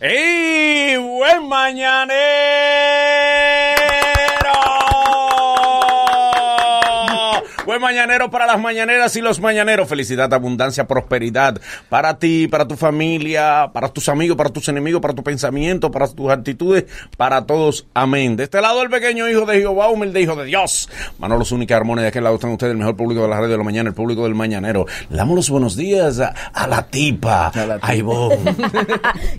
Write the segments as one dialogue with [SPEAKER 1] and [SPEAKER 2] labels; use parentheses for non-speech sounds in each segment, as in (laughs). [SPEAKER 1] ¡Y buen mañanero! Buen mañanero para las mañaneras y los mañaneros. Felicidad, abundancia, prosperidad para ti, para tu familia, para tus amigos, para tus enemigos, para tu pensamiento, para tus actitudes, para todos. Amén. De este lado, el pequeño hijo de Jehová, humilde hijo de Dios. Manolo Zúñiga Armones, de aquel lado están ustedes, el mejor público de la red de la mañana, el público del mañanero. Le damos los buenos días a, a la tipa, a Ivonne.
[SPEAKER 2] Mm,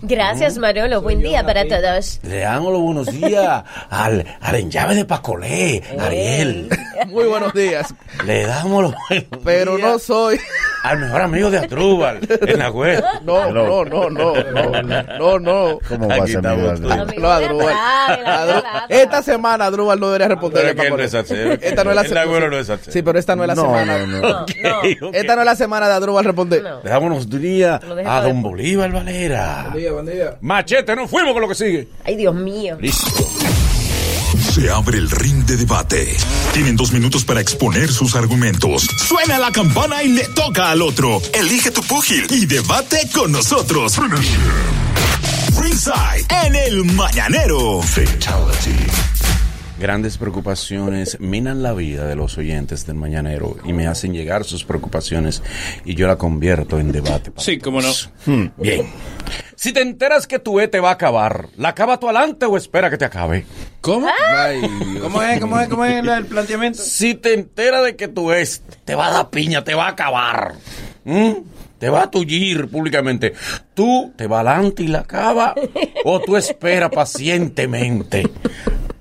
[SPEAKER 3] Gracias, Manolo. Buen día para todos.
[SPEAKER 1] Le damos los buenos días al, al enllave de Pacolé, Ariel.
[SPEAKER 4] Muy buenos días.
[SPEAKER 1] Le damos los buenos
[SPEAKER 4] Pero
[SPEAKER 1] días
[SPEAKER 4] no soy.
[SPEAKER 1] al mejor amigo de Atrúbal en la web.
[SPEAKER 4] No, no, no, no, no, no, no.
[SPEAKER 5] ¿Cómo va a ser
[SPEAKER 1] estamos
[SPEAKER 5] amigo de
[SPEAKER 1] todos.
[SPEAKER 5] Adrián?
[SPEAKER 3] Amigo
[SPEAKER 4] No,
[SPEAKER 3] de
[SPEAKER 4] Adrúbal.
[SPEAKER 3] atrás, de la
[SPEAKER 4] Adru-
[SPEAKER 3] atrás.
[SPEAKER 4] Esta semana Adrúbal no debería
[SPEAKER 1] Pero
[SPEAKER 4] responderle
[SPEAKER 1] es que él no
[SPEAKER 4] Paco.
[SPEAKER 1] es salsero.
[SPEAKER 4] Esta no es la
[SPEAKER 1] El abuelo no es
[SPEAKER 4] semana.
[SPEAKER 1] salsero.
[SPEAKER 4] Sí, pero esta no es la
[SPEAKER 5] No,
[SPEAKER 4] semana.
[SPEAKER 5] no, no.
[SPEAKER 3] No, no,
[SPEAKER 1] Ok.
[SPEAKER 4] Esta no es la semana de Adrúbal responder.
[SPEAKER 3] no.
[SPEAKER 1] Le damos los días
[SPEAKER 3] Lo deja
[SPEAKER 1] a
[SPEAKER 3] para
[SPEAKER 1] Don Bolívar Valera.
[SPEAKER 4] buen día.
[SPEAKER 1] Machete, no fuimos con lo que sigue.
[SPEAKER 3] Ay, Dios mío.
[SPEAKER 1] Listo.
[SPEAKER 6] Se abre el ring de debate. Tienen dos minutos para exponer sus argumentos. Suena la campana y le toca al otro. Elige tu púgil y debate con nosotros. Ringside en el mañanero.
[SPEAKER 1] Grandes preocupaciones minan la vida de los oyentes del mañanero y me hacen llegar sus preocupaciones y yo la convierto en debate.
[SPEAKER 2] Sí, cómo no.
[SPEAKER 1] Hmm, Bien. Si te enteras que tu E te va a acabar, ¿la acaba tú adelante o espera que te acabe?
[SPEAKER 2] ¿Cómo?
[SPEAKER 4] Ah. ¿Cómo es? ¿Cómo es? ¿Cómo es el planteamiento?
[SPEAKER 1] Si te enteras de que tu ex te va a dar piña, te va a acabar, ¿m? te va a tullir públicamente, tú te vas adelante y la
[SPEAKER 3] (laughs)
[SPEAKER 1] acaba o Oh, tú esperas pacientemente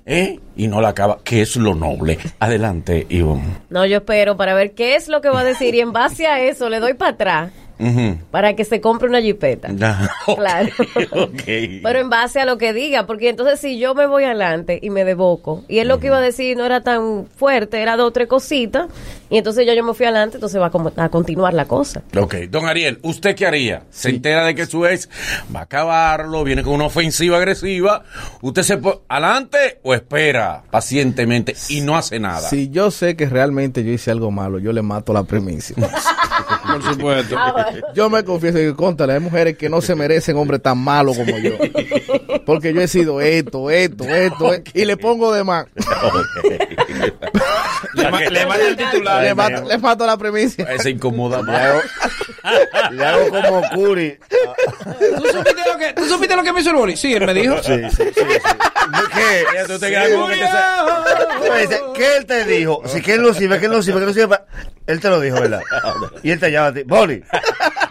[SPEAKER 1] ¿eh? y no la acaba, que es lo noble. Adelante, Ivonne.
[SPEAKER 3] No, yo espero para ver qué es lo que va a decir y en base a eso le doy para atrás
[SPEAKER 1] Ujú.
[SPEAKER 3] para que se compre una jipeta.
[SPEAKER 1] Ya, (laughs) ok,
[SPEAKER 3] Claro.
[SPEAKER 1] ok.
[SPEAKER 3] Pero en base a lo que diga, porque entonces si yo me voy adelante y me deboco, y él lo que iba a decir no era tan fuerte, era dos o tres cositas, y entonces yo, yo me fui adelante, entonces va a, como- a continuar la cosa.
[SPEAKER 1] Ok, don Ariel, ¿usted qué haría? Se entera de que su ex va a acabarlo, viene con una ofensiva agresiva. ¿Usted se pone adelante o espera pacientemente y no hace nada?
[SPEAKER 4] Si yo sé que realmente yo hice algo malo, yo le mato la primicia.
[SPEAKER 2] Por supuesto.
[SPEAKER 4] Yo me confieso y contale, hay mujeres que no se merecen hombres tan malos como yo. Porque yo he sido esto, esto, esto, eh, y le pongo de más.
[SPEAKER 1] (laughs) Le,
[SPEAKER 3] mata el titular.
[SPEAKER 4] Le mato, le mato la primicia.
[SPEAKER 1] Se incomoda
[SPEAKER 5] Le
[SPEAKER 1] más.
[SPEAKER 5] hago, le hago como Curi.
[SPEAKER 2] ¿Tú supiste, lo que, ¿Tú supiste lo que me hizo el boli? Sí, él me dijo.
[SPEAKER 5] Sí, sí, sí. ¿Qué?
[SPEAKER 1] Ella, tú te quedas como que te sa-
[SPEAKER 5] Tú dices, ¿Qué él te dijo? Si que él no sirve, que él no sirve, que él no sirve. pa- Él te lo dijo, ¿verdad? Y él te llama a ti. Boli,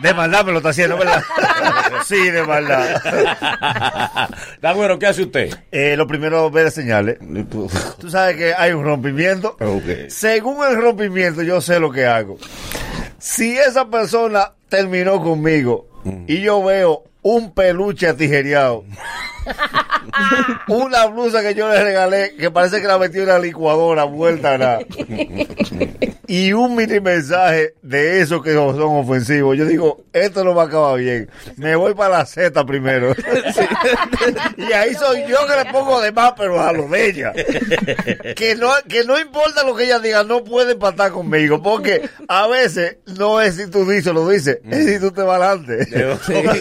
[SPEAKER 5] de maldad me lo está haciendo, ¿verdad? Sí, de maldad.
[SPEAKER 1] Está bueno, ¿qué hace usted?
[SPEAKER 5] Eh, lo primero, ver las señales. Tú sabes que hay un rompimiento.
[SPEAKER 1] Ok.
[SPEAKER 5] Según el rompimiento, yo sé lo que hago. Si esa persona terminó conmigo y yo veo un peluche atijereado, una blusa que yo le regalé, que parece que la metí en una (laughs) licuadora, vuelta a nada, y un mini mensaje de esos que son ofensivos, yo digo, esto no va a acabar bien. Me voy para la Z primero. Y ahí soy yo que le pongo de más, pero a lo de ella. Que no, que no importa lo que ella diga, no puede empatar conmigo. Porque a veces no es si tú dices, lo dices, es si tú te vas
[SPEAKER 1] (laughs)
[SPEAKER 5] adelante.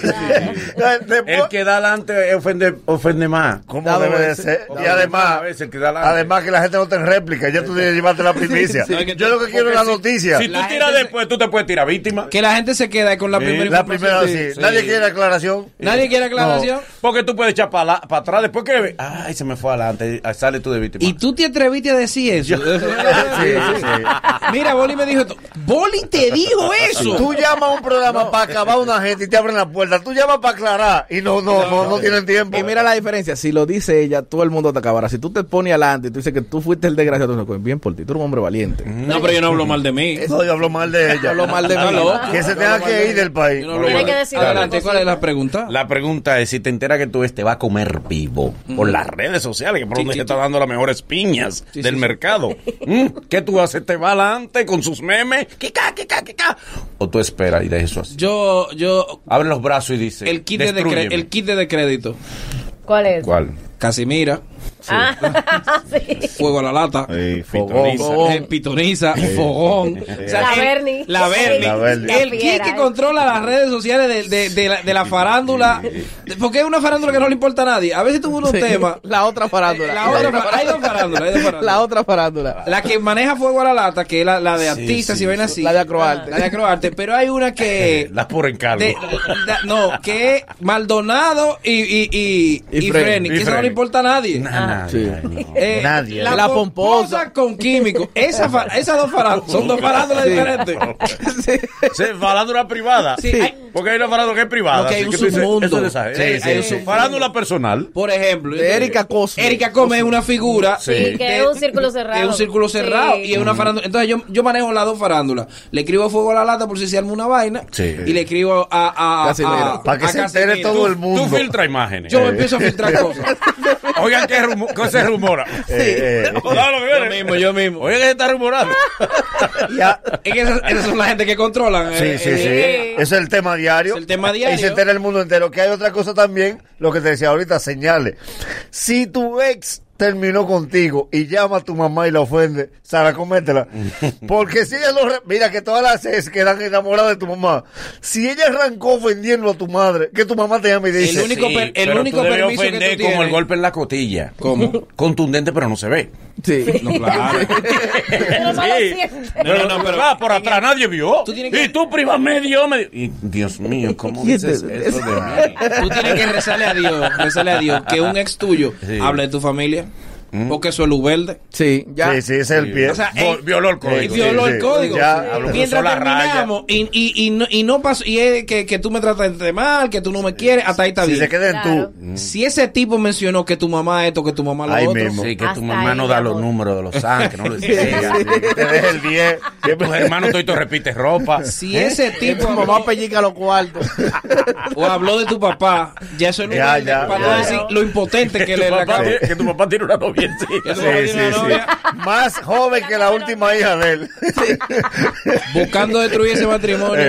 [SPEAKER 5] (laughs) Después-
[SPEAKER 1] El que da adelante ofende, ofende más.
[SPEAKER 5] ¿Cómo debe de
[SPEAKER 4] veces.
[SPEAKER 5] ser?
[SPEAKER 1] Dado
[SPEAKER 5] Y además,
[SPEAKER 1] a veces el que da adelante.
[SPEAKER 5] además que la gente no te réplica, ya tú tienes que llevarte la primicia.
[SPEAKER 2] Sí, sí.
[SPEAKER 5] Yo lo que quiero es la noticia.
[SPEAKER 1] Si tú
[SPEAKER 2] La
[SPEAKER 1] tiras
[SPEAKER 2] gente se-
[SPEAKER 1] después, tú te puedes tirar víctima.
[SPEAKER 2] Que la gente se queda con la
[SPEAKER 1] Sí,
[SPEAKER 2] primera
[SPEAKER 5] La
[SPEAKER 2] información.
[SPEAKER 5] primera, sí. Nadie quiere aclaración.
[SPEAKER 2] ¿Nadie quiere aclaración?
[SPEAKER 1] Porque tú puedes echar para atrás después que ve- Ah, Ay, se me fue adelante. Ah, Sale tú de víctima.
[SPEAKER 2] Y tú te atreviste a decir eso. (laughs)
[SPEAKER 5] Sí, sí, sí.
[SPEAKER 2] Mira, Boli me dijo esto. Boli te dijo eso.
[SPEAKER 5] Tú llamas a un programa para acabar a una gente y te abren la puerta. Tú llamas para aclarar y no, no, no, no, tienen tiempo.
[SPEAKER 4] Y mira la diferencia, si lo dice ella, todo el mundo te acabará. Si tú te pones adelante y tú dices que tú fuiste el desgraciado, tú dices, "Pues bien por ti, tú eres un hombre valiente.
[SPEAKER 2] No, pero yo no hablo mal de mí.
[SPEAKER 5] No, yo hablo mal de ella.
[SPEAKER 4] Hablo mal de mí.
[SPEAKER 2] Está loco.
[SPEAKER 5] Que se tenga que ir del país.
[SPEAKER 2] Yo no hablo
[SPEAKER 3] Pero hay
[SPEAKER 2] mal.
[SPEAKER 3] que decir
[SPEAKER 2] Adelante,
[SPEAKER 3] algo.
[SPEAKER 2] ¿cuál es la pregunta?
[SPEAKER 1] La pregunta es si te enteras que tú este va a comer vivo por las redes sociales, que por
[SPEAKER 2] Sí,
[SPEAKER 1] donde
[SPEAKER 2] sí,
[SPEAKER 1] se está
[SPEAKER 2] sí.
[SPEAKER 1] dando las mejores piñas
[SPEAKER 2] Sí,
[SPEAKER 1] del
[SPEAKER 2] sí, sí. (laughs)
[SPEAKER 1] mercado. ¿Mm? ¿Qué tú haces? ¿Te va adelante con sus memes? ¿Kika, kika, kika? ¿O tú esperas y dejas eso así?
[SPEAKER 2] Yo, yo,
[SPEAKER 1] Abre los brazos y dice.
[SPEAKER 2] el kit, de, de cre-
[SPEAKER 1] "Destrúyeme".
[SPEAKER 2] el kit de crédito.
[SPEAKER 3] ¿Cuál es?
[SPEAKER 1] ¿Cuál?
[SPEAKER 2] Casimira.
[SPEAKER 3] Ah, (laughs) sí.
[SPEAKER 2] Fuego a la lata.
[SPEAKER 5] Sí,
[SPEAKER 4] Fogón,
[SPEAKER 1] Pitoniza.
[SPEAKER 4] fogón.
[SPEAKER 2] eh, pitoniza, fogón. O sea,
[SPEAKER 3] La
[SPEAKER 2] el-
[SPEAKER 3] Berni.
[SPEAKER 2] La Berni.
[SPEAKER 5] La Berni.
[SPEAKER 2] El
[SPEAKER 3] La
[SPEAKER 2] Kid
[SPEAKER 3] fiera,
[SPEAKER 2] que
[SPEAKER 3] eh.
[SPEAKER 2] controla las redes sociales de, de- de la, de la farándula. Porque es una farándula que no le importa a nadie. A veces tuvo unos
[SPEAKER 4] Sí.
[SPEAKER 2] temas.
[SPEAKER 4] La otra farándula.
[SPEAKER 2] La otra fa- hay dos farándulas, hay dos farándulas.
[SPEAKER 4] La otra farándula.
[SPEAKER 2] La que maneja fuego a la lata, que es la, la de artistas y ven así.
[SPEAKER 4] La de acroarte.
[SPEAKER 2] La de acroarte. Pero hay una que.
[SPEAKER 1] (laughs) La por encargo.
[SPEAKER 2] de- da- no, que es Maldonado y, y, y,
[SPEAKER 4] Y
[SPEAKER 2] y
[SPEAKER 4] Fren-
[SPEAKER 2] Frenny,
[SPEAKER 1] y
[SPEAKER 2] que eso no
[SPEAKER 1] Fren.
[SPEAKER 2] le importa a nadie. Ah.
[SPEAKER 1] Nah, nah,
[SPEAKER 4] Sí.
[SPEAKER 1] nah, no.
[SPEAKER 2] Eh,
[SPEAKER 5] Nadie.
[SPEAKER 2] La,
[SPEAKER 4] La
[SPEAKER 2] pomposa.
[SPEAKER 4] pomposa
[SPEAKER 2] con químico. Esa fa- esas dos farándulas son dos farándulas diferentes.
[SPEAKER 4] Sí.
[SPEAKER 1] Sí, farándula privada.
[SPEAKER 2] Sí, hay-
[SPEAKER 1] Porque hay una farándula que es privada.
[SPEAKER 2] Porque hay
[SPEAKER 1] así
[SPEAKER 2] un
[SPEAKER 1] que tú dices,
[SPEAKER 2] submundo.
[SPEAKER 1] Eso es desagüe.
[SPEAKER 2] Sí,
[SPEAKER 1] Eh,
[SPEAKER 2] hay un
[SPEAKER 1] sí.
[SPEAKER 2] submundo.
[SPEAKER 1] Farándula personal.
[SPEAKER 2] Por ejemplo, eh,
[SPEAKER 4] De Erika Cosme.
[SPEAKER 2] Erika Come es una figura.
[SPEAKER 1] Sí. Sí,
[SPEAKER 3] que es un círculo cerrado.
[SPEAKER 2] Es un círculo cerrado
[SPEAKER 3] Sí.
[SPEAKER 2] y es una farándula. Entonces yo, yo manejo las dos farándulas. Le escribo fuego a la lata por si se arma una vaina.
[SPEAKER 1] Sí.
[SPEAKER 2] Y le escribo a. a,
[SPEAKER 4] Casimiro.
[SPEAKER 2] a-
[SPEAKER 5] Para que
[SPEAKER 2] a
[SPEAKER 5] se
[SPEAKER 2] Casimiro.
[SPEAKER 5] entere todo el mundo. Eh.
[SPEAKER 1] Tú filtra imágenes.
[SPEAKER 2] Yo empiezo
[SPEAKER 1] (laughs)
[SPEAKER 2] a filtrar cosas.
[SPEAKER 1] Oigan qué, rumo- qué se rumora.
[SPEAKER 5] Eh, eh,
[SPEAKER 1] Claro,
[SPEAKER 2] yo
[SPEAKER 1] miren.
[SPEAKER 2] mismo, yo mismo.
[SPEAKER 1] Oigan, que se está rumorando.
[SPEAKER 5] ya.
[SPEAKER 2] Es que esas, esas son la gente que controlan.
[SPEAKER 5] Sí,
[SPEAKER 2] eh,
[SPEAKER 5] sí, sí.
[SPEAKER 2] eh,
[SPEAKER 3] eh.
[SPEAKER 5] Ese es el tema diario.
[SPEAKER 2] Es el tema diario.
[SPEAKER 5] Y se entera el mundo entero. Que hay otra cosa también, lo que te decía ahorita, señales. Si tu ex terminó contigo y llama a tu mamá y la ofende, Sara,
[SPEAKER 1] (laughs)
[SPEAKER 5] cométela. Porque si ella lo... re- Mira que todas las ex quedan enamoradas de tu mamá. Si ella arrancó ofendiendo a tu madre, que tu mamá te llama y dice...
[SPEAKER 2] El único,
[SPEAKER 1] Sí,
[SPEAKER 2] per- el
[SPEAKER 1] pero
[SPEAKER 2] único
[SPEAKER 1] tú debes
[SPEAKER 2] permiso que tú
[SPEAKER 1] ofender
[SPEAKER 2] tienes.
[SPEAKER 1] como el golpe en la cotilla.
[SPEAKER 2] ¿Cómo?
[SPEAKER 1] Contundente, pero no se ve.
[SPEAKER 4] Sí.
[SPEAKER 2] (laughs) No, claro.
[SPEAKER 3] Pero no lo sientes.
[SPEAKER 1] Pero,
[SPEAKER 2] no, no, pero-
[SPEAKER 1] va, por atrás nadie vio.
[SPEAKER 2] Tú tienes que-
[SPEAKER 1] Y tú, prima, me dio. me dio. Y, Dios mío, ¿cómo
[SPEAKER 4] ¿Quién
[SPEAKER 1] dices
[SPEAKER 4] te-
[SPEAKER 1] eso de mí?
[SPEAKER 2] Tú tienes que rezarle a Dios, rezarle a Dios que un ex tuyo
[SPEAKER 1] Sí.
[SPEAKER 2] hable de tu familia, porque eso es luz verde.
[SPEAKER 4] Sí, ya.
[SPEAKER 5] ¿Mm? Sí, sí, ese es el pie.
[SPEAKER 1] O sea, Vol-
[SPEAKER 2] él-
[SPEAKER 1] violó el código.
[SPEAKER 2] él violó
[SPEAKER 5] Sí,
[SPEAKER 2] el
[SPEAKER 5] sí.
[SPEAKER 2] código.
[SPEAKER 5] Ya,
[SPEAKER 2] Sí.
[SPEAKER 1] habló, cruzó
[SPEAKER 2] Mientras
[SPEAKER 1] la raya.
[SPEAKER 2] terminamos y, y, y no, y no pasó, y es que, que tú me trataste mal, que tú no me quieres, hasta ahí está
[SPEAKER 5] si
[SPEAKER 2] bien.
[SPEAKER 5] se queda en
[SPEAKER 3] Claro.
[SPEAKER 5] tú. Mm.
[SPEAKER 2] Si ese tipo mencionó que tu mamá esto, que tu mamá lo
[SPEAKER 5] Ahí
[SPEAKER 2] otro,
[SPEAKER 5] mismo.
[SPEAKER 1] Sí, que
[SPEAKER 3] Hasta
[SPEAKER 1] tu mamá
[SPEAKER 3] ahí,
[SPEAKER 1] no da
[SPEAKER 3] mi
[SPEAKER 1] los
[SPEAKER 3] amor.
[SPEAKER 1] números de los sangres,
[SPEAKER 2] (laughs)
[SPEAKER 1] no lo digas.
[SPEAKER 5] Te deja el 10. Siempre-
[SPEAKER 1] Tus hermanos todos repites ropa. ¿Eh?
[SPEAKER 2] si ese
[SPEAKER 4] Que
[SPEAKER 2] tipo
[SPEAKER 4] tu
[SPEAKER 2] habló-
[SPEAKER 4] mamá pellica los cuartos.
[SPEAKER 2] o habló de tu papá, ya eso es luz
[SPEAKER 5] Ya,
[SPEAKER 2] verde,
[SPEAKER 5] ya,
[SPEAKER 2] para
[SPEAKER 5] ya.
[SPEAKER 2] no decir lo impotente que
[SPEAKER 1] tu
[SPEAKER 2] le la
[SPEAKER 1] papá
[SPEAKER 2] acaba-
[SPEAKER 1] tiene- que tu papá tiene una noviecita.
[SPEAKER 2] Sí.
[SPEAKER 5] Sí, sí, sí. Más joven que la última hija de él. (laughs)
[SPEAKER 2] buscando destruir ese matrimonio.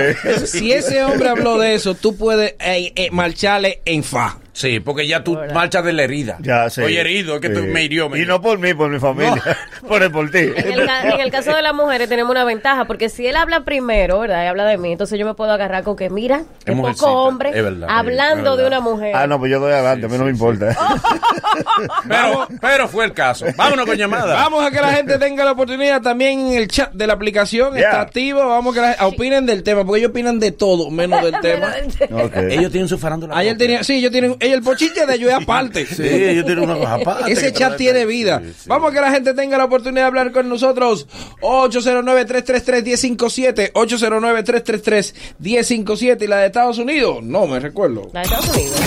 [SPEAKER 2] Si ese hombre habló de eso, tú puedes eh, eh, marcharle en fa.
[SPEAKER 1] Sí, porque ya tú marchas de la herida.
[SPEAKER 5] Ya, sí.
[SPEAKER 1] Estoy herido, es que
[SPEAKER 5] Sí.
[SPEAKER 1] tú me hirió. me
[SPEAKER 5] Y
[SPEAKER 1] hirió.
[SPEAKER 5] no por mí, por mi familia. (laughs) por el por ti.
[SPEAKER 3] En el, ca- en el caso de las mujeres tenemos una ventaja, porque si él habla primero, ¿verdad? Y habla de mí, entonces yo me puedo agarrar con que, mira, qué
[SPEAKER 1] Es
[SPEAKER 3] poco
[SPEAKER 1] mujercita,
[SPEAKER 3] hombre
[SPEAKER 1] es verdad,
[SPEAKER 3] hablando
[SPEAKER 1] es
[SPEAKER 3] de
[SPEAKER 1] verdad.
[SPEAKER 3] una mujer.
[SPEAKER 5] Ah, no, pues yo doy adelante, a mí no me importa. (laughs)
[SPEAKER 1] pero, pero fue el caso.
[SPEAKER 3] (laughs)
[SPEAKER 1] Vámonos con llamada.
[SPEAKER 2] Vamos a que la gente tenga la oportunidad también en el chat de la aplicación.
[SPEAKER 5] Yeah.
[SPEAKER 2] Está activo. Vamos a que la gente opinen del tema, porque ellos opinan de todo menos
[SPEAKER 3] (laughs)
[SPEAKER 2] del tema.
[SPEAKER 5] (laughs) Ok.
[SPEAKER 1] Ellos tienen su farándula.
[SPEAKER 2] Ayer tenía, sí, ellos tienen, ellos el pochiche de ellos es aparte.
[SPEAKER 1] Sí, ellos tienen una cosa aparte. que
[SPEAKER 2] Ese chat
[SPEAKER 1] trae-
[SPEAKER 2] tiene vida.
[SPEAKER 1] Sí, sí.
[SPEAKER 2] Vamos a que la gente tenga la oportunidad de hablar con nosotros. 809-333-1057. 809-333-1057. Y la de Estados Unidos, no me recuerdo.
[SPEAKER 3] La de Estados Unidos.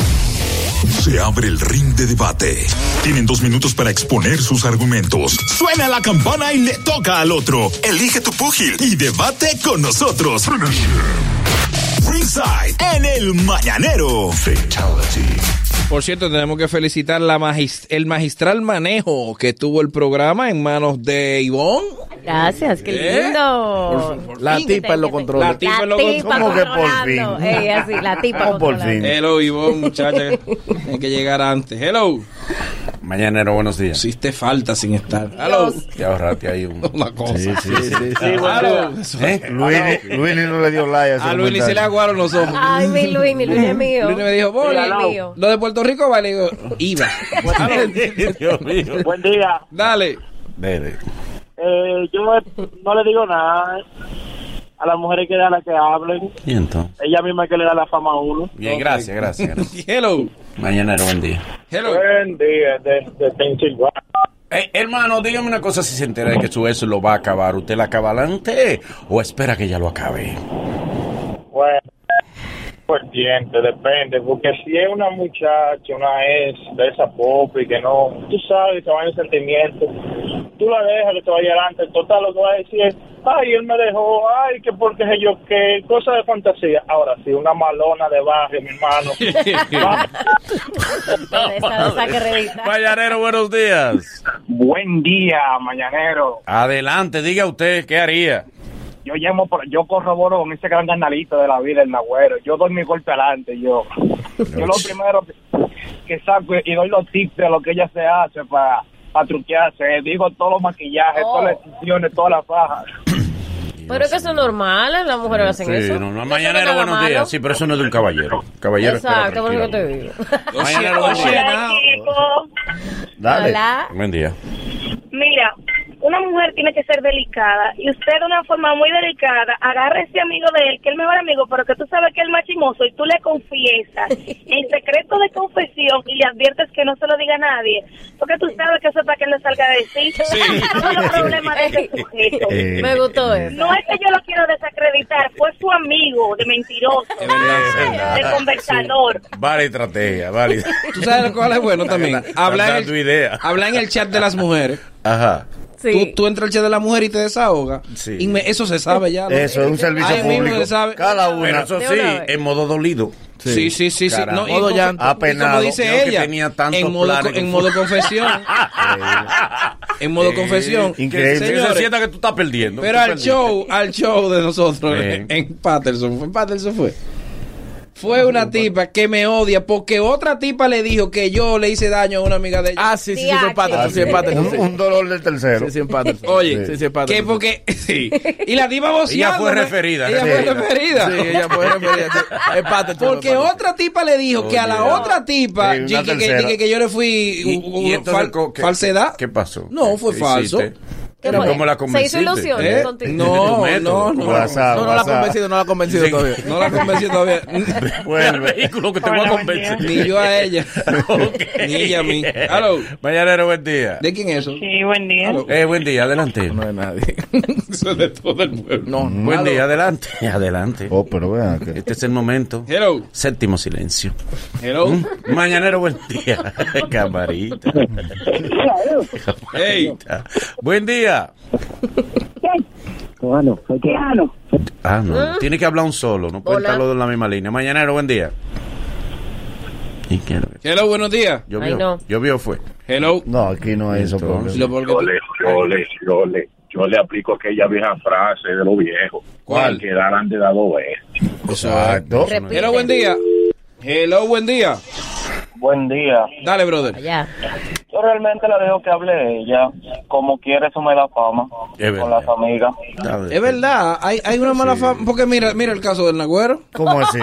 [SPEAKER 6] Se abre el ring de debate. Tienen dos minutos para exponer sus argumentos. Suena la campana y le toca al otro. Elige tu púgil y debate con nosotros. Ringside en el mañanero.
[SPEAKER 2] Por cierto, tenemos que felicitar la magis- el magistral manejo que tuvo el programa en manos de Ivonne.
[SPEAKER 3] Gracias, qué lindo.
[SPEAKER 2] Por- por
[SPEAKER 4] La
[SPEAKER 3] fin.
[SPEAKER 4] tipa lo controla.
[SPEAKER 2] La tipa lo controla.
[SPEAKER 5] ¿Cómo que por
[SPEAKER 3] controlando. eh,
[SPEAKER 5] fin?
[SPEAKER 3] Ey, así, la tipa
[SPEAKER 5] ¿Cómo por
[SPEAKER 3] controlando.
[SPEAKER 5] fin?
[SPEAKER 2] Hello, Ivonne, muchacha. Tiene que llegar antes. Hello.
[SPEAKER 1] Mañanero, buenos días.
[SPEAKER 2] Hiciste falta sin estar. Hello.
[SPEAKER 3] Dios.
[SPEAKER 1] Y ahorrate ahí un.
[SPEAKER 2] (laughs) Una cosa.
[SPEAKER 5] Hello.
[SPEAKER 1] ¿Eh?
[SPEAKER 5] Luini Luini no le dio like a ese
[SPEAKER 2] A Luis se le
[SPEAKER 5] comentario.
[SPEAKER 2] aguaron los ojos.
[SPEAKER 3] Ay, mi Luis, mi Luis es mío.
[SPEAKER 2] Luis me dijo, Boli,
[SPEAKER 3] Luis es mío.
[SPEAKER 2] lo de Puerto Rico
[SPEAKER 4] (laughs)
[SPEAKER 2] vale. Digo, Iba.
[SPEAKER 1] Dios mío.
[SPEAKER 7] Buen día.
[SPEAKER 2] Dale.
[SPEAKER 1] Dele.
[SPEAKER 7] Eh, yo no le digo nada. eh, A las mujeres que da la que hablen.
[SPEAKER 1] Y entonces.
[SPEAKER 7] Ella misma que le da la fama a uno.
[SPEAKER 1] Bien, gracias,
[SPEAKER 8] (laughs)
[SPEAKER 1] gracias. gracias.
[SPEAKER 2] Hello.
[SPEAKER 1] Mañanero, buen día.
[SPEAKER 2] Hello.
[SPEAKER 7] Buen día, desde Pensilvania.
[SPEAKER 1] Eh, hermano, dígame una cosa si se entera de que su ex lo va a acabar. ¿Usted la acaba adelante o espera que ya lo acabe?
[SPEAKER 7] Bueno, por diente, depende. Porque si es una muchacha, una ex de esa pop y que no, tú sabes que va en el sentimiento. Tú la dejas que te vaya adelante. Total, lo que va a decir es, ay, él me dejó, ay, que porque sé yo qué, cosa de fantasía. Ahora sí, una malona de barrio, mi hermano.
[SPEAKER 3] Esa esa que revista.
[SPEAKER 1] Mañanero, buenos días.
[SPEAKER 7] Buen día, mañanero.
[SPEAKER 1] Adelante, diga usted, ¿qué haría?
[SPEAKER 7] Yo llamo, por- yo corroboro con ese gran canalito de la vida, el Nagüero. Yo doy mi golpe adelante, yo. Yo lo primero,
[SPEAKER 8] que saco y doy los tips de lo que ella se hace para truquearse. Digo todos los maquillajes,
[SPEAKER 3] Oh.
[SPEAKER 8] todas las extensiones, todas las fajas.
[SPEAKER 3] Pero es que eso es normal, ¿eh? las mujeres hacen
[SPEAKER 1] Sí,
[SPEAKER 3] eso.
[SPEAKER 1] no, no,
[SPEAKER 3] Eso
[SPEAKER 1] mañanero,
[SPEAKER 3] es nada
[SPEAKER 1] buenos
[SPEAKER 3] malo.
[SPEAKER 1] días. Sí, pero eso no es de un caballero. Caballero. espera,
[SPEAKER 3] Exacto, por lo que te
[SPEAKER 1] pues tranquilo.
[SPEAKER 3] digo. (laughs)
[SPEAKER 1] Mañanero,
[SPEAKER 2] Oye,
[SPEAKER 1] buenos
[SPEAKER 2] oye,
[SPEAKER 1] días.
[SPEAKER 2] nada.
[SPEAKER 9] chicos.
[SPEAKER 5] Dale.
[SPEAKER 3] Hola.
[SPEAKER 1] Buen día.
[SPEAKER 9] Mira, una mujer tiene que ser delicada y usted de una forma muy delicada agarra ese amigo de él, que es el mejor amigo, pero que tú sabes que es el más chimoso y tú le confiesas en secreto de confesión y le adviertes que no se lo diga a nadie, porque tú sabes que eso es para que no salga de sí. Esos son los problemas de ese sujeto.
[SPEAKER 5] Eh,
[SPEAKER 3] Me gustó eso.
[SPEAKER 9] No es que yo lo quiero desacreditar, fue su amigo de mentiroso, de conversador.
[SPEAKER 1] Vale estrategia, vale.
[SPEAKER 2] Tú sabes cuál es
[SPEAKER 1] (laughs)
[SPEAKER 2] bueno también. Hablar en,
[SPEAKER 1] tu
[SPEAKER 2] el,
[SPEAKER 1] idea.
[SPEAKER 2] hablar en el chat de las mujeres.
[SPEAKER 1] Ajá.
[SPEAKER 3] Sí.
[SPEAKER 2] Tú, tú entras al chat de la mujer y te desahoga.
[SPEAKER 1] Sí.
[SPEAKER 2] Y me- eso se sabe ya. ¿no?
[SPEAKER 5] Eso es un servicio
[SPEAKER 2] Ahí mismo
[SPEAKER 5] público.
[SPEAKER 2] se sabe.
[SPEAKER 5] Cada
[SPEAKER 1] Pero
[SPEAKER 5] una.
[SPEAKER 1] eso
[SPEAKER 3] De
[SPEAKER 1] sí,
[SPEAKER 3] una vez.
[SPEAKER 1] en modo dolido.
[SPEAKER 2] Sí, sí, sí, sí.
[SPEAKER 1] Caramba.
[SPEAKER 2] No, y
[SPEAKER 1] Modo
[SPEAKER 2] como-
[SPEAKER 1] llanto.
[SPEAKER 2] y
[SPEAKER 5] Apenado.
[SPEAKER 2] Como dice
[SPEAKER 1] Yo que
[SPEAKER 2] ella,
[SPEAKER 1] tenía tantos
[SPEAKER 2] en, modo,
[SPEAKER 1] planes.
[SPEAKER 2] en modo
[SPEAKER 1] (laughs)
[SPEAKER 2] confesión. en modo confesión.
[SPEAKER 5] increíble.
[SPEAKER 1] Que
[SPEAKER 2] Señores,
[SPEAKER 1] se sienta que tú estás perdiendo.
[SPEAKER 2] Pero
[SPEAKER 1] Tú
[SPEAKER 2] al
[SPEAKER 1] perdiste.
[SPEAKER 2] show, al (laughs) show de nosotros
[SPEAKER 1] Bien.
[SPEAKER 2] en Patterson, fue en Patterson fue. Fue una tipa que me odia porque otra tipa le dijo que yo le hice daño a una amiga de ella.
[SPEAKER 4] Ah, sí, sí, sí, fue
[SPEAKER 3] Diache.
[SPEAKER 4] Patterson, sí, es Patterson,
[SPEAKER 5] un,
[SPEAKER 4] sí.
[SPEAKER 5] un dolor del tercero.
[SPEAKER 4] Sí, sí, es Patterson.
[SPEAKER 2] Oye,
[SPEAKER 4] sí, sí, es
[SPEAKER 2] que
[SPEAKER 4] Patterson.
[SPEAKER 2] porque (laughs) sí. Y la tipa voceando.
[SPEAKER 1] fue
[SPEAKER 2] ¿no?
[SPEAKER 1] referida,
[SPEAKER 2] Ella
[SPEAKER 5] referida.
[SPEAKER 2] fue referida.
[SPEAKER 4] Sí, ella fue
[SPEAKER 2] (laughs)
[SPEAKER 4] referida, sí. Es Patterson.
[SPEAKER 2] Porque
[SPEAKER 4] es Patterson.
[SPEAKER 2] otra tipa le dijo que a la otra tipa
[SPEAKER 5] Sí, una
[SPEAKER 2] dije que,
[SPEAKER 5] tercera.
[SPEAKER 2] dije que yo le fui
[SPEAKER 1] Y-
[SPEAKER 2] u-
[SPEAKER 1] y
[SPEAKER 2] u-
[SPEAKER 1] entonces,
[SPEAKER 2] fal-
[SPEAKER 1] co- ¿qué-
[SPEAKER 2] falsedad.
[SPEAKER 1] ¿Qué pasó?
[SPEAKER 2] No, fue
[SPEAKER 1] ¿Qué
[SPEAKER 2] falso.
[SPEAKER 1] hiciste?
[SPEAKER 3] ¿Qué
[SPEAKER 1] Pero
[SPEAKER 3] fue?
[SPEAKER 1] ¿Cómo la
[SPEAKER 3] Se hizo
[SPEAKER 1] convenciste?
[SPEAKER 3] ilusiones
[SPEAKER 2] ¿Eh?
[SPEAKER 3] contigo.
[SPEAKER 1] Tu
[SPEAKER 2] No,
[SPEAKER 1] método,
[SPEAKER 2] no,
[SPEAKER 1] tu
[SPEAKER 2] no.
[SPEAKER 5] WhatsApp,
[SPEAKER 4] No, no la ha
[SPEAKER 5] WhatsApp.
[SPEAKER 4] convencido, no la ha convencido
[SPEAKER 1] Sí.
[SPEAKER 4] todavía.
[SPEAKER 2] No la convenció todavía.
[SPEAKER 5] Vuelve.
[SPEAKER 1] (laughs) Vehículo que te voy a
[SPEAKER 9] Hola, buen día.
[SPEAKER 1] convencer.
[SPEAKER 2] Ni yo
[SPEAKER 1] (laughs)
[SPEAKER 2] a ella. Ni ella a mí. Hello.
[SPEAKER 1] Mañanero, buen día.
[SPEAKER 2] ¿De quién es eso?
[SPEAKER 9] Sí, buen
[SPEAKER 8] (laughs)
[SPEAKER 9] día.
[SPEAKER 2] Hello.
[SPEAKER 1] Eh, buen día, adelante.
[SPEAKER 4] No es nadie.
[SPEAKER 2] Eso es de todo el pueblo.
[SPEAKER 4] No,
[SPEAKER 1] Buen día, adelante. Adelante.
[SPEAKER 5] Oh, pero vean que.
[SPEAKER 1] Este es el momento.
[SPEAKER 2] Hello.
[SPEAKER 1] Séptimo silencio. ¿Mm?
[SPEAKER 2] Hello.
[SPEAKER 1] Mañanero, buen día. (laughs) Camarita.
[SPEAKER 2] Hey.
[SPEAKER 1] Buen día. Ah, no. Tiene que hablar un solo. No puede
[SPEAKER 3] Hola.
[SPEAKER 1] estar los dos en la misma línea. Mañanero, buen día. Y que-
[SPEAKER 2] Hello, buenos días.
[SPEAKER 1] Yo
[SPEAKER 3] Ay,
[SPEAKER 1] vio,
[SPEAKER 3] no.
[SPEAKER 1] yo vio fue.
[SPEAKER 2] Hello.
[SPEAKER 5] No, aquí no hay eso.
[SPEAKER 1] Entonces,
[SPEAKER 5] porque-
[SPEAKER 2] Lo porque-
[SPEAKER 10] yo le, yo le, yo le, yo le aplico aquella vieja frase de los viejos.
[SPEAKER 2] ¿Cuál?
[SPEAKER 10] Que darán de dado vez.
[SPEAKER 5] Exacto.
[SPEAKER 3] Repite.
[SPEAKER 2] Hello, buen día. Hello, buen día.
[SPEAKER 8] Buen día.
[SPEAKER 2] Dale, brother.
[SPEAKER 3] Allá.
[SPEAKER 8] Yo realmente la dejo que hable ella. Como quiere, eso me da fama.
[SPEAKER 1] Es verdad.
[SPEAKER 8] Con las
[SPEAKER 2] (laughs)
[SPEAKER 8] amigas.
[SPEAKER 2] Es verdad, hay, hay una mala fama. Porque mira, mira el caso del Nagüero.
[SPEAKER 5] ¿Cómo
[SPEAKER 2] (laughs)
[SPEAKER 5] así?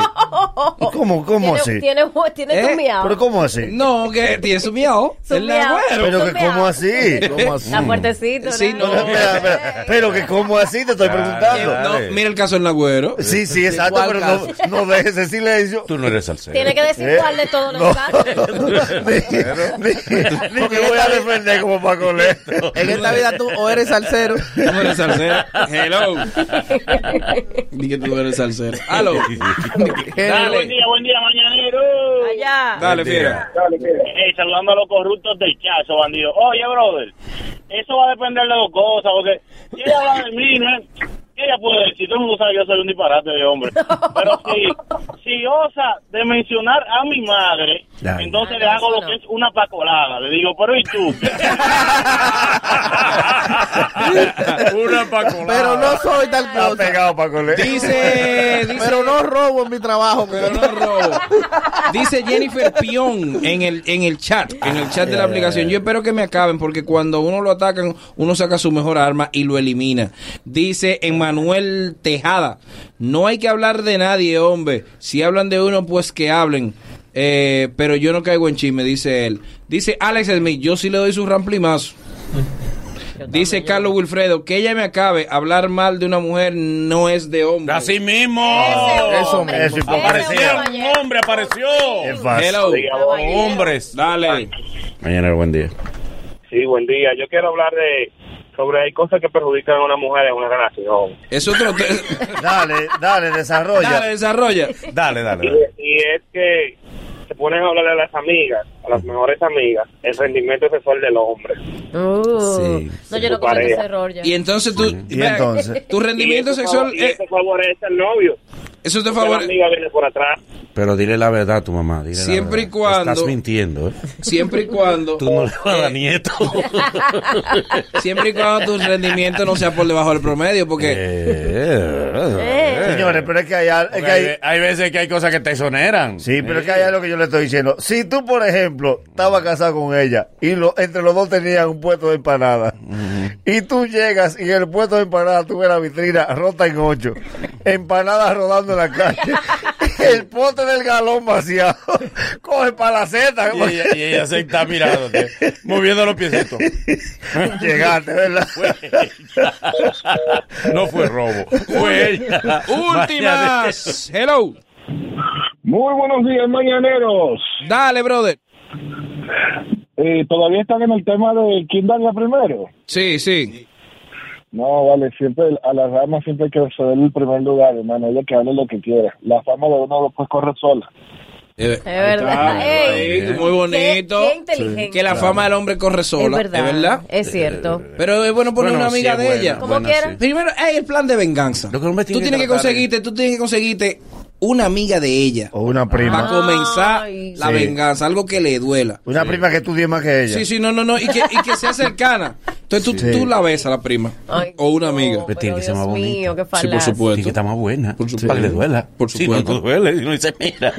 [SPEAKER 5] ¿Cómo, cómo
[SPEAKER 3] Tiene,
[SPEAKER 5] así?
[SPEAKER 3] tiene, tiene
[SPEAKER 2] ¿Eh?
[SPEAKER 3] tu miau.
[SPEAKER 5] ¿Pero cómo así?
[SPEAKER 2] No, que tiene su miau.
[SPEAKER 3] (laughs) Su
[SPEAKER 2] El
[SPEAKER 3] miau.
[SPEAKER 2] Nagüero.
[SPEAKER 5] Pero que
[SPEAKER 3] Tú me
[SPEAKER 5] cómo
[SPEAKER 3] hablas.
[SPEAKER 5] así.
[SPEAKER 3] (laughs)
[SPEAKER 5] ¿Cómo así?
[SPEAKER 3] Está fuertecito.
[SPEAKER 2] Sí,
[SPEAKER 3] ¿no?
[SPEAKER 2] no,
[SPEAKER 5] Espera, espera. Pero que cómo así te estoy
[SPEAKER 1] Claro.
[SPEAKER 5] preguntando.
[SPEAKER 2] No, mira el caso del Nagüero.
[SPEAKER 5] Sí, sí, exacto,
[SPEAKER 4] cuál
[SPEAKER 5] pero no, no dejes ese silencio.
[SPEAKER 1] Tú no eres salsero.
[SPEAKER 3] Tiene que decir
[SPEAKER 5] ¿Eh?
[SPEAKER 3] cuál de todos los
[SPEAKER 5] No.
[SPEAKER 3] casos.
[SPEAKER 5] Ni, (laughs) ni- ni que voy a defender como Paco
[SPEAKER 1] (laughs)
[SPEAKER 5] Leto.
[SPEAKER 4] En esta vida (laughs) tú o eres salsero.
[SPEAKER 2] Vamos a la (laughs) salsera. Hello. Dí que tú eres salsero. Hello. Dale.
[SPEAKER 8] día, buen día, mañanero.
[SPEAKER 3] Allá.
[SPEAKER 2] Dale, fiera.
[SPEAKER 8] Ey, saludando a los corruptos del chazo, bandido. Oye, brother, eso va a depender de dos cosas, porque si ella habla de mí, ¿no? es- ¿qué ella puede decir? Todo el mundo sabe que yo soy un disparate de
[SPEAKER 3] (laughs)
[SPEAKER 8] hombre. Pero si, si osa de mencionar a mi madre,
[SPEAKER 1] Ya.
[SPEAKER 8] entonces
[SPEAKER 3] Ah,
[SPEAKER 8] le
[SPEAKER 3] no,
[SPEAKER 8] hago
[SPEAKER 3] eso
[SPEAKER 8] lo
[SPEAKER 3] no.
[SPEAKER 8] que es una pacolada. Le digo, pero ¿y
[SPEAKER 4] (laughs)
[SPEAKER 8] tú?
[SPEAKER 2] (laughs)
[SPEAKER 1] Una pacolada.
[SPEAKER 4] Pero no soy tal
[SPEAKER 5] Está
[SPEAKER 4] cosa.
[SPEAKER 5] pegado Paco Leto.
[SPEAKER 2] Dice, dice,
[SPEAKER 4] Pero no robo en mi trabajo.
[SPEAKER 2] pero no robo. Dice Jennifer Pion en el, en el chat, en el chat de la aplicación. Yo espero que me acaben porque cuando uno lo atacan, uno saca su mejor arma y lo elimina. Dice Emanuel Tejada, no hay que hablar de nadie, hombre. Si hablan de uno, pues que hablen. Eh, pero yo no caigo en chisme, dice él. Dice Alex Smith, yo sí le doy su ramplimazo. Dice Carlos Wilfredo, que ella me acabe, hablar mal de una mujer no es de hombre.
[SPEAKER 1] Así mismo.
[SPEAKER 5] Eso
[SPEAKER 3] hombre.
[SPEAKER 5] mismo, eso
[SPEAKER 3] Ese
[SPEAKER 1] Apareció un
[SPEAKER 3] caballero.
[SPEAKER 1] hombre, apareció.
[SPEAKER 5] Es fácil.
[SPEAKER 2] Hello.
[SPEAKER 3] Caballero.
[SPEAKER 1] Hombres.
[SPEAKER 2] Dale.
[SPEAKER 1] Mañanero, buen día.
[SPEAKER 8] Sí, buen día. Yo quiero hablar de sobre hay cosas que perjudican a una mujer en una relación.
[SPEAKER 2] Es otro te-
[SPEAKER 5] Dale, dale, desarrolla.
[SPEAKER 2] Dale, desarrolla.
[SPEAKER 1] Dale, dale. dale.
[SPEAKER 8] Y, y es que se ponen a hablar a las amigas, a las mejores amigas, el rendimiento sexual del hombre.
[SPEAKER 3] Uh,
[SPEAKER 1] Sí.
[SPEAKER 3] No, yo no
[SPEAKER 8] Tu
[SPEAKER 3] cometí
[SPEAKER 8] pareja.
[SPEAKER 3] ese error ya.
[SPEAKER 2] Y entonces tú.
[SPEAKER 5] Y entonces.
[SPEAKER 2] Tu rendimiento
[SPEAKER 8] Y eso
[SPEAKER 2] sexual.
[SPEAKER 8] favor- y
[SPEAKER 2] eh,
[SPEAKER 8] eso favorece al novio.
[SPEAKER 2] eso te
[SPEAKER 8] Que la
[SPEAKER 2] favorece.
[SPEAKER 8] amiga viene por atrás.
[SPEAKER 1] Pero dile la verdad a tu mamá. Dile la
[SPEAKER 2] Siempre y
[SPEAKER 1] verdad.
[SPEAKER 2] cuando-
[SPEAKER 1] Estás mintiendo, ¿eh?
[SPEAKER 3] (laughs)
[SPEAKER 2] Siempre y cuando.
[SPEAKER 1] Tú no le vas a dar
[SPEAKER 2] (laughs)
[SPEAKER 1] nieto.
[SPEAKER 2] Siempre y cuando tu rendimiento no sea por debajo del promedio. Porque.
[SPEAKER 1] Eh, eh,
[SPEAKER 3] Eh.
[SPEAKER 5] Señores, pero es que allá... Es
[SPEAKER 1] Porque
[SPEAKER 5] que
[SPEAKER 1] hay,
[SPEAKER 5] hay-
[SPEAKER 1] hay veces que hay cosas que te exoneran.
[SPEAKER 5] Sí, pero es que allá es lo que yo le estoy diciendo. Si tú, por ejemplo, estabas casado con ella y lo, entre los dos tenían un puesto de empanada y tú llegas y en el puesto de empanada tú ves la vitrina rota en ocho, empanadas rodando en la calle, (laughs) el pote del galón vaciado, (laughs) coge para la seta.
[SPEAKER 1] Y ella, y ella se está mirándote, moviendo los piecitos.
[SPEAKER 5] (laughs)
[SPEAKER 1] Pues,
[SPEAKER 5] Llegaste,
[SPEAKER 1] (laughs)
[SPEAKER 5] ¿verdad?
[SPEAKER 1] No fue robo, fue ella.
[SPEAKER 2] (laughs) Últimas. Hello.
[SPEAKER 8] Muy buenos días, mañaneros.
[SPEAKER 2] Dale, brother.
[SPEAKER 8] Eh, ¿Todavía están en el tema de quién daña primero?
[SPEAKER 2] Sí, sí.
[SPEAKER 8] No, vale, siempre a la rama siempre hay que ceder el primer lugar, hermano. Ella que hable lo que quiera. La fama de uno después corre sola.
[SPEAKER 3] Es verdad. Ey,
[SPEAKER 2] Ahí, muy bonito.
[SPEAKER 3] Qué, qué inteligente.
[SPEAKER 2] Que la fama del hombre corre sola.
[SPEAKER 3] es verdad. Es cierto.
[SPEAKER 5] Eh.
[SPEAKER 2] Pero es bueno poner
[SPEAKER 1] Bueno,
[SPEAKER 2] una amiga
[SPEAKER 1] sí,
[SPEAKER 2] de
[SPEAKER 1] bueno,
[SPEAKER 2] ella.
[SPEAKER 3] Como
[SPEAKER 1] bueno,
[SPEAKER 3] quiera.
[SPEAKER 1] sí.
[SPEAKER 2] Primero, es el plan de venganza.
[SPEAKER 1] Lo que el hombre tiene
[SPEAKER 2] tú
[SPEAKER 1] que
[SPEAKER 2] tienes que,
[SPEAKER 1] tratar Oh,
[SPEAKER 2] conseguirte, tú tienes que conseguirte una amiga de ella
[SPEAKER 5] O una prima.
[SPEAKER 2] para comenzar
[SPEAKER 3] Ay.
[SPEAKER 2] la
[SPEAKER 5] Sí.
[SPEAKER 2] venganza, algo que le duela.
[SPEAKER 5] Una prima que estudie más que ella.
[SPEAKER 2] Sí, sí, no, no, no, y que, y que sea cercana. Entonces tú,
[SPEAKER 5] Sí.
[SPEAKER 2] tú la besas a la prima
[SPEAKER 3] Ay,
[SPEAKER 2] o una
[SPEAKER 3] no,
[SPEAKER 2] amiga.
[SPEAKER 1] Pues tiene que ser
[SPEAKER 3] pero
[SPEAKER 1] más
[SPEAKER 3] Dios
[SPEAKER 1] bonita.
[SPEAKER 3] mío, qué
[SPEAKER 2] Sí, por
[SPEAKER 3] falacia.
[SPEAKER 2] supuesto.
[SPEAKER 1] Tiene que estar más buena.
[SPEAKER 2] Por
[SPEAKER 1] Para que le
[SPEAKER 2] supuesto.
[SPEAKER 1] duela.
[SPEAKER 2] Por
[SPEAKER 1] Si no,
[SPEAKER 2] supuesto.
[SPEAKER 1] no duele. Y uno dice,
[SPEAKER 2] (laughs)
[SPEAKER 1] mira.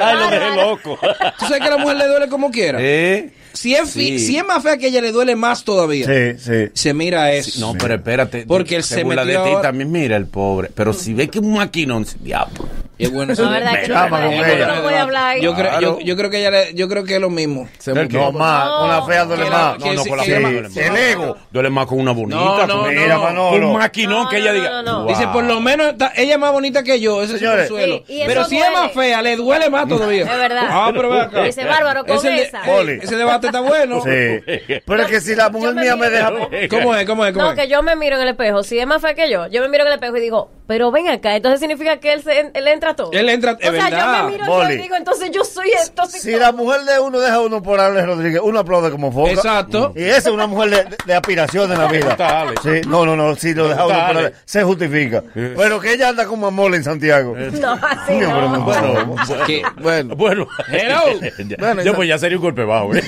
[SPEAKER 1] Ay, lo dejé loco.
[SPEAKER 2] Tú sabes que a la mujer le duele como quiera.
[SPEAKER 1] ¿Eh?
[SPEAKER 2] Si es,
[SPEAKER 1] sí.
[SPEAKER 2] fi- si es más fea que ella, le duele más todavía.
[SPEAKER 5] Sí, sí.
[SPEAKER 2] Se mira eso.
[SPEAKER 1] No, pero espérate.
[SPEAKER 2] Porque él se
[SPEAKER 1] burla
[SPEAKER 2] metió
[SPEAKER 1] de ti
[SPEAKER 2] ahora.
[SPEAKER 1] también, mira el pobre. Pero si ve que es un maquinón, diablo.
[SPEAKER 2] Y es bueno.
[SPEAKER 3] La verdad es que no,
[SPEAKER 5] Chama con
[SPEAKER 3] puede-
[SPEAKER 5] ella.
[SPEAKER 3] no puede hablar ahí.
[SPEAKER 2] Yo creo, yo,
[SPEAKER 1] Claro.
[SPEAKER 2] yo creo que ella le- yo creo que es lo mismo.
[SPEAKER 11] Se
[SPEAKER 1] ¿El
[SPEAKER 5] No
[SPEAKER 1] qué?
[SPEAKER 5] más, con la fea duele
[SPEAKER 2] Que la-
[SPEAKER 5] más.
[SPEAKER 2] que
[SPEAKER 1] No, no,
[SPEAKER 2] sí,
[SPEAKER 1] con la
[SPEAKER 2] que
[SPEAKER 1] fea
[SPEAKER 2] la-
[SPEAKER 1] duele más.
[SPEAKER 5] sí, el ego.
[SPEAKER 1] Duele más con una bonita.
[SPEAKER 2] No,
[SPEAKER 1] con-
[SPEAKER 2] no,
[SPEAKER 5] Mira,
[SPEAKER 2] no.
[SPEAKER 5] Manolo.
[SPEAKER 1] Un maquinón
[SPEAKER 3] No,
[SPEAKER 1] que ella
[SPEAKER 3] no,
[SPEAKER 1] diga.
[SPEAKER 3] no, no.
[SPEAKER 1] "Wow".
[SPEAKER 2] Dice, por lo menos está- ella es más bonita que yo, ese es su
[SPEAKER 5] Señores.
[SPEAKER 2] consuelo.
[SPEAKER 3] Sí, y eso
[SPEAKER 2] pero si es
[SPEAKER 3] duele.
[SPEAKER 2] más fea, le duele más todavía.
[SPEAKER 3] Es verdad.
[SPEAKER 2] Ah, pero ve acá.
[SPEAKER 3] Dice, bárbaro, con
[SPEAKER 2] Ese, de-
[SPEAKER 3] esa.
[SPEAKER 5] Oli.
[SPEAKER 2] ese debate está bueno.
[SPEAKER 5] Sí. Pero es que si la mujer
[SPEAKER 3] Yo me
[SPEAKER 5] mía me
[SPEAKER 3] miro.
[SPEAKER 5] deja...
[SPEAKER 2] ¿Cómo es? ¿Cómo es? ¿Cómo
[SPEAKER 3] No,
[SPEAKER 2] es?
[SPEAKER 3] que yo me miro en el espejo. Si es más fea que yo, yo me miro en el espejo y digo, pero ven acá. Entonces significa que él, se, él entra a todo.
[SPEAKER 2] Él entra-
[SPEAKER 3] O sea,
[SPEAKER 2] es verdad.
[SPEAKER 3] yo me miro
[SPEAKER 5] Boli.
[SPEAKER 3] y yo digo, entonces yo soy esto.
[SPEAKER 5] Si
[SPEAKER 3] (laughs)
[SPEAKER 5] la mujer de uno deja a uno por Alex Rodríguez, uno aplaude como foca.
[SPEAKER 2] Exacto.
[SPEAKER 5] Y esa es una mujer de, de- de aspiración en la
[SPEAKER 1] gusta
[SPEAKER 5] vida.
[SPEAKER 1] Alex.
[SPEAKER 5] Sí, no, no, no, si lo deja uno
[SPEAKER 1] gusta
[SPEAKER 5] por
[SPEAKER 1] Alex.
[SPEAKER 5] Alex, se justifica. Pero que ella anda como mamola en Santiago.
[SPEAKER 3] No, así
[SPEAKER 5] Coño, pero
[SPEAKER 3] no.
[SPEAKER 5] me pasó.
[SPEAKER 2] Que-
[SPEAKER 11] Bueno,
[SPEAKER 1] Bueno,
[SPEAKER 2] Hello.
[SPEAKER 1] (laughs) Ya-
[SPEAKER 11] Bueno,
[SPEAKER 1] yo
[SPEAKER 11] ya-
[SPEAKER 1] pues ya sería un golpe bajo. ¿eh?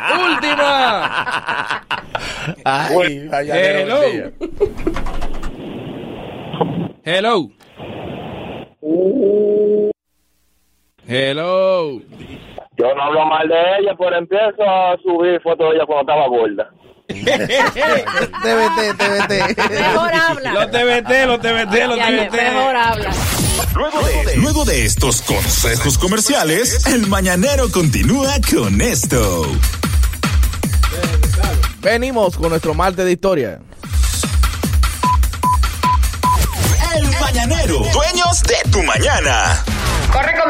[SPEAKER 2] Última.
[SPEAKER 11] ay, ay, ay.
[SPEAKER 2] Hello. Hello. Hello.
[SPEAKER 8] Yo no hablo mal de ella, pero empiezo a subir fotos de ella cuando estaba gorda.
[SPEAKER 11] TVT, TVT.
[SPEAKER 3] Mejor habla.
[SPEAKER 2] Los TBT, los TBT, los
[SPEAKER 3] Ya, ya, Mejor
[SPEAKER 2] TBT.
[SPEAKER 3] habla.
[SPEAKER 6] Luego de estos consejos comerciales, el mañanero continúa con esto.
[SPEAKER 11] Venimos con nuestro martes de historia.
[SPEAKER 6] El mañanero, dueños de tu mañana.
[SPEAKER 12] (laughs)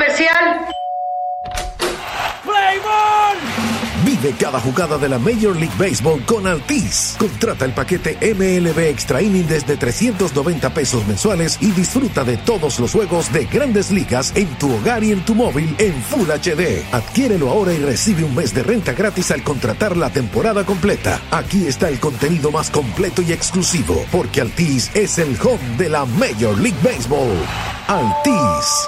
[SPEAKER 12] Vive cada jugada de la Major League Baseball con Altis. Contrata el paquete MLB Extra Inning desde 390 pesos mensuales y disfruta de todos los juegos de grandes ligas en tu hogar y en tu móvil en Full HD. Adquiérelo ahora y recibe un mes de renta gratis al contratar la temporada completa. Aquí está el contenido más completo y exclusivo, porque Altis es el home de la Major League Baseball. Altis.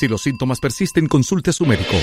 [SPEAKER 13] Si los síntomas persisten, consulte a su médico.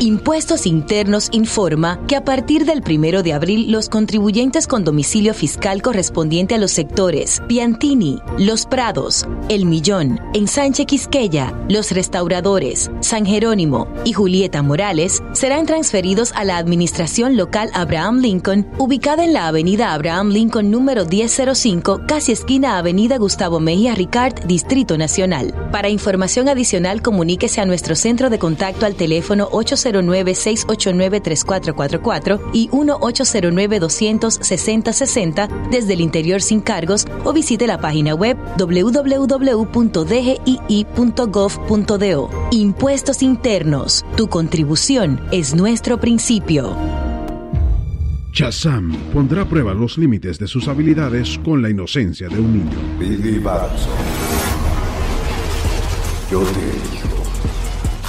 [SPEAKER 14] Impuestos Internos informa que a partir del primero de abril, los contribuyentes con domicilio fiscal correspondiente a los sectores Piantini, Los Prados, El Millón, Ensanche Quisqueya, Los Restauradores, San Jerónimo y Julieta Morales serán transferidos a la Administración Local Abraham Lincoln, ubicada en la Avenida Abraham Lincoln número 1005, casi esquina Avenida Gustavo Mejía Ricard, Distrito Nacional. Para información adicional, comuníquese a nuestro centro de contacto al teléfono 809-689-3444 y 1-809-260-60 desde el interior sin cargos o visite la página web www.dgii.gov.do. Impuestos internos. Tu contribución es nuestro principio.
[SPEAKER 12] Shazam pondrá a prueba los límites de sus habilidades con la inocencia de un niño.
[SPEAKER 11] Yo te elijo.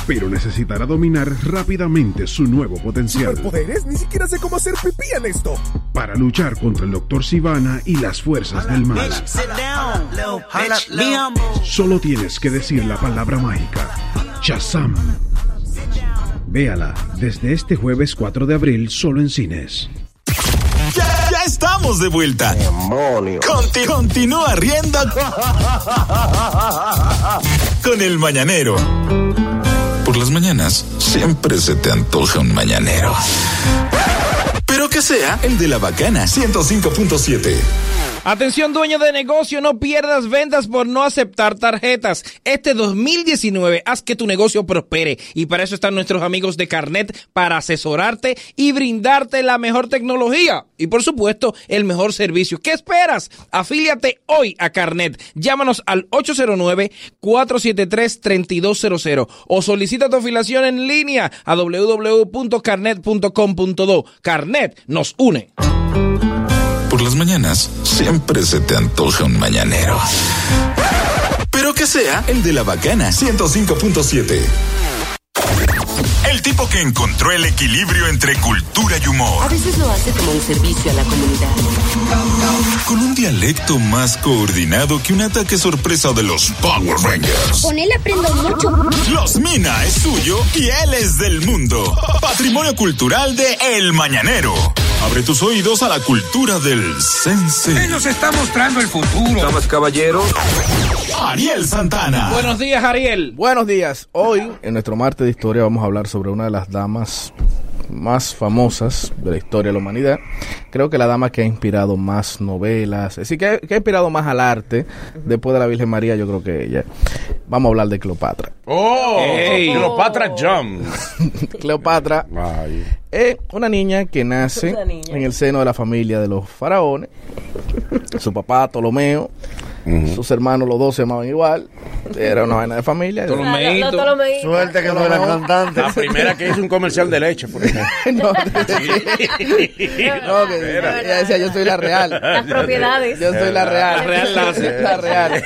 [SPEAKER 11] Pero necesitará dominar rápidamente su nuevo potencial.
[SPEAKER 15] Superpoderes, ni siquiera sé cómo hacer pipí en esto.
[SPEAKER 11] Para luchar contra el Doctor Sivana y las fuerzas del mal.
[SPEAKER 15] Sit down, little bitch. Me
[SPEAKER 11] Solo tienes que decir la palabra mágica. Shazam. Véala desde este jueves 4 de abril solo en cines.
[SPEAKER 6] Ya, ya estamos de vuelta. Conti- continúa riendo con el mañanero. Por las mañanas siempre se te antoja un mañanero. Pero que sea el de la bacana 105.7.
[SPEAKER 2] Atención dueño de negocio, no pierdas ventas por no aceptar tarjetas. Este 2019 haz que tu negocio prospere y para eso están nuestros amigos de Carnet para asesorarte y brindarte la mejor tecnología y por supuesto el mejor servicio. ¿Qué esperas? Afíliate hoy a Carnet. Llámanos al 809-473-3200 o solicita tu afiliación en línea a www.carnet.com.do. Carnet nos une.
[SPEAKER 6] Por las mañanas siempre se te antoja un mañanero. Pero que sea el de la bacana 105.7. El tipo que encontró el equilibrio entre cultura y humor.
[SPEAKER 16] A veces lo hace como un servicio a la comunidad.
[SPEAKER 6] Con un dialecto más coordinado que un ataque sorpresa de los Power Rangers.
[SPEAKER 17] Con él aprendo mucho.
[SPEAKER 6] Los Mina es suyo y él es del mundo. Patrimonio cultural de El Mañanero. Abre tus oídos a la cultura del sense. Él nos está mostrando el futuro. Damas caballero. Ariel Santana.
[SPEAKER 2] Buenos días, Ariel.
[SPEAKER 4] Buenos días.
[SPEAKER 3] (laughs)
[SPEAKER 4] Hoy, en nuestro martes de historia, vamos a hablar sobre una de las damas más famosas de la historia de la humanidad. Creo que la dama que ha inspirado más novelas, es decir, que, ha- que ha inspirado más al arte, después de la Virgen María, yo creo que ella. Vamos a hablar de Cleopatra.
[SPEAKER 1] Oh,
[SPEAKER 4] Ey.
[SPEAKER 1] Cleopatra Jones.
[SPEAKER 4] (laughs) Cleopatra es una niña que nace
[SPEAKER 1] Una niña.
[SPEAKER 4] en el seno de la familia de los faraones. Su papá, Ptolomeo. Sus hermanos, los dos, se llamaban igual. Era una vaina de familia.
[SPEAKER 3] Los Ptolomeíto.
[SPEAKER 5] Suerte que no era cantante.
[SPEAKER 1] La primera que hizo un comercial de leche, por ejemplo.
[SPEAKER 4] No, (laughs) no, que ella decía, yo soy la
[SPEAKER 2] (laughs)
[SPEAKER 4] real.
[SPEAKER 1] Las propiedades.
[SPEAKER 4] Yo soy la real.
[SPEAKER 1] La real la hace. (laughs)
[SPEAKER 4] La real.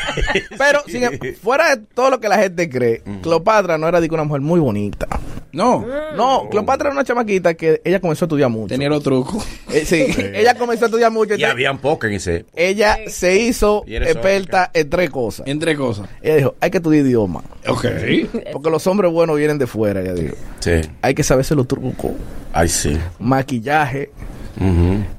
[SPEAKER 4] Pero sin em- fuera de todo lo que la gente cree, Cleopatra no era de que una mujer muy bonita.
[SPEAKER 2] No.
[SPEAKER 4] No, Cleopatra era una chamaquita que ella comenzó a estudiar mucho. Tenía
[SPEAKER 2] los trucos.
[SPEAKER 4] sí,
[SPEAKER 1] Sí.
[SPEAKER 4] ella comenzó a estudiar mucho.
[SPEAKER 1] Y habían pocas en ese.
[SPEAKER 4] Ella se hizo
[SPEAKER 1] Y eres
[SPEAKER 4] experta en tres cosas.
[SPEAKER 2] En tres cosas.
[SPEAKER 4] Ella dijo, hay que estudiar idioma.
[SPEAKER 2] Ok.
[SPEAKER 4] Porque los hombres buenos vienen de fuera, ella dijo.
[SPEAKER 1] Sí.
[SPEAKER 4] Hay que saberse los trucos.
[SPEAKER 1] Ay, sí.
[SPEAKER 4] Maquillaje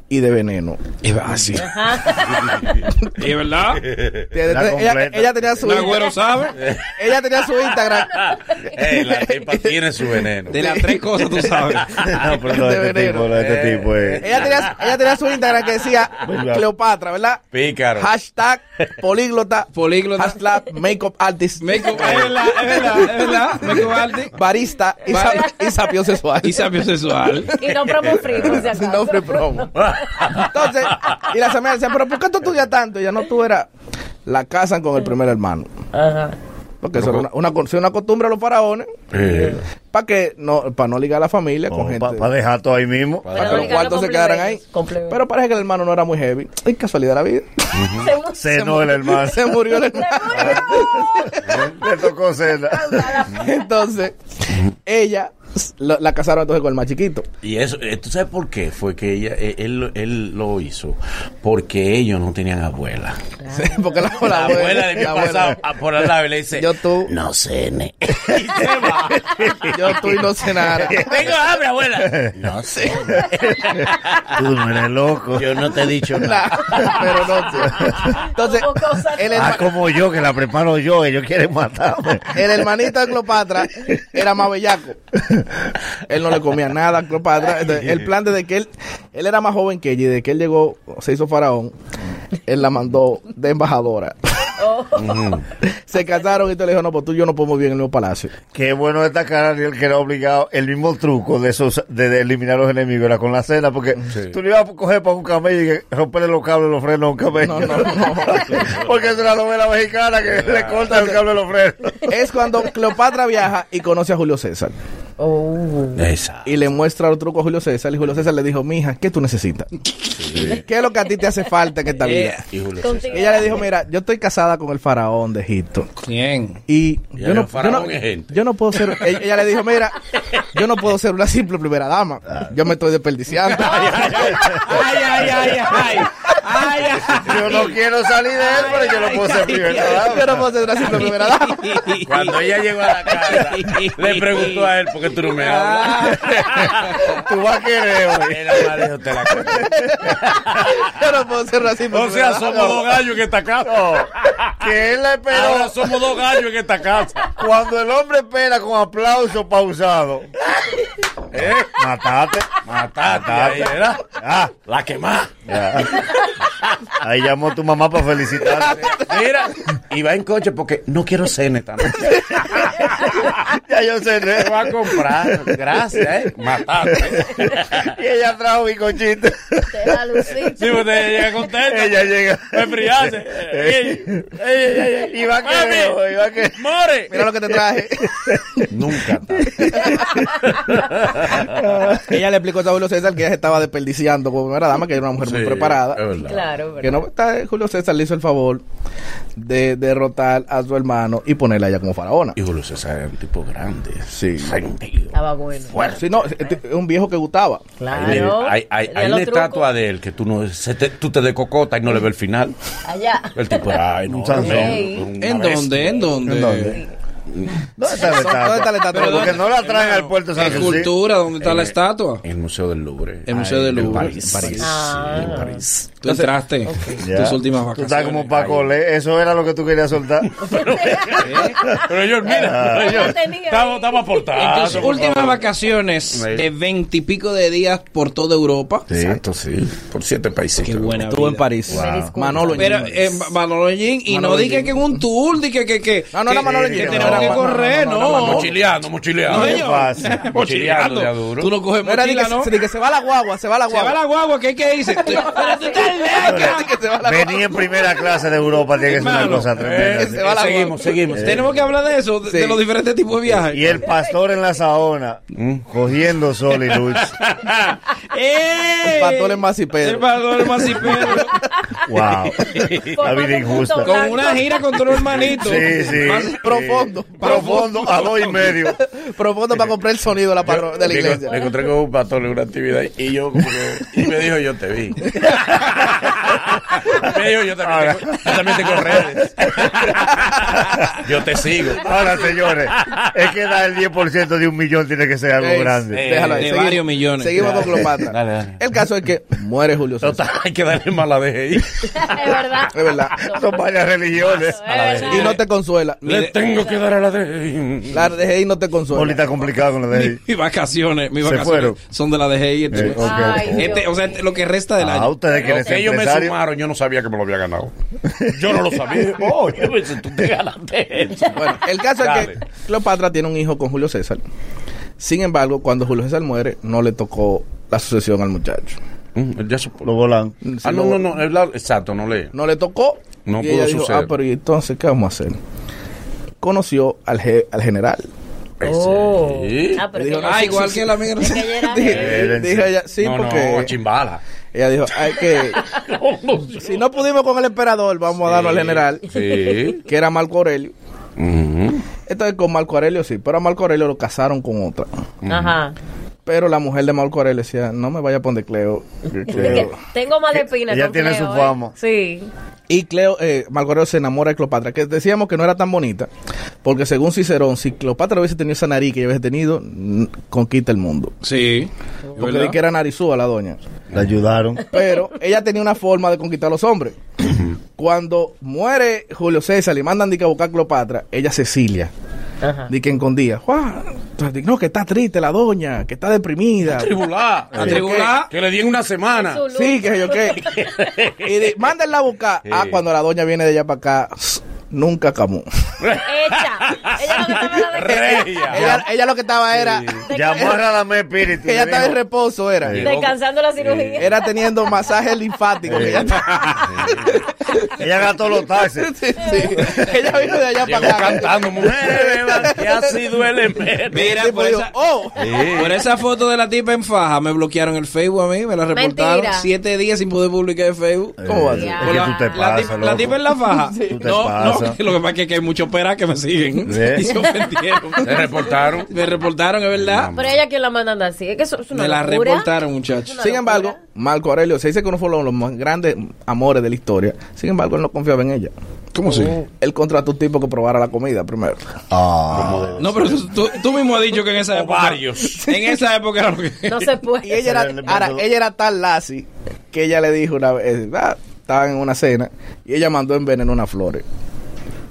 [SPEAKER 4] y de veneno.
[SPEAKER 2] Es así. (laughs) ¿Es verdad?
[SPEAKER 4] Ella- ella, ella tenía su
[SPEAKER 2] La güero sabe.
[SPEAKER 4] Ella tenía su Instagram.
[SPEAKER 1] (laughs) Ey, la tipa tiene su veneno.
[SPEAKER 2] De las tres cosas, tú
[SPEAKER 1] (laughs)
[SPEAKER 2] sabes.
[SPEAKER 5] No, pero no, este tipo, no, este tipo es.
[SPEAKER 4] Ella tenía, ella tenía su Instagram que
[SPEAKER 2] (laughs)
[SPEAKER 4] decía Cleopatra, ¿verdad?
[SPEAKER 1] Pícaro.
[SPEAKER 4] Hashtag políglota.
[SPEAKER 2] (laughs) Políglota.
[SPEAKER 4] Hashtag makeup artist.
[SPEAKER 2] Makeup, es verdad, es verdad, es verdad.
[SPEAKER 4] (laughs)
[SPEAKER 2] Makeup artist.
[SPEAKER 4] Barista y,
[SPEAKER 2] Bar-
[SPEAKER 4] sap- y sapio sexual.
[SPEAKER 2] Y sabio sexual.
[SPEAKER 3] Y no promo free,
[SPEAKER 4] (laughs)
[SPEAKER 3] por si acaso.
[SPEAKER 4] Sin nombre promo. Entonces, y las amigas decían, pero ¿por qué tú estudias tanto? Y ya no tú eras. La casan con el primer hermano. Porque eso era una, una, co- sí, una costumbre de los faraones.
[SPEAKER 5] Eh,
[SPEAKER 4] Para que no, para no ligar a la familia
[SPEAKER 2] Oh,
[SPEAKER 4] con gente.
[SPEAKER 5] Para dejar todo ahí mismo.
[SPEAKER 4] para que los cuartos se quedaran ahí. Pero parece que el hermano no era muy heavy. Ay, casualidad de la vida.
[SPEAKER 1] (laughs)
[SPEAKER 2] Mm.
[SPEAKER 5] Se no el hermano.
[SPEAKER 4] (laughs) Se murió
[SPEAKER 5] (laughs)
[SPEAKER 4] el hermano.
[SPEAKER 5] Le tocó cena.
[SPEAKER 4] Entonces, (laughs) ella lo- la casaron entonces con el más chiquito.
[SPEAKER 1] Y eso, eh, ¿tú sabes por qué? Fue que ella, eh, él, él lo hizo porque ellos no tenían abuela.
[SPEAKER 4] Porque la,
[SPEAKER 1] La, abuela le había
[SPEAKER 4] la abuela-
[SPEAKER 1] pasado a- por al lado y le dice:
[SPEAKER 4] Yo tú.
[SPEAKER 1] No cene.
[SPEAKER 4] Yo tú y
[SPEAKER 5] (laughs)
[SPEAKER 4] no cenara.
[SPEAKER 1] Tengo hambre,
[SPEAKER 4] (laughs)
[SPEAKER 1] abuela. No sé.
[SPEAKER 5] Tú no eres loco.
[SPEAKER 1] Yo no te he dicho
[SPEAKER 4] nada. Pero no sé. Entonces, el,
[SPEAKER 5] Ah,
[SPEAKER 4] herma-
[SPEAKER 5] como yo, que la preparo yo, ellos quieren matarme.
[SPEAKER 4] el hermanito de Cleopatra era más bellaco. Él no le comía nada a Cleopatra. Entonces, el plan desde que él, él era más joven que ella y desde que él llegó, se hizo faraón, él la mandó de embajadora. (laughs)
[SPEAKER 3] oh,
[SPEAKER 4] Se casaron y te le dijo, no, pues tú y yo no podemos vivir en el mismo palacio.
[SPEAKER 5] Qué bueno destacar, Ariel, que era obligado. El mismo truco de esos de, de eliminar los enemigos era con la cena, porque tú le ibas a coger para un camello y romperle los cables los frenos a un camello. (laughs) porque es una novela
[SPEAKER 4] (laughs)
[SPEAKER 5] mexicana que le cortan el cable a los frenos.
[SPEAKER 4] Es cuando Cleopatra viaja y conoce a Julio César.
[SPEAKER 1] Exacto.
[SPEAKER 4] Y le muestra el truco a Julio César. Y Julio César le dijo, mija, ¿qué tú necesitas? ¿Qué es lo que a ti te hace falta en esta vida?
[SPEAKER 1] Eh, Y Julio
[SPEAKER 4] Y ella le dijo, mira, yo estoy casada con el faraón de Egipto.
[SPEAKER 2] ¿Quién?
[SPEAKER 4] Y
[SPEAKER 1] Ya
[SPEAKER 4] yo
[SPEAKER 1] el
[SPEAKER 4] no, yo,
[SPEAKER 1] faraón
[SPEAKER 4] no,
[SPEAKER 1] es gente.
[SPEAKER 4] yo no puedo ser... Ella, ella le dijo, mira, yo no puedo ser una simple primera dama.
[SPEAKER 1] Ah.
[SPEAKER 4] Yo me
[SPEAKER 1] (laughs)
[SPEAKER 4] estoy desperdiciando.
[SPEAKER 2] Ay, ay, ay, ay. Ay, ay.
[SPEAKER 5] Yo no quiero salir de él, pero yo no puedo ser primera dama.
[SPEAKER 4] yo no puedo ser una simple primera dama.
[SPEAKER 1] Cuando ella llegó a la casa, le preguntó a él, ¿por qué tú no me hablas?
[SPEAKER 5] Tú vas a querer, güey.
[SPEAKER 1] Él además dijo, "Te la creo".
[SPEAKER 4] (laughs) Yo no puedo ser una simple
[SPEAKER 1] O
[SPEAKER 4] primera
[SPEAKER 1] sea,
[SPEAKER 4] dama.
[SPEAKER 1] somos dos gallos en esta casa.
[SPEAKER 5] Que él la esperó.
[SPEAKER 1] Ahora somos dos gallos en esta casa.
[SPEAKER 5] Cuando el hombre espera con aplauso pausado. ¿Eh? Matate.
[SPEAKER 1] Mataste ahí, ¿verdad?
[SPEAKER 5] Ah,
[SPEAKER 1] La quemá.
[SPEAKER 5] ya. Ahí llamó tu mamá para felicitarte.
[SPEAKER 1] Mira, y va en coche porque no quiero cena esta noche.
[SPEAKER 5] Ya yo sé. ¿eh?
[SPEAKER 1] Te va a comprar. Gracias, ¿eh? Mataste.
[SPEAKER 5] Y ella trajo bizcochito.
[SPEAKER 3] Te da lucita.
[SPEAKER 1] Sí, pues ella llega contenta.
[SPEAKER 5] Ella llega.
[SPEAKER 1] Me friase.
[SPEAKER 5] Eh.
[SPEAKER 1] Ey, ey, ey, ey.
[SPEAKER 5] Y va a querer,
[SPEAKER 1] Mami,
[SPEAKER 5] güey, va a querer.
[SPEAKER 1] ¡More!
[SPEAKER 4] Mira lo que te traje.
[SPEAKER 1] Nunca
[SPEAKER 4] (laughs) ella le explicó a Julio César que ella se estaba desperdiciando como primera dama, que era una mujer muy preparada.
[SPEAKER 3] Claro,
[SPEAKER 4] Que
[SPEAKER 3] ¿verdad?
[SPEAKER 4] no está, Julio César le hizo el favor de derrotar a su hermano y ponerla a ella como faraona.
[SPEAKER 1] Y Julio César era un tipo grande.
[SPEAKER 4] Sí.
[SPEAKER 1] Sentido.
[SPEAKER 3] Estaba bueno.
[SPEAKER 1] Fuerte.
[SPEAKER 4] Sí, no, este es un viejo que gustaba.
[SPEAKER 1] Hay,
[SPEAKER 3] Claro.
[SPEAKER 1] hay, hay,
[SPEAKER 3] Tenía
[SPEAKER 1] hay
[SPEAKER 3] los
[SPEAKER 1] una
[SPEAKER 3] trucos.
[SPEAKER 1] estatua de él que tú, no, se te- tú te decocotas y no le ves el final.
[SPEAKER 3] Allá.
[SPEAKER 1] El tipo, ay, no.
[SPEAKER 5] Un chanzón.
[SPEAKER 1] no, una
[SPEAKER 2] ¿En
[SPEAKER 1] bestia. (laughs)
[SPEAKER 2] dónde? ¿En dónde?
[SPEAKER 5] ¿En dónde? ¿Dónde está la
[SPEAKER 4] ¿Dónde está la
[SPEAKER 5] estatua?
[SPEAKER 4] estatua?
[SPEAKER 5] Pero Porque no la traen al puerto de San
[SPEAKER 2] ¿En
[SPEAKER 5] Francisco.
[SPEAKER 2] cultura? ¿Dónde está la estatua?
[SPEAKER 1] En el Museo del Louvre.
[SPEAKER 2] El Museo
[SPEAKER 1] Eh. Ay,
[SPEAKER 2] del
[SPEAKER 1] en
[SPEAKER 2] Louvre.
[SPEAKER 1] París.
[SPEAKER 2] París.
[SPEAKER 3] Ah.
[SPEAKER 5] Ah.
[SPEAKER 1] Sí, en París.
[SPEAKER 2] Tú entraste
[SPEAKER 5] Ya.
[SPEAKER 2] tus últimas
[SPEAKER 5] Tú estás
[SPEAKER 2] vacaciones.
[SPEAKER 5] como Paco Le, eso era lo que tú querías soltar.
[SPEAKER 1] (laughs) Pero yo, mira,
[SPEAKER 3] Ah.
[SPEAKER 1] yo,
[SPEAKER 3] Lo tenía
[SPEAKER 1] estamos,
[SPEAKER 3] ahí.
[SPEAKER 1] estamos aportando.
[SPEAKER 2] En tus
[SPEAKER 1] por
[SPEAKER 2] últimas
[SPEAKER 1] favor.
[SPEAKER 2] vacaciones
[SPEAKER 1] Sí.
[SPEAKER 2] de veintipico de días por toda Europa.
[SPEAKER 1] Exacto, sí. Por siete países.
[SPEAKER 2] Qué buena
[SPEAKER 4] Estuvo en
[SPEAKER 2] vida.
[SPEAKER 4] París.
[SPEAKER 3] disculpa.
[SPEAKER 4] Manolo
[SPEAKER 2] Pero
[SPEAKER 4] Ñíñez.
[SPEAKER 2] eh, Ma- Manolo Yin, y
[SPEAKER 4] Manolo
[SPEAKER 2] no dije
[SPEAKER 4] Yin.
[SPEAKER 2] que en un tour, dije que, que,
[SPEAKER 4] No, no era
[SPEAKER 2] que-
[SPEAKER 4] Manolo
[SPEAKER 2] que
[SPEAKER 4] Yin,
[SPEAKER 2] tenemos
[SPEAKER 4] no,
[SPEAKER 2] que
[SPEAKER 4] no,
[SPEAKER 2] correr,
[SPEAKER 4] no, no, no,
[SPEAKER 2] no.
[SPEAKER 1] Mochileando, mochileando.
[SPEAKER 2] No,
[SPEAKER 5] Qué
[SPEAKER 4] (laughs)
[SPEAKER 2] señor.
[SPEAKER 5] fácil.
[SPEAKER 1] Mochileando ya duro.
[SPEAKER 2] Tú no coges
[SPEAKER 4] No era ni
[SPEAKER 2] mochila,
[SPEAKER 4] que,
[SPEAKER 2] ¿no?
[SPEAKER 4] se, ni que se va la guagua, se va la
[SPEAKER 2] Se va
[SPEAKER 4] guagua.
[SPEAKER 2] la guagua, ¿qué, qué
[SPEAKER 4] (laughs)
[SPEAKER 2] dices? Tú- Pero tú estás
[SPEAKER 4] Ni que
[SPEAKER 2] loca.
[SPEAKER 4] se va la guagua.
[SPEAKER 5] Venir en primera clase de Europa tiene que ser una
[SPEAKER 2] Hermano,
[SPEAKER 5] cosa
[SPEAKER 4] Eh,
[SPEAKER 5] tremenda. Eh,
[SPEAKER 4] se va la
[SPEAKER 2] Seguimos,
[SPEAKER 4] guagua.
[SPEAKER 1] seguimos.
[SPEAKER 2] Tenemos que hablar de eso, de, de
[SPEAKER 4] Sí.
[SPEAKER 2] los diferentes tipos de viajes.
[SPEAKER 5] Y el pastor en la
[SPEAKER 2] (laughs)
[SPEAKER 5] saona, mm, cogiendo
[SPEAKER 8] (laughs)
[SPEAKER 5] sol y luz.
[SPEAKER 2] ¡Ey!
[SPEAKER 8] Eh.
[SPEAKER 4] El pastor es más y Pedro.
[SPEAKER 2] El pastor es más y Pedro.
[SPEAKER 5] (laughs) Wow. La vida injusta.
[SPEAKER 2] Con una gira con tu hermanito.
[SPEAKER 5] Sí, sí.
[SPEAKER 2] Más
[SPEAKER 5] Sí.
[SPEAKER 4] profundo.
[SPEAKER 5] Profundo a dos y medio.
[SPEAKER 4] Profundo para comprar el sonido de la, parro- de la
[SPEAKER 1] Me encon- Me
[SPEAKER 4] iglesia.
[SPEAKER 1] encontré con un pastor en una actividad y yo como que, y me dijo yo te
[SPEAKER 2] (laughs)
[SPEAKER 1] vi. me dijo yo también, tengo, yo también tengo
[SPEAKER 2] (laughs)
[SPEAKER 1] redes. yo te sigo.
[SPEAKER 5] Ahora, señores, es que dar el 10% de un millón tiene que ser algo
[SPEAKER 4] Ey,
[SPEAKER 5] grande.
[SPEAKER 1] eh,
[SPEAKER 8] eh,
[SPEAKER 5] Eh,
[SPEAKER 4] Déjalo ahí.
[SPEAKER 2] de varios millones.
[SPEAKER 4] Seguimos con
[SPEAKER 1] Dale,
[SPEAKER 4] Cleopatra.
[SPEAKER 1] dale.
[SPEAKER 4] El caso es que muere Julio César.
[SPEAKER 1] Total, hay que darle mala de ahí.
[SPEAKER 3] (laughs) Es verdad.
[SPEAKER 4] Es verdad.
[SPEAKER 5] Son varias religiones.
[SPEAKER 3] Es
[SPEAKER 4] Y no te consuela.
[SPEAKER 1] Le tengo que dar a la de
[SPEAKER 4] La DGI no te consuela.
[SPEAKER 5] Bonita complicada con lo de
[SPEAKER 2] (laughs)
[SPEAKER 5] ahí.
[SPEAKER 2] Mis vacaciones, mis
[SPEAKER 5] Se
[SPEAKER 2] vacaciones
[SPEAKER 5] fueron.
[SPEAKER 2] son de la DGI. Este,
[SPEAKER 5] Eh, ok.
[SPEAKER 3] Ay, Dios
[SPEAKER 2] este, o sea, este, lo que resta del
[SPEAKER 5] Ah,
[SPEAKER 2] año.
[SPEAKER 5] ustedes quieren ser
[SPEAKER 1] ellos me
[SPEAKER 5] empresarios.
[SPEAKER 1] sumaron, yo no sabía que me lo había ganado. Yo no lo
[SPEAKER 4] (laughs)
[SPEAKER 1] sabía. Oh, yo pensé, tú te ganaste eso.
[SPEAKER 4] Bueno, el caso es que
[SPEAKER 1] Dale.
[SPEAKER 4] Cleopatra tiene un hijo con Julio César. Sin embargo, cuando Julio César muere, no le tocó la sucesión al muchacho.
[SPEAKER 1] Mm, ya supo.
[SPEAKER 5] Lo volan.
[SPEAKER 1] Ah, no, no, no, es la- exacto, no le.
[SPEAKER 4] No le tocó.
[SPEAKER 1] No
[SPEAKER 4] y
[SPEAKER 1] pudo
[SPEAKER 4] ella dijo,
[SPEAKER 1] suceder. (laughs)
[SPEAKER 4] ah, pero ¿y entonces qué vamos a hacer? Conoció al, je- al general.
[SPEAKER 3] Oh.
[SPEAKER 1] Sí.
[SPEAKER 3] Ah, pero
[SPEAKER 4] Dijo,
[SPEAKER 3] que-
[SPEAKER 2] Ah, igual que la migra.
[SPEAKER 3] Es que ayer
[SPEAKER 2] (laughs)
[SPEAKER 3] era-
[SPEAKER 4] Dije, dije ella, sí,
[SPEAKER 1] no,
[SPEAKER 4] porque...
[SPEAKER 1] no, chimbala.
[SPEAKER 4] Ella dijo, hay que... si no pudimos con el emperador, vamos a darlo al general,
[SPEAKER 1] Sí.
[SPEAKER 4] que era Marco Aurelio.
[SPEAKER 1] Ujú.
[SPEAKER 4] Entonces con Marco Aurelio sí, pero a Marco Aurelio lo casaron con otra.
[SPEAKER 1] Mm.
[SPEAKER 3] Ajá.
[SPEAKER 4] Pero la mujer de Marco Aurelio decía, no me vaya a poner Cleo.
[SPEAKER 1] (laughs)
[SPEAKER 4] que
[SPEAKER 3] Que
[SPEAKER 4] Cleo.
[SPEAKER 3] Tengo mala espina.
[SPEAKER 5] Ella
[SPEAKER 3] con
[SPEAKER 5] tiene
[SPEAKER 3] Cleo,
[SPEAKER 5] su
[SPEAKER 3] ¿eh?
[SPEAKER 5] fama.
[SPEAKER 3] Sí.
[SPEAKER 4] Y Cleo, eh, Marco Aurelio se enamora de Cleopatra, que decíamos que no era tan bonita, porque según Cicerón, si Cleopatra hubiese tenido esa nariz que ella hubiese tenido, mm, conquista el mundo.
[SPEAKER 2] Sí.
[SPEAKER 4] Porque de que era narizúa la doña.
[SPEAKER 5] La ayudaron.
[SPEAKER 4] Pero ella tenía una forma de conquistar a
[SPEAKER 5] (clears throat)
[SPEAKER 4] los hombres. Cuando muere Julio César y mandan de que a buscar a Cleopatra, ella Cecilia.
[SPEAKER 3] Ajá.
[SPEAKER 4] De que escondía. Juan, entonces, di- no, que está triste la doña, que está deprimida.
[SPEAKER 1] Tribulá.
[SPEAKER 4] eh,
[SPEAKER 2] A tribular.
[SPEAKER 1] Que le di en una semana.
[SPEAKER 3] Su luz.
[SPEAKER 2] (laughs)
[SPEAKER 4] Sí, que yo qué. Y di- mándenla a buscar. Ah, cuando la doña viene de allá para acá, nunca camó.
[SPEAKER 5] Regia.
[SPEAKER 4] Ella, ella lo que estaba era.
[SPEAKER 5] Llamó a Radamés Espíritu.
[SPEAKER 4] Ella
[SPEAKER 5] le
[SPEAKER 4] estaba en
[SPEAKER 5] dijo,
[SPEAKER 4] reposo, era.
[SPEAKER 5] Llegó- Descansando
[SPEAKER 3] la cirugía.
[SPEAKER 4] Era teniendo masaje linfático.
[SPEAKER 5] Sí.
[SPEAKER 4] Ella,
[SPEAKER 8] (laughs)
[SPEAKER 5] Ella gastó los taxis.
[SPEAKER 4] ella vino de allá para acá.
[SPEAKER 1] cantando, mujeres, que así duele menos.
[SPEAKER 2] Mira,
[SPEAKER 4] Tipo,
[SPEAKER 2] por
[SPEAKER 4] yo,
[SPEAKER 2] esa,
[SPEAKER 4] oh.
[SPEAKER 2] por esa foto de la tipa en faja me bloquearon el Facebook a mí, me la reportaron
[SPEAKER 3] Mentira.
[SPEAKER 2] siete días sin poder publicar en Facebook.
[SPEAKER 4] ¿Cómo va a ser?
[SPEAKER 5] Es que tú te
[SPEAKER 2] La,
[SPEAKER 5] pasas,
[SPEAKER 2] tipa- la
[SPEAKER 5] loco.
[SPEAKER 2] tipa en la faja.
[SPEAKER 5] Tú te
[SPEAKER 2] No, no,
[SPEAKER 5] pasas.
[SPEAKER 2] (laughs) lo que pasa es que hay muchos peras que me siguen.
[SPEAKER 5] ¿Eh?
[SPEAKER 2] (laughs) Y se ofendieron.
[SPEAKER 1] Te reportaron.
[SPEAKER 2] (laughs) Me reportaron, es verdad.
[SPEAKER 3] Pero ella quien la manda a andar así. Es que eso es una
[SPEAKER 2] Me la
[SPEAKER 3] locura.
[SPEAKER 2] reportaron, muchachos.
[SPEAKER 4] Sin embargo, Marco Aurelio se dice que uno fue uno de los más grandes amores de la historia. Sin embargo, él no confiaba en ella.
[SPEAKER 2] ¿Cómo sí?
[SPEAKER 3] Oh.
[SPEAKER 4] Él contrató un tipo que probara la comida primero.
[SPEAKER 2] No, pero tú, tú- tú mismo has dicho que en esa época.
[SPEAKER 1] varios.
[SPEAKER 2] (laughs) En esa época era lo que.
[SPEAKER 3] No se puede.
[SPEAKER 4] Y ella era,
[SPEAKER 5] Le- le
[SPEAKER 4] ahora,
[SPEAKER 5] puso-
[SPEAKER 4] ella era tan lazy que ella le dijo una vez, ah, estaban en una cena y ella mandó envenenar unas flores.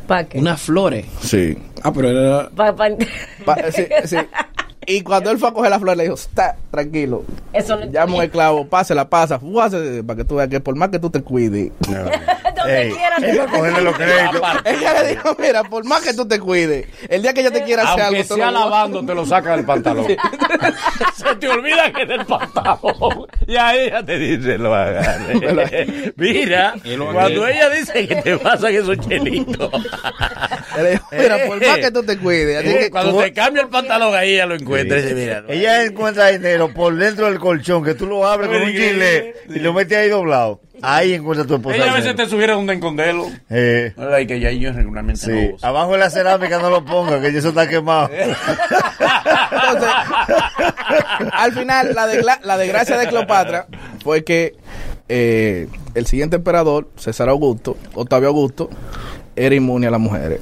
[SPEAKER 3] ¿Para qué?
[SPEAKER 2] Unas flores.
[SPEAKER 4] Sí.
[SPEAKER 2] Ah, pero era.
[SPEAKER 3] Pa- pa-
[SPEAKER 4] Pa- sí,
[SPEAKER 3] (laughs)
[SPEAKER 4] sí. Y cuando él fue a coger las flores, le dijo, está tranquilo.
[SPEAKER 3] Eso no
[SPEAKER 4] Llama un esclavo, pásela, pasa, fuase, para que tú veas que por más que tú te cuides.
[SPEAKER 3] (laughs) Donde
[SPEAKER 5] Ey,
[SPEAKER 3] quiera te-
[SPEAKER 5] iba a cogerle los
[SPEAKER 3] (laughs)
[SPEAKER 5] créditos.
[SPEAKER 4] Ella le dijo, mira, por más que tú te cuides, el día que ella te quiera hacer algo,
[SPEAKER 1] Aunque
[SPEAKER 4] tú
[SPEAKER 1] sea
[SPEAKER 4] no-
[SPEAKER 1] lavando, te lo saca del pantalón. (laughs) Se te olvida que es del pantalón. Y ahí ella te dice, lo agarre. Mira, cuando ella dice que te pasan esos chelitos.
[SPEAKER 4] Ella
[SPEAKER 5] eh,
[SPEAKER 4] le dijo, (laughs) mira, por más que tú te cuides. así que-
[SPEAKER 1] Eh, Cuando te cambia el pantalón, ahí ella lo encuentra. y dice, mira, no.
[SPEAKER 5] Ella encuentra dinero por dentro del colchón, que tú lo abres con un chile y lo metes ahí doblado. Ahí encuentra tu
[SPEAKER 4] Pues,
[SPEAKER 5] esposa.
[SPEAKER 1] Ella a veces
[SPEAKER 5] dinero.
[SPEAKER 1] te sugiere un esconderlo.
[SPEAKER 5] Eh,
[SPEAKER 1] Ay, que ya yo regularmente
[SPEAKER 5] sí.
[SPEAKER 1] no uso.
[SPEAKER 5] Abajo de la cerámica no lo ponga, que eso está quemado.
[SPEAKER 4] Entonces, al final, (laughs) la, desgla- la desgracia de Cleopatra fue que eh, el siguiente emperador, César Augusto, Octavio Augusto, era inmune a las mujeres.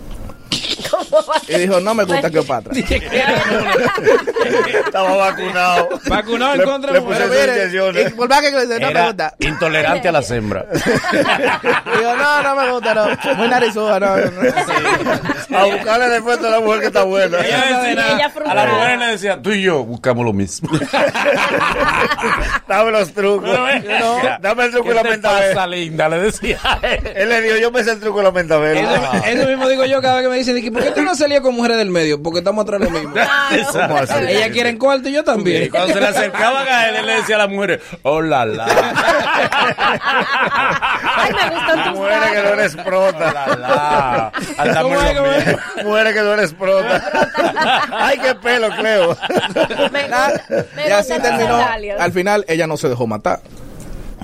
[SPEAKER 4] Y dijo, no me gusta Cleopatra.
[SPEAKER 5] Estaba vacunado.
[SPEAKER 2] Vacunado en
[SPEAKER 5] Le-
[SPEAKER 2] contra de
[SPEAKER 5] le
[SPEAKER 2] mujeres.
[SPEAKER 5] pusieron
[SPEAKER 4] Mire,
[SPEAKER 5] inyecciones.
[SPEAKER 4] y por más que Cleopatra, no me
[SPEAKER 1] Era
[SPEAKER 4] gusta.
[SPEAKER 1] intolerante
[SPEAKER 3] (laughs)
[SPEAKER 1] a las hembras.
[SPEAKER 4] Digo, no, no me gusta, no. Muy narizuda, no. no, no".
[SPEAKER 5] A buscarle después a la mujer que está buena.
[SPEAKER 1] Ella decía,
[SPEAKER 3] Ella
[SPEAKER 1] a
[SPEAKER 3] frustrada.
[SPEAKER 1] las mujeres le decía, tú y yo buscamos lo mismo.
[SPEAKER 5] Dame los trucos.
[SPEAKER 1] Pero ven acá.
[SPEAKER 5] Dame el truco
[SPEAKER 1] ¿Qué
[SPEAKER 5] de la
[SPEAKER 1] te pasa,
[SPEAKER 5] mentavela.
[SPEAKER 1] linda? Le decía.
[SPEAKER 5] Él le dijo, yo me sé el truco Ah. de la
[SPEAKER 2] Eso,
[SPEAKER 5] mentavela.
[SPEAKER 2] eso mismo digo yo cada vez que me dicen, de que, ¿por qué tú no has salido con mujeres del medio? (laughs) Porque estamos atrás de
[SPEAKER 4] (laughs)
[SPEAKER 2] lo mismo.
[SPEAKER 5] ¿Cómo así?
[SPEAKER 2] Ella quiere en cuarto y yo
[SPEAKER 1] Y
[SPEAKER 2] también.
[SPEAKER 1] cuando se le acercaban a él, él le decía a las mujeres, hola, la.
[SPEAKER 3] Ay, me gustan tus
[SPEAKER 5] Mujeres que no
[SPEAKER 3] labios.
[SPEAKER 5] eres
[SPEAKER 1] Hola,
[SPEAKER 5] prota.
[SPEAKER 1] la. Andamos
[SPEAKER 2] ¿Cómo es,
[SPEAKER 1] en lo
[SPEAKER 2] cómo es?
[SPEAKER 1] mismo.
[SPEAKER 5] Mujeres que no eres prota. Ay, qué pelo, Cleo.
[SPEAKER 3] (laughs) Me
[SPEAKER 4] Nada.
[SPEAKER 3] gusta- me
[SPEAKER 4] Y así
[SPEAKER 3] gustan tus
[SPEAKER 4] terminó.
[SPEAKER 3] sandalias.
[SPEAKER 4] Al final, ella no se dejó matar.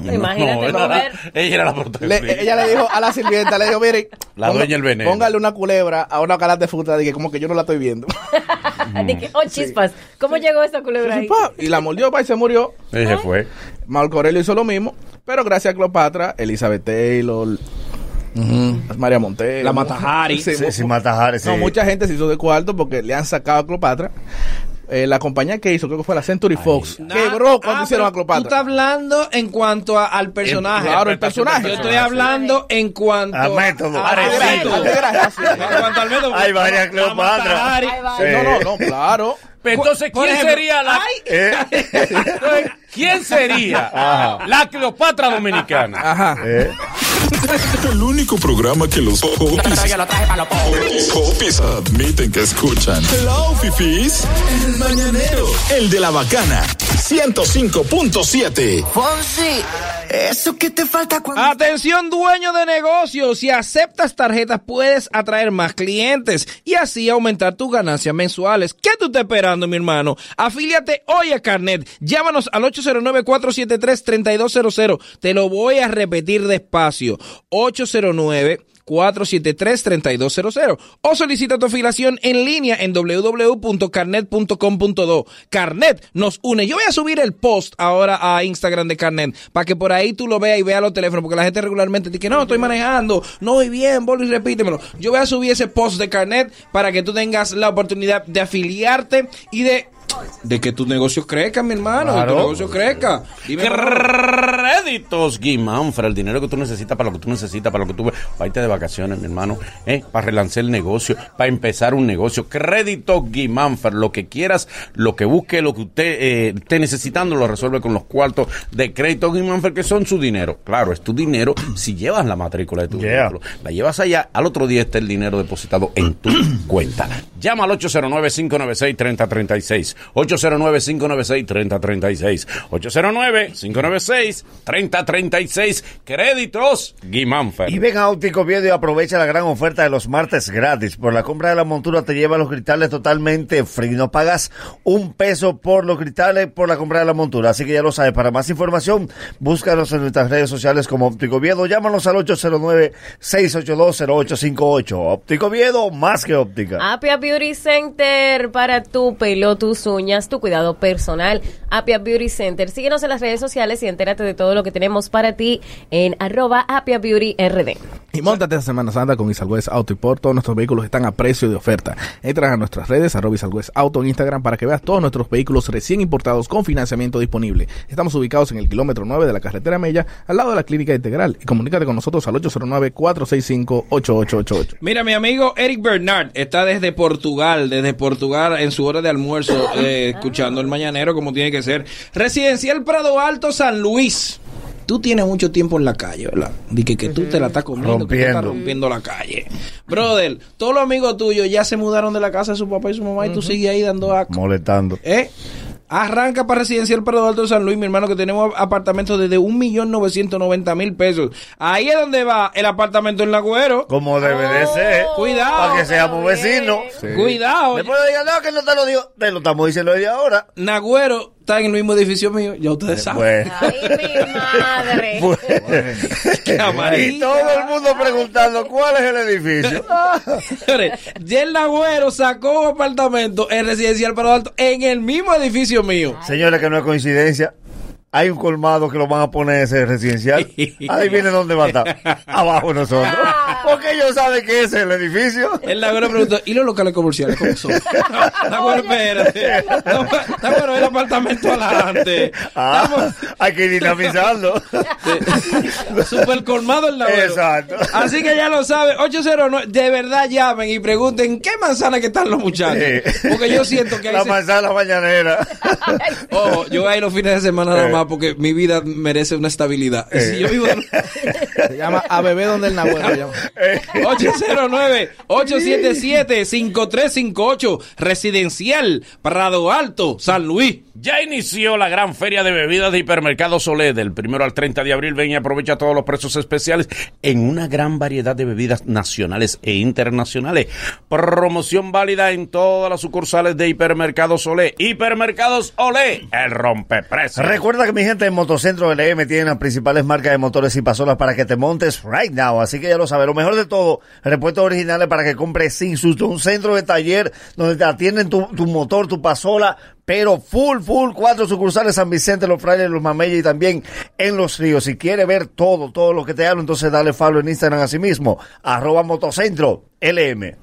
[SPEAKER 1] No,
[SPEAKER 3] Imagínate,
[SPEAKER 1] era la-
[SPEAKER 3] mujer.
[SPEAKER 1] ella era la
[SPEAKER 4] Le-
[SPEAKER 1] protagonista.
[SPEAKER 4] ella le dijo a la sirvienta, le dijo, mire,
[SPEAKER 1] La dueña del veneno.
[SPEAKER 4] Póngale una culebra a una cara de fruta, dije, como que yo no la estoy viendo. (laughs)
[SPEAKER 3] De que, oh, chispas. ¿Cómo llegó esta culebra ahí?
[SPEAKER 4] Pa, Y la mordió, pa, y se murió.
[SPEAKER 1] Y se fue.
[SPEAKER 4] Marco Aurelio hizo lo mismo, pero gracias a Cleopatra, Elizabeth Taylor, María Montero,
[SPEAKER 2] La Matajari.
[SPEAKER 4] Sí,
[SPEAKER 5] Sí,
[SPEAKER 4] mu-
[SPEAKER 5] sin matajares. Sí.
[SPEAKER 4] no, mucha gente se hizo de cuarto porque le han sacado a Cleopatra. Eh, la compañía que hizo, creo que fue la Century Fox, quebró cuando
[SPEAKER 2] Ah,
[SPEAKER 4] hicieron a
[SPEAKER 2] pero Tú estás
[SPEAKER 4] Cleopatra.
[SPEAKER 2] hablando en cuanto a- al personaje.
[SPEAKER 4] Claro, el personaje.
[SPEAKER 2] Yo estoy hablando en cuanto
[SPEAKER 5] A método.
[SPEAKER 2] a- a
[SPEAKER 5] Al
[SPEAKER 2] método.
[SPEAKER 4] Al desgracia.
[SPEAKER 2] En cuanto al método.
[SPEAKER 5] Hay varias
[SPEAKER 2] A
[SPEAKER 5] Cleopatra.
[SPEAKER 2] Matajari.
[SPEAKER 3] Ahí va.
[SPEAKER 4] Sí, No, no, no, claro.
[SPEAKER 1] Pues Entonces,
[SPEAKER 2] Por
[SPEAKER 1] ¿quién
[SPEAKER 2] ejemplo,
[SPEAKER 1] sería la.
[SPEAKER 5] (laughs) Eh,
[SPEAKER 1] ¿Quién sería
[SPEAKER 5] Ajá.
[SPEAKER 1] la Cleopatra dominicana?
[SPEAKER 4] Ajá.
[SPEAKER 5] eh.
[SPEAKER 6] El único programa que los popis, popis admiten que escuchan. Hello, fifis. El mañanero. El de la bacana. 105.7.
[SPEAKER 15] Fonsi, eso que te falta cuando...
[SPEAKER 2] Atención dueño de negocios, si aceptas tarjetas puedes atraer más clientes y así aumentar tus ganancias mensuales. ¿Qué tú estás esperando, mi hermano? Afíliate hoy a Carnet. Llámanos al 809-473-3200. Te lo voy a repetir despacio. 809 473-3200 o solicita tu afiliación en línea en www.carnet.com.do. Carnet nos une. Yo voy a subir el post ahora a Instagram de Carnet para que por ahí tú lo veas y veas los teléfonos, porque la gente regularmente dice que no, estoy manejando, no voy bien, vuelvo y repítemelo. Yo voy a subir ese post de Carnet para que tú tengas la oportunidad de afiliarte y de de que tu negocio crezca, mi hermano, de que tu
[SPEAKER 1] Claro.
[SPEAKER 2] negocio crezca. Dime,
[SPEAKER 1] Créditos Guimánfra, el dinero que tú necesitas para lo que tú necesitas, para lo que tú... Para irte de vacaciones, mi hermano, ¿eh? para relanzar el negocio, para empezar un negocio. Créditos Guimánfra, lo que quieras, lo que busque, lo que usted eh, esté necesitando, lo resuelve con los cuartos de Créditos Guimánfra, que son su dinero. Claro, es tu dinero si llevas la matrícula de tu vehículo. La llevas allá, al otro día está el dinero depositado en tu cuenta. Llama al 809-596-3036. 809-596-3036. 809-596-3036. Créditos Guimánfer.
[SPEAKER 5] Y ven a Óptico Viedo y aprovecha la gran oferta de los martes gratis. Por la compra de la montura te lleva los cristales totalmente free. No pagas un peso por los cristales por la compra de la montura. Así que ya lo sabes. Para más información, búscanos en nuestras redes sociales como Óptico Viedo. Llámanos al 809-682-0858. Óptico Viedo, más que óptica.
[SPEAKER 3] Apia Beauty Center para tu pelo, tus uñas, tu cuidado personal. Apia Beauty Center. Síguenos en las redes sociales y entérate de todo lo que tenemos para ti en arroba Apia Beauty RD.
[SPEAKER 4] Y montate esta Semana Santa con Isalgüez Auto y por todos nuestros vehículos están a precio de oferta. Entra a nuestras redes, arroba Isalgüez Auto en Instagram para que veas todos nuestros vehículos recién importados con financiamiento disponible. Estamos ubicados en el kilómetro 9 de la carretera Mella, al lado de la clínica integral. Y comunícate con nosotros al 809-465-8888.
[SPEAKER 2] Mira, mi amigo Eric Bernard está desde Portugal, desde Portugal en su hora de almuerzo, eh, escuchando el mañanero como tiene que ser. Residencial Prado Alto, San Luis. Tú tienes mucho tiempo en la calle, ¿verdad? Di que, que tú te la estás comiendo, que tú estás
[SPEAKER 5] Rompiendo.
[SPEAKER 2] rompiendo la calle. Brother, todos los amigos tuyos ya se mudaron de la casa de su papá y su mamá y tú sigues ahí dando a
[SPEAKER 5] Molestando.
[SPEAKER 2] ¿Eh? Arranca para Residencial Prado Alto de San Luis, mi hermano, que tenemos apartamentos desde 1.990.000 pesos. Ahí es donde va el apartamento en Lagüero.
[SPEAKER 5] Como debe de ser.
[SPEAKER 2] Cuidado.
[SPEAKER 5] Para que seamos vecinos.
[SPEAKER 2] Cuidado.
[SPEAKER 5] Después digan, no, que no te lo digo. Te lo estamos diciendo desde ahora. Eh,
[SPEAKER 2] Nagüero está en el mismo edificio mío, ya ustedes
[SPEAKER 5] Bueno.
[SPEAKER 2] saben.
[SPEAKER 5] (laughs)
[SPEAKER 2] Qué amarillo.
[SPEAKER 5] y todo el mundo preguntando cuál es el edificio.
[SPEAKER 2] (laughs) Señores, ya el Nagüero sacó un apartamento en Residencial Prado Alto en el mismo edificio mío.
[SPEAKER 5] Señores, que no es coincidencia. Hay un colmado que lo van a poner ese
[SPEAKER 2] (laughs)
[SPEAKER 5] residencial. Ahí viene dónde va a estar. Abajo nosotros. Porque ellos saben que ese es el edificio.
[SPEAKER 2] El Nagüero preguntó, ¿y los locales comerciales cómo son? Nagüero, espérate. Nagüero, el Ah, apartamento adelante.
[SPEAKER 5] Ah, hay que ir dinamizando.
[SPEAKER 2] Super colmado el Ah, Nagüero.
[SPEAKER 5] Exacto.
[SPEAKER 2] Así que ya lo saben, 809, de verdad llamen y pregunten qué manzana que están los muchachos.
[SPEAKER 5] Sí.
[SPEAKER 2] Porque yo siento
[SPEAKER 5] (laughs)
[SPEAKER 2] que ahí
[SPEAKER 5] La
[SPEAKER 2] se-
[SPEAKER 5] manzana mañanera. Eh.
[SPEAKER 2] Ojo, yo voy a ir los fines de semana nada más porque mi vida merece una estabilidad. Y Si yo vivo
[SPEAKER 5] (laughs)
[SPEAKER 2] en-
[SPEAKER 4] Se llama A Bebé Donde el Nahuel. se llama.
[SPEAKER 5] Eh.
[SPEAKER 2] 809-877-5358, Residencial, Prado Alto, San Luis.
[SPEAKER 1] Ya inició la gran feria de bebidas de hipermercados Olé del primero al 30 de abril. Ven y aprovecha todos los precios especiales en una gran variedad de bebidas nacionales e internacionales. Promoción válida en todas las sucursales de hipermercados Olé. Hipermercados Olé, el rompeprecios.
[SPEAKER 5] Recuerda que mi gente en Motocentro LM tiene las principales marcas de motores y pasolas para que te montes right now. Así que ya lo sabes. Lo mejor de todo, repuestos originales para que compres sin susto. Un centro de taller donde te atienden tu, tu motor, tu pasola. Pero full, full, cuatro sucursales, San Vicente, Los Frailes, Los Mameyes y también en Los Ríos. Si quieres ver todo, todo lo que te hablo, entonces dale follow en Instagram a sí mismo, arroba motocentro LM.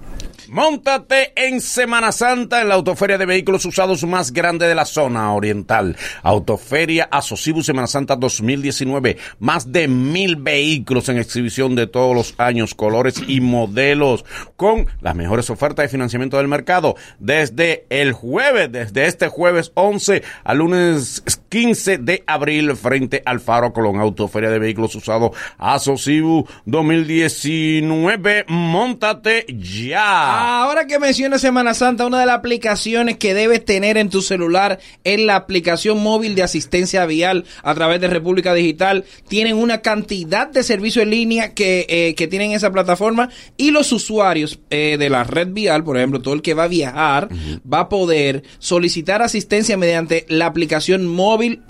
[SPEAKER 1] Móntate en Semana Santa en la autoferia de vehículos usados más grande de la zona oriental. Autoferia Asocibu Semana Santa 2019. Más de mil vehículos en exhibición de todos los años, colores y modelos. Con las mejores ofertas de financiamiento del mercado. Desde el jueves, desde este jueves 11 al lunes 15 de abril frente al Faro Colón. Autoferia de vehículos usados Asocibu 2019. Móntate ya.
[SPEAKER 2] Ahora que menciona Semana Santa, una de las aplicaciones que debes tener en tu celular es la aplicación móvil de asistencia vial a través de República Digital. Tienen una cantidad de servicios en línea que, eh, que tienen esa plataforma y los usuarios eh, de la red vial, por ejemplo, todo el que va a viajar, va a poder solicitar asistencia mediante la aplicación móvil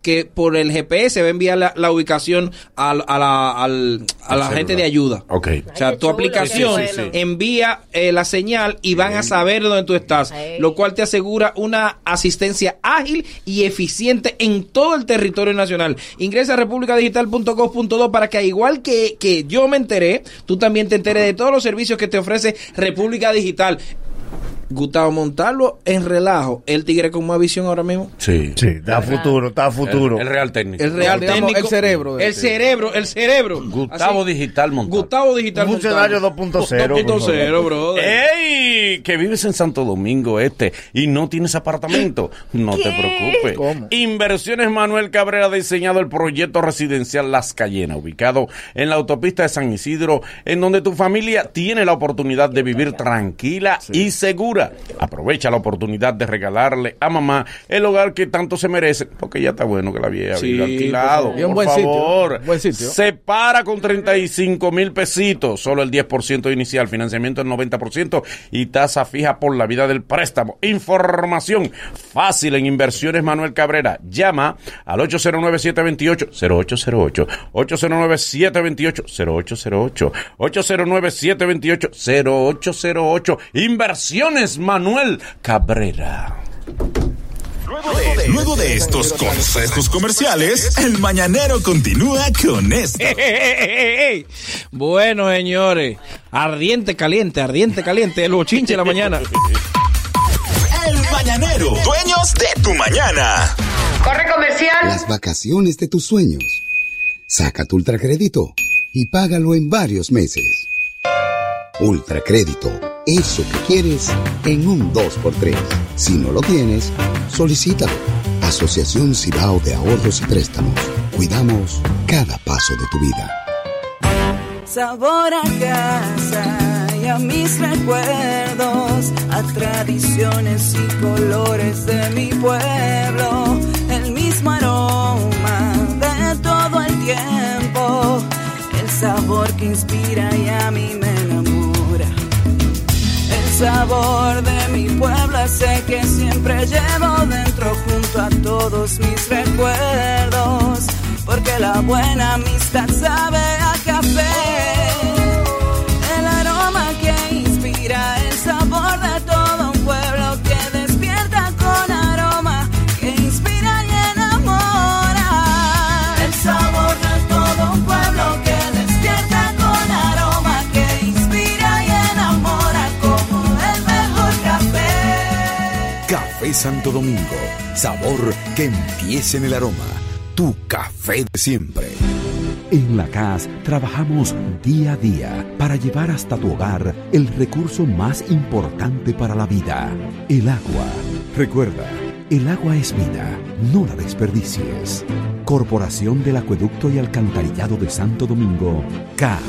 [SPEAKER 2] que por el GPS va a enviar la, la ubicación al- a la, al- a la gente de ayuda.
[SPEAKER 1] Ok.
[SPEAKER 2] O sea, tu aplicación
[SPEAKER 1] Sí, sí, sí, sí.
[SPEAKER 2] envía eh, la señal y van a saber dónde tú estás, lo cual te asegura una asistencia ágil y eficiente en todo el territorio nacional. Ingresa a republicadigital.gov.do para que, al igual que, que yo me enteré, tú también te enteres de todos los servicios que te ofrece República Digital. Gustavo Montalvo en relajo, el tigre con más visión ahora mismo.
[SPEAKER 1] Sí.
[SPEAKER 8] Sí, está a futuro, está a futuro.
[SPEAKER 1] El, el real técnico.
[SPEAKER 2] El real
[SPEAKER 1] Digamos,
[SPEAKER 2] técnico.
[SPEAKER 1] el cerebro de-
[SPEAKER 2] El cerebro, el cerebro.
[SPEAKER 1] Gustavo Digital Montalvo.
[SPEAKER 2] Gustavo Digital
[SPEAKER 8] Un funcionario
[SPEAKER 2] Montalvo.
[SPEAKER 8] 2.0, por favor.
[SPEAKER 2] 2.0, brother.
[SPEAKER 1] Eh. ¡Ey! Que vives en Santo Domingo Este y no tienes apartamento. No te preocupes. Inversiones Manuel Cabrera ha diseñado el proyecto residencial Las Cayenas, ubicado en la autopista de San Isidro, en donde tu familia tiene la oportunidad de vivir tranquila y segura. Aprovecha la oportunidad de regalarle a mamá el hogar que tanto se merece, porque ya está bueno que la vieja
[SPEAKER 4] Sí,
[SPEAKER 2] pues,
[SPEAKER 1] viva alquilado.
[SPEAKER 4] por favor. Y un
[SPEAKER 1] por
[SPEAKER 4] buen sitio,
[SPEAKER 1] favor.
[SPEAKER 4] buen sitio.
[SPEAKER 1] Se para con 35 mil pesitos, solo el 10% inicial, financiamiento el 90% y tasa fija por la vida del préstamo. Información fácil en inversiones Manuel Cabrera. Llama al 809-728-0808, 809-728-0808, 809-728-0808. Inversiones Manuel Cabrera.
[SPEAKER 6] Luego de estos consejos comerciales, el mañanero continúa con esto.
[SPEAKER 2] (laughs) Bueno, señores, ardiente caliente, ardiente caliente, el bochinche de la mañana.
[SPEAKER 6] (laughs) El mañanero, dueños de tu mañana.
[SPEAKER 18] Corre comercial.
[SPEAKER 19] Las vacaciones de tus sueños. Saca tu ultracrédito y págalo en varios meses. Ultracrédito, eso que quieres en un 2x3. Si no lo tienes, solicítalo. Asociación Cibao de Ahorros y Préstamos. Cuidamos cada paso de tu vida.
[SPEAKER 20] Sabor a casa y a mis recuerdos, a tradiciones y colores de mi pueblo, el mismo aroma de todo el tiempo, el sabor que inspira y a mí me enamora. El sabor de mi pueblo sé que siempre llevo dentro junto a todos mis recuerdos, porque la buena amistad sabe a café. El aroma que inspira, el sabor de todo un pueblo que despierta con aroma, que inspira y enamora. El sabor de todo un pueblo que despierta con aroma, que inspira y enamora como el mejor café.
[SPEAKER 21] Café Santo Domingo, sabor que empieza en el aroma, tu café de siempre.
[SPEAKER 22] En la CAS trabajamos día a día para llevar hasta tu hogar el recurso más importante para la vida, el agua. Recuerda, el agua es vida, no la desperdicies. Corporación del Acueducto y Alcantarillado de Santo Domingo, CAS.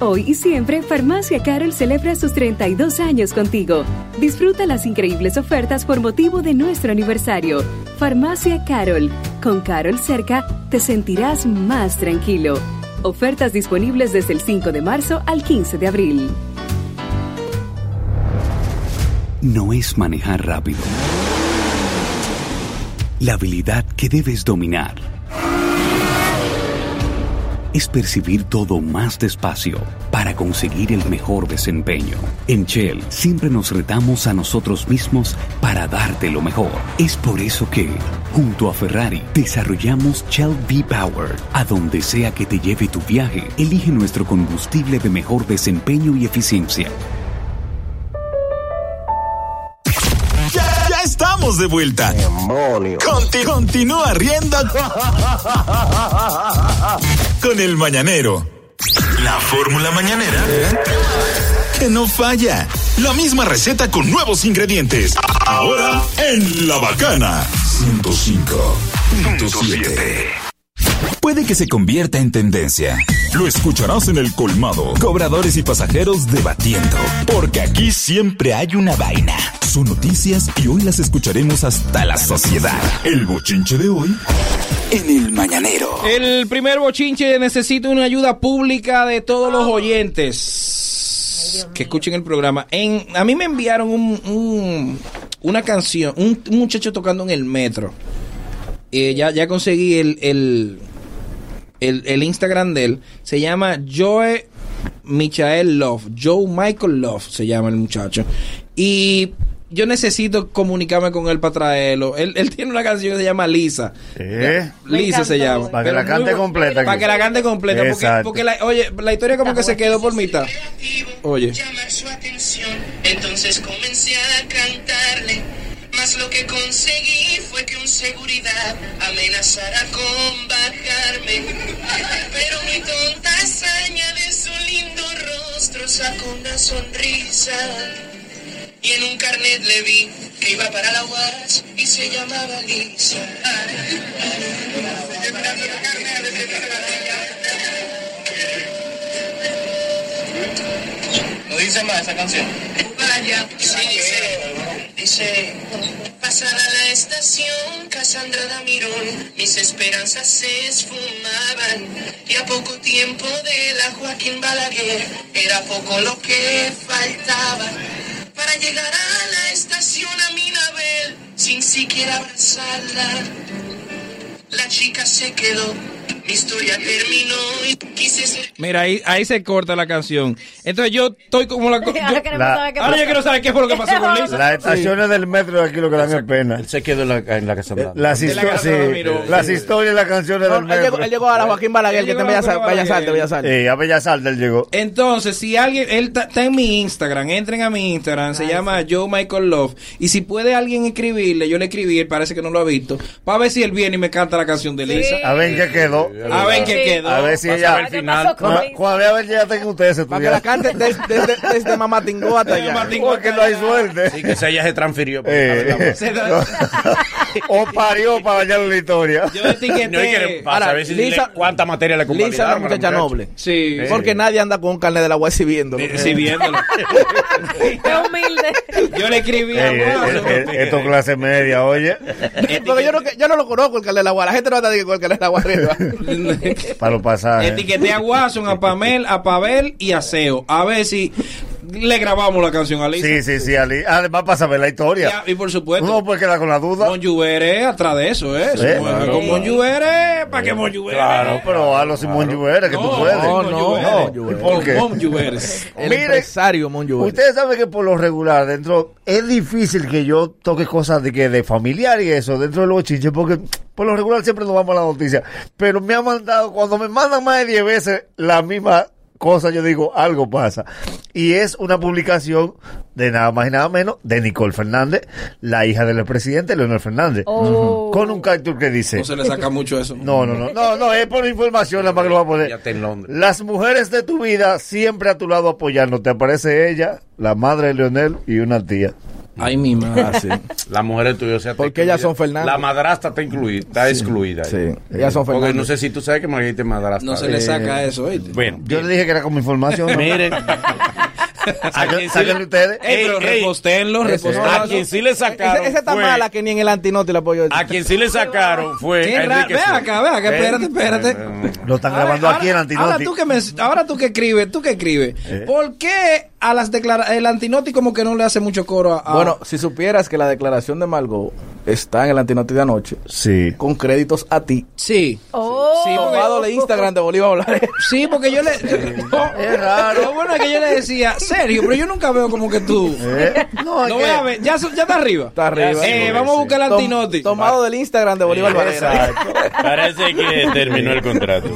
[SPEAKER 23] Hoy y siempre, Farmacia Carol celebra sus 32 años contigo. Disfruta las increíbles ofertas por motivo de nuestro aniversario. Farmacia Carol. Con Carol cerca, te sentirás más tranquilo. Ofertas disponibles desde el 5 de marzo al 15 de abril.
[SPEAKER 24] no es manejar rápido. La habilidad que debes dominar es percibir todo más despacio para conseguir el mejor desempeño. En Shell siempre nos retamos a nosotros mismos para darte lo mejor. Es por eso que, junto a Ferrari, desarrollamos Shell V-Power. A donde sea que te lleve tu viaje, elige nuestro combustible de mejor desempeño y eficiencia.
[SPEAKER 6] Ya, ya estamos de vuelta. Conti- continúa riendo con el mañanero. La fórmula mañanera que no falla. La misma receta con nuevos ingredientes. Ahora en La Bacana 105.7.
[SPEAKER 24] Puede que se convierta en tendencia.
[SPEAKER 6] Lo escucharás en el colmado. Cobradores y pasajeros debatiendo. Porque aquí siempre hay una vaina. Son noticias y hoy las escucharemos hasta la sociedad. El bochinche de hoy en el mañanero.
[SPEAKER 2] El primer bochinche necesita una ayuda pública de todos los oyentes que escuchen el programa. En, a mí me enviaron un- un- una canción, un, un muchacho tocando en el metro. Eh, ya, ya conseguí el, el, el- el Instagram de él. Se llama Joe Michael Love. Joe Michael Love se llama el muchacho. Y yo necesito comunicarme con él para traerlo. Él, él (laughs) tiene una canción que se llama Lisa.
[SPEAKER 5] ¿Eh?
[SPEAKER 2] Lisa se llama.
[SPEAKER 5] Para que la
[SPEAKER 2] Pero
[SPEAKER 5] cante
[SPEAKER 2] muy bu-
[SPEAKER 5] completa aquí.
[SPEAKER 2] Para que la cante completa. Porque,
[SPEAKER 5] Exacto.
[SPEAKER 2] porque la, oye, la historia como que se quedó por mitad. Oye.
[SPEAKER 25] su atención. Entonces comencé a cantarle. Mas lo que conseguí fue que un seguridad amenazara con bajarme. Pero mi tonta hazaña de su lindo rostro sacó una sonrisa. Y en un carnet le vi que iba para la UAS y se llamaba Lisa. No dice más esa canción. Vaya, sí, dice, dice, pasada la estación, Casandra Damirón, mis esperanzas se esfumaban y a poco tiempo de la Joaquín Balaguer era poco lo que faltaba para llegar a la estación a Minabel sin siquiera abrazarla. La chica se quedó, mi historia terminó y quise ser
[SPEAKER 2] Mira, ahí, ahí se corta la canción. Entonces yo estoy
[SPEAKER 5] (laughs)
[SPEAKER 2] como la... co- yo-
[SPEAKER 5] queremos La- saber qué
[SPEAKER 2] ahora
[SPEAKER 5] pasó.
[SPEAKER 2] yo quiero saber qué fue lo que pasó
[SPEAKER 5] (laughs)
[SPEAKER 2] con Lisa.
[SPEAKER 5] Las estaciones del metro de aquí lo que dan es pena. Él
[SPEAKER 1] se quedó en la, en la casa
[SPEAKER 5] Las,
[SPEAKER 4] De la
[SPEAKER 5] histo-
[SPEAKER 4] Casa
[SPEAKER 5] sí,
[SPEAKER 4] Ramiro.
[SPEAKER 5] las historias y las canciones del
[SPEAKER 4] él, llegó,
[SPEAKER 5] metro.
[SPEAKER 4] él llegó a la Joaquín Balaguer,
[SPEAKER 2] Él
[SPEAKER 4] que
[SPEAKER 2] llegó
[SPEAKER 4] está
[SPEAKER 2] a
[SPEAKER 4] en
[SPEAKER 2] la
[SPEAKER 4] Bellas Artes,
[SPEAKER 2] Joaquín
[SPEAKER 4] Bellas Artes, Bellas
[SPEAKER 2] Balaguer.
[SPEAKER 4] Artes.
[SPEAKER 5] Sí, Eh, a Bellas Artes él llegó.
[SPEAKER 2] Entonces, si alguien, él ta- está en mi Instagram, entren a mi Instagram, se llama Joe Michael Love. Y si puede alguien escribirle, yo le escribí, él parece que no lo ha visto, para ver si él viene y me canta la canción de Lisa.
[SPEAKER 5] A ver en qué quedó.
[SPEAKER 2] A ver en qué quedó.
[SPEAKER 5] A ver si Ah.
[SPEAKER 2] Pasa
[SPEAKER 5] ella.
[SPEAKER 2] al final.
[SPEAKER 5] Cua- Cuando vea a ver, ya tengo ustedes estudiando.
[SPEAKER 4] Para que la cante desde, desde, desde Mamá Tingó hasta allá.
[SPEAKER 5] Porque no hay suerte.
[SPEAKER 1] Sí, que ella se transfirió. pues, (laughs)
[SPEAKER 5] Eh, o parió para dañar la historia. Eh,
[SPEAKER 2] Yo etiqueté.
[SPEAKER 1] (laughs) No, y que pasa, a ver si
[SPEAKER 4] Lisa-
[SPEAKER 1] le- cuánta materia le Ah, convalidaron
[SPEAKER 4] Lisa es
[SPEAKER 1] a
[SPEAKER 4] una muchacha noble.
[SPEAKER 2] Sí.
[SPEAKER 4] Porque nadie anda con un carnet de la UAS viéndolo.
[SPEAKER 2] Sí, viéndolo.
[SPEAKER 3] (laughs) Qué humilde.
[SPEAKER 2] Yo le escribí a
[SPEAKER 5] Ey, eh,
[SPEAKER 2] Guaso.
[SPEAKER 5] eh, esto clase media, oye.
[SPEAKER 4] (laughs) Porque yo no, yo no lo conozco el carnet de la UAS. La gente no anda con el carnet de la UAS arriba.
[SPEAKER 5] Para los pasajes.
[SPEAKER 2] Etiqueté a Watson, a Pamel, a Pavel y a Seo. A ver si le grabamos la canción a Lisa.
[SPEAKER 5] Sí, sí, ah, sí, Ali. Además, para saber la historia.
[SPEAKER 2] Y, y por supuesto.
[SPEAKER 5] Uno puede quedar con la duda.
[SPEAKER 2] Mon Juvere atrás de eso, ¿eh?
[SPEAKER 5] Sí,
[SPEAKER 2] Con-
[SPEAKER 5] claro.
[SPEAKER 2] Con Mon Juvere, para que Mon Juvere.
[SPEAKER 5] Claro, pero a los Simón Lluvera, que tú puedes.
[SPEAKER 4] no, no,
[SPEAKER 5] no.
[SPEAKER 4] Juvere.
[SPEAKER 5] ¿Por qué?
[SPEAKER 2] Mon Juveres.
[SPEAKER 4] (laughs) (laughs) El
[SPEAKER 5] Mire,
[SPEAKER 4] empresario Monjuel.
[SPEAKER 5] Ustedes saben que por lo regular, dentro, es difícil que yo toque cosas de que de familiar y eso, dentro de los chinches, porque por lo regular siempre nos vamos a la noticia. Pero me han mandado, cuando me mandan más de 10 veces la misma cosa, yo digo, algo pasa. Y es una publicación de nada más y nada menos de Nicole Fernández, la hija del presidente Leonel Fernández,
[SPEAKER 3] Oh.
[SPEAKER 5] con un capture que dice...
[SPEAKER 2] No se le saca mucho eso.
[SPEAKER 5] No, no, no, no, no, es por información la más que lo va a poner.
[SPEAKER 1] Ya está en Londres.
[SPEAKER 5] Las mujeres de tu vida siempre a tu lado apoyando. Te aparece ella, la madre de Leonel y una tía.
[SPEAKER 2] Ay, mi
[SPEAKER 1] (laughs)
[SPEAKER 2] madre.
[SPEAKER 4] Ah, sí.
[SPEAKER 1] Las mujeres tuyas. o sea, está
[SPEAKER 4] Porque ellas
[SPEAKER 1] incluida.
[SPEAKER 4] son Fernández.
[SPEAKER 1] La madrastra está incluida. Está excluida.
[SPEAKER 4] sí. Ellas son
[SPEAKER 1] Porque
[SPEAKER 4] Fernández.
[SPEAKER 1] no sé si tú sabes que Margarita es madrastra. Eh,
[SPEAKER 2] No se le saca eso, ¿oíste?
[SPEAKER 1] Bueno,
[SPEAKER 5] Yo le dije que era como información. ¿no?
[SPEAKER 1] miren.
[SPEAKER 5] Sáquen- Sáquenle ustedes.
[SPEAKER 2] Ey, pero
[SPEAKER 1] Ey, ey.
[SPEAKER 2] repostenlo,
[SPEAKER 1] A
[SPEAKER 2] repostenlo.
[SPEAKER 1] quien sí le sacaron.
[SPEAKER 4] Esa esa está
[SPEAKER 1] fue-
[SPEAKER 4] mala que ni en el antinote la apoyo.
[SPEAKER 1] A quien sí le sacaron fue.
[SPEAKER 2] Qué
[SPEAKER 1] a
[SPEAKER 2] raro.
[SPEAKER 1] Enrique
[SPEAKER 2] Ve
[SPEAKER 1] Suárez.
[SPEAKER 2] acá, ve acá,
[SPEAKER 1] Eh,
[SPEAKER 2] espérate, espérate.
[SPEAKER 5] Lo están
[SPEAKER 2] Ahora-
[SPEAKER 5] grabando aquí en
[SPEAKER 2] ahora-
[SPEAKER 5] Antinoti.
[SPEAKER 2] Ahora tú que me, ahora tú que escribes, tú que escribes.
[SPEAKER 4] Eh,
[SPEAKER 2] ¿Por qué a las declaraciones el antinoti como que no le hace mucho coro a, a-
[SPEAKER 4] Bueno, si supieras que la declaración de Margot está en el antinote de anoche,
[SPEAKER 5] Sí.
[SPEAKER 4] con créditos a ti.
[SPEAKER 2] sí?
[SPEAKER 3] Oh.
[SPEAKER 2] Sí, porque-
[SPEAKER 4] Tomado de Instagram de Bolívar Bolares.
[SPEAKER 2] (laughs) Sí, porque yo le no,
[SPEAKER 5] Es raro.
[SPEAKER 2] Lo bueno es que yo le decía, "Serio, pero yo nunca veo como
[SPEAKER 4] (laughs)
[SPEAKER 2] que tú."
[SPEAKER 5] ¿Eh? No, es
[SPEAKER 2] No
[SPEAKER 5] que-
[SPEAKER 2] voy a ver, ya, so- ya está arriba.
[SPEAKER 4] Está arriba.
[SPEAKER 2] Eh, vamos a buscar el
[SPEAKER 4] Tom-
[SPEAKER 2] antinoti. Eh,
[SPEAKER 4] tomado del Instagram de Bolívar Bolares.
[SPEAKER 1] Exacto. Parece que terminó el contrato.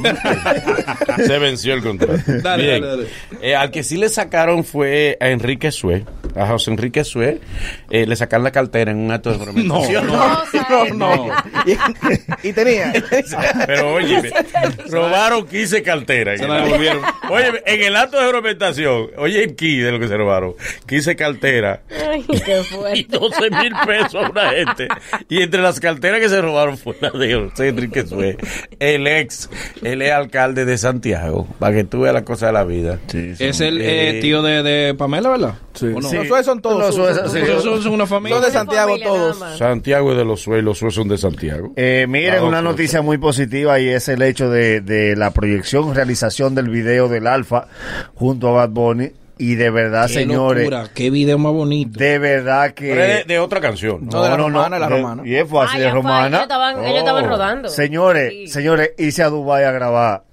[SPEAKER 1] Se venció el contrato.
[SPEAKER 2] Dale,
[SPEAKER 1] Bien.
[SPEAKER 2] dale, dale.
[SPEAKER 1] Eh, al que sí le sacaron fue a Enrique Sue, a José Enrique Sue, eh, le sacaron la cartera en un acto de prometación.
[SPEAKER 4] No, no. (laughs) Y, y tenía.
[SPEAKER 1] Pero
[SPEAKER 2] (laughs)
[SPEAKER 1] oye, robaron 15 carteras.
[SPEAKER 2] Se la devolvieron.
[SPEAKER 1] Oye, en el acto de prometación, oye, el key de lo que se robaron, 15 carteras
[SPEAKER 3] Ay,
[SPEAKER 1] (laughs)
[SPEAKER 3] qué
[SPEAKER 1] y
[SPEAKER 3] fuerte.
[SPEAKER 1] 12 mil pesos a una gente. Y entre las carteras que se robaron fue la de José Enrique Sue, el ex, el ex alcalde de Santiago, para que tú veas la cosa de la vida.
[SPEAKER 2] Es el eh, tío de, de Pamela, ¿verdad? Sí.
[SPEAKER 4] No, esos son todos.
[SPEAKER 5] No, eso es-
[SPEAKER 4] Son-
[SPEAKER 5] sí.
[SPEAKER 4] son-
[SPEAKER 2] Son, son una familia.
[SPEAKER 4] Son de Santiago
[SPEAKER 3] Familia,
[SPEAKER 4] todos.
[SPEAKER 3] nada más.
[SPEAKER 1] Santiago es de los suelos, los suelos son de Santiago.
[SPEAKER 5] Eh, miren, una noticia muy positiva y es el hecho de, de la proyección, realización del video del Alfa junto a Bad Bunny. Y de verdad,
[SPEAKER 2] Qué
[SPEAKER 5] señores,
[SPEAKER 2] locura, qué video más bonito.
[SPEAKER 5] de verdad que...
[SPEAKER 1] Pero es de, de otra canción. ¿no? Eh,
[SPEAKER 4] No, de la romana, la
[SPEAKER 5] de-
[SPEAKER 4] romana.
[SPEAKER 5] eh, Y es fácil,
[SPEAKER 3] Ay,
[SPEAKER 5] de
[SPEAKER 3] Ah, ya fue,
[SPEAKER 5] romana. Oh.
[SPEAKER 3] Ellos estaban, ellos estaban rodando.
[SPEAKER 5] Señores,
[SPEAKER 3] Sí. Eh,
[SPEAKER 5] señores, hice a Dubai a grabar.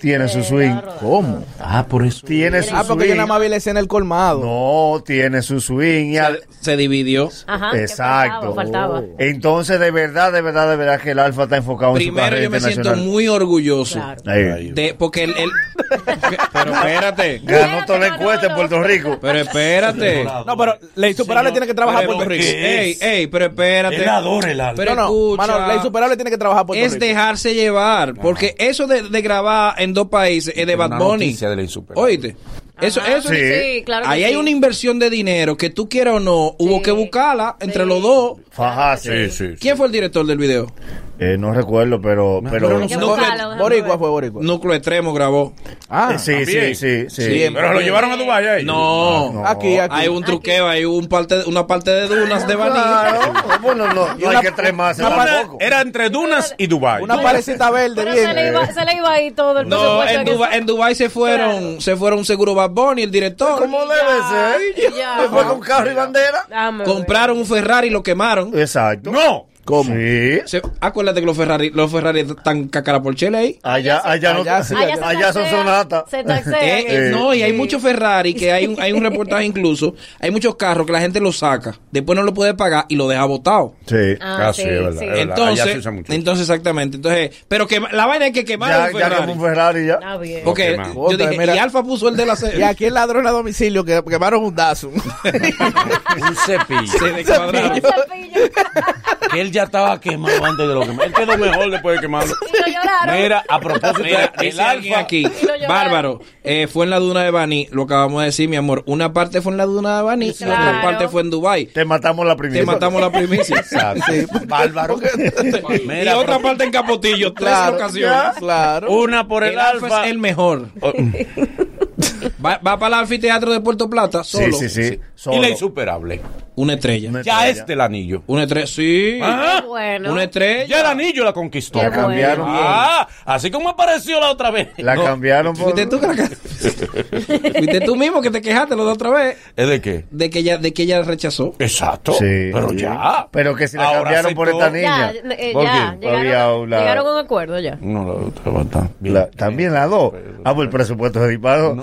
[SPEAKER 5] tiene su swing.
[SPEAKER 4] ¿Cómo?
[SPEAKER 5] Ah, por eso. Tiene su
[SPEAKER 4] Ah, porque yo
[SPEAKER 5] swing.
[SPEAKER 4] nada más vi la escena del colmado.
[SPEAKER 5] No, tiene su swing. y al-
[SPEAKER 2] Se dividió.
[SPEAKER 3] Ajá, que
[SPEAKER 5] Exacto.
[SPEAKER 3] faltaba, faltaba.
[SPEAKER 5] Oh. Entonces, de verdad, de verdad, de verdad que el Alfa está enfocado en su
[SPEAKER 2] Primero
[SPEAKER 5] carrera
[SPEAKER 2] yo me siento
[SPEAKER 5] internacional.
[SPEAKER 2] muy orgulloso.
[SPEAKER 5] Ahí.
[SPEAKER 2] De, porque el, el- pero espérate.
[SPEAKER 5] Ganó toda la encuesta en Puerto Rico.
[SPEAKER 2] Pero espérate.
[SPEAKER 4] No, pero Ley Superable tiene que trabajar por Puerto Rico.
[SPEAKER 2] Ey, ey, pero espérate.
[SPEAKER 4] Él adora el Alfa.
[SPEAKER 2] Pero
[SPEAKER 4] No, no,
[SPEAKER 2] escucha,
[SPEAKER 4] mano, la insuperable tiene que trabajar Puerto
[SPEAKER 2] Es
[SPEAKER 4] Rico.
[SPEAKER 2] dejarse llevar. Porque eso de, de grabar en dos países es de Bad
[SPEAKER 1] una
[SPEAKER 2] Bunny.
[SPEAKER 1] noticia de la insuperable.
[SPEAKER 2] Oíste. Eso, eso
[SPEAKER 1] Sí. Sí, claro que
[SPEAKER 2] Ahí hay
[SPEAKER 1] sí.
[SPEAKER 2] una inversión de dinero que tú quieras o no, hubo que buscarla entre los dos.
[SPEAKER 5] Fajarse. Sí,
[SPEAKER 2] ¿Quién fue el director del video?
[SPEAKER 5] Eh, no recuerdo, pero. pero,
[SPEAKER 2] Boricua fue Boricua. Núcleo Extremo grabó.
[SPEAKER 5] Ah, sí, sí, sí, sí.
[SPEAKER 1] Pero lo llevaron a Dubái ahí.
[SPEAKER 2] No,
[SPEAKER 1] Aquí, aquí.
[SPEAKER 2] Hay un truqueo, hay un parte, una parte de dunas de Baní.
[SPEAKER 5] Claro. Bueno, no, no hay que traer más.
[SPEAKER 1] Una
[SPEAKER 5] tampoco.
[SPEAKER 1] pare- era entre Dunas y Dubái.
[SPEAKER 4] Una parecita verde,
[SPEAKER 3] Pero se le,
[SPEAKER 1] bien.
[SPEAKER 3] iba, se le iba ahí todo el
[SPEAKER 2] No,
[SPEAKER 3] presupuesto
[SPEAKER 2] en,
[SPEAKER 3] que-
[SPEAKER 2] Dubai, en Dubái se fueron, se fueron seguro Bad Bunny, el director.
[SPEAKER 5] ¿Cómo debe ser?
[SPEAKER 3] Ya.
[SPEAKER 5] fue con carro y bandera.
[SPEAKER 3] Dame,
[SPEAKER 2] Compraron un Ferrari y lo quemaron.
[SPEAKER 5] Exacto.
[SPEAKER 1] No.
[SPEAKER 5] ¿Cómo? Sí.
[SPEAKER 2] Se- acuérdate que los Ferrari, los Ferrari están cacarapolchele ahí.
[SPEAKER 5] Allá, allá, no-
[SPEAKER 2] Allá sí,
[SPEAKER 5] allá
[SPEAKER 2] allá.
[SPEAKER 5] allá son sonatas.
[SPEAKER 8] (laughs)
[SPEAKER 3] Se taxean.
[SPEAKER 2] Eh, eh, no, y hay muchos Ferrari que hay un, hay un
[SPEAKER 1] (laughs)
[SPEAKER 2] reportaje incluso, hay muchos carros que la gente los saca, después no lo puede pagar y lo deja botado.
[SPEAKER 5] Sí.
[SPEAKER 1] Ah, Ah, sí, sí, es verdad, sí. es verdad. Allá se
[SPEAKER 2] Entonces,
[SPEAKER 1] usa mucho.
[SPEAKER 2] entonces exactamente, entonces, pero que la vaina es que
[SPEAKER 5] Ya,
[SPEAKER 2] quemaron un
[SPEAKER 5] ya
[SPEAKER 2] Ferrari.
[SPEAKER 5] como un Ferrari ya.
[SPEAKER 2] Porque
[SPEAKER 5] Lo
[SPEAKER 2] yo dije,
[SPEAKER 4] Mira.
[SPEAKER 2] y Alfa puso el de la serie.
[SPEAKER 4] Y aquí el ladrón a domicilio que quemaron un dazo.
[SPEAKER 26] Un cepillo.
[SPEAKER 2] Se descuadraron.
[SPEAKER 26] Que él ya estaba quemado antes de lo quemado. Él quedó mejor después de quemarlo. Mira, a propósito,
[SPEAKER 2] Mira,
[SPEAKER 26] el
[SPEAKER 2] dice alguien
[SPEAKER 26] alfa
[SPEAKER 2] aquí, Bárbaro, eh, fue en la duna de Bani, lo acabamos de decir, mi amor. Una parte fue en la duna de Bani, la otra
[SPEAKER 5] Claro.
[SPEAKER 2] parte fue en Dubai.
[SPEAKER 5] Te matamos la primicia.
[SPEAKER 2] Te matamos la primicia.
[SPEAKER 5] (laughs) Exacto.
[SPEAKER 2] (laughs)
[SPEAKER 1] Bárbaro.
[SPEAKER 2] y otra parte en Capotillo, tres
[SPEAKER 1] Claro,
[SPEAKER 2] ocasiones.
[SPEAKER 1] ya,
[SPEAKER 4] claro.
[SPEAKER 1] Una por el Alfa.
[SPEAKER 2] es el mejor. (laughs) va, va para el anfiteatro de Puerto Plata solo.
[SPEAKER 1] Sí, sí, sí. Y la insuperable.
[SPEAKER 2] Una estrella.
[SPEAKER 1] Ya es del anillo. Ah.
[SPEAKER 2] Una estrella, sí.
[SPEAKER 1] Ajá.
[SPEAKER 3] bueno.
[SPEAKER 2] Ah, Una estrella.
[SPEAKER 1] Ya el anillo la conquistó.
[SPEAKER 2] La cambiaron.
[SPEAKER 1] Ah, así como apareció la otra vez.
[SPEAKER 5] La cambiaron por.
[SPEAKER 2] Fuiste tú, que la ca- Fuiste tú mismo que te quejaste la otra vez
[SPEAKER 1] ¿Es de qué?
[SPEAKER 2] de que ella, de que ella rechazó.
[SPEAKER 1] Exacto. Pero ya.
[SPEAKER 5] Pero que si la
[SPEAKER 1] Ahora
[SPEAKER 5] cambiaron por esta
[SPEAKER 1] aceptó.
[SPEAKER 3] Ya,
[SPEAKER 5] niña.
[SPEAKER 3] eh,
[SPEAKER 5] ¿Por
[SPEAKER 3] ya,
[SPEAKER 5] qué? Había
[SPEAKER 3] llegaron,
[SPEAKER 5] una-
[SPEAKER 3] llegaron a un acuerdo ya.
[SPEAKER 1] No, la otra va a estar bien.
[SPEAKER 5] La- también la dos. Ah, pues el presupuesto es disparado.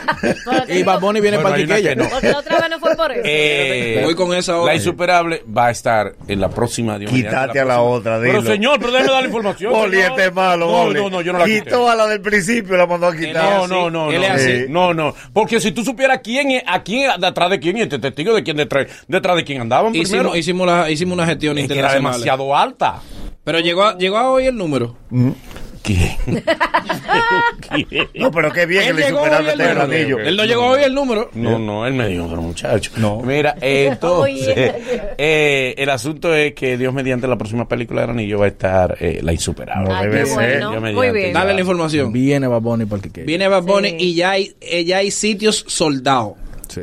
[SPEAKER 4] (laughs) y Bad Bunny viene
[SPEAKER 1] Bueno,
[SPEAKER 4] para
[SPEAKER 1] hay una
[SPEAKER 4] Quiqueya.
[SPEAKER 1] que no.
[SPEAKER 3] Porque la otra vez no
[SPEAKER 1] (laughs)
[SPEAKER 3] fue por eso.
[SPEAKER 1] Eh,
[SPEAKER 2] Voy con esa
[SPEAKER 1] La
[SPEAKER 2] otra.
[SPEAKER 1] insuperable va a estar en la próxima. Dios mediante,
[SPEAKER 5] Quítate a la
[SPEAKER 1] próxima.
[SPEAKER 5] otra,
[SPEAKER 1] Pero
[SPEAKER 5] dilo.
[SPEAKER 1] señor, pero déjeme dar la información.
[SPEAKER 5] Boli,
[SPEAKER 1] señor.
[SPEAKER 5] este es malo,
[SPEAKER 1] No,
[SPEAKER 5] Boli.
[SPEAKER 1] no, no, yo no la quité.
[SPEAKER 5] Quitó a la del principio, la mandó a quitar.
[SPEAKER 1] No, no, no,
[SPEAKER 5] Él
[SPEAKER 1] no.
[SPEAKER 5] es así.
[SPEAKER 1] Sí. no, no, porque si tú supieras quién es, a quién, detrás de quién, y este testigo de quién detrás, detrás de quién andaban primero,
[SPEAKER 2] Hicimos, hicimos, la, hicimos una gestión
[SPEAKER 1] es que era
[SPEAKER 2] internacional.
[SPEAKER 1] demasiado alta.
[SPEAKER 2] Pero llegó a, llegó a hoy el número.
[SPEAKER 1] ¿Qué?
[SPEAKER 5] No, pero qué bien
[SPEAKER 2] Él
[SPEAKER 5] que le
[SPEAKER 2] llegó hoy
[SPEAKER 5] superaron
[SPEAKER 2] el
[SPEAKER 5] este
[SPEAKER 2] número.
[SPEAKER 5] anillo.
[SPEAKER 2] Él no llegó hoy el número.
[SPEAKER 1] No, no, él me dijo, pero muchacho.
[SPEAKER 3] (laughs)
[SPEAKER 1] Mira, eh, entonces,
[SPEAKER 3] Oye.
[SPEAKER 1] eh, el asunto es que Dios mediante la próxima película del anillo va a estar eh, la insuperable.
[SPEAKER 3] Ah, debe qué ser. bueno.
[SPEAKER 1] Dios
[SPEAKER 3] Muy
[SPEAKER 1] mediante,
[SPEAKER 3] bien.
[SPEAKER 1] ya.
[SPEAKER 2] Dale la información.
[SPEAKER 4] Viene Bad Bunny para Quiqueya.
[SPEAKER 2] Viene Bad Bunny y ya hay, eh, ya hay sitios soldados.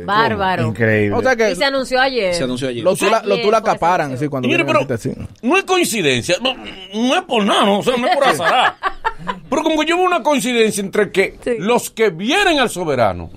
[SPEAKER 3] Bárbaro.
[SPEAKER 5] Increíble.
[SPEAKER 4] O sea que
[SPEAKER 3] Y se anunció ayer.
[SPEAKER 2] Se anunció ayer.
[SPEAKER 4] lo tú la, lo tú la acaparan así cuando
[SPEAKER 1] Mire,
[SPEAKER 4] viene
[SPEAKER 1] pero no es coincidencia, no, no es por nada, no, o sea, no es por azar. Pero como que yo veo una coincidencia entre que los que vienen al soberano,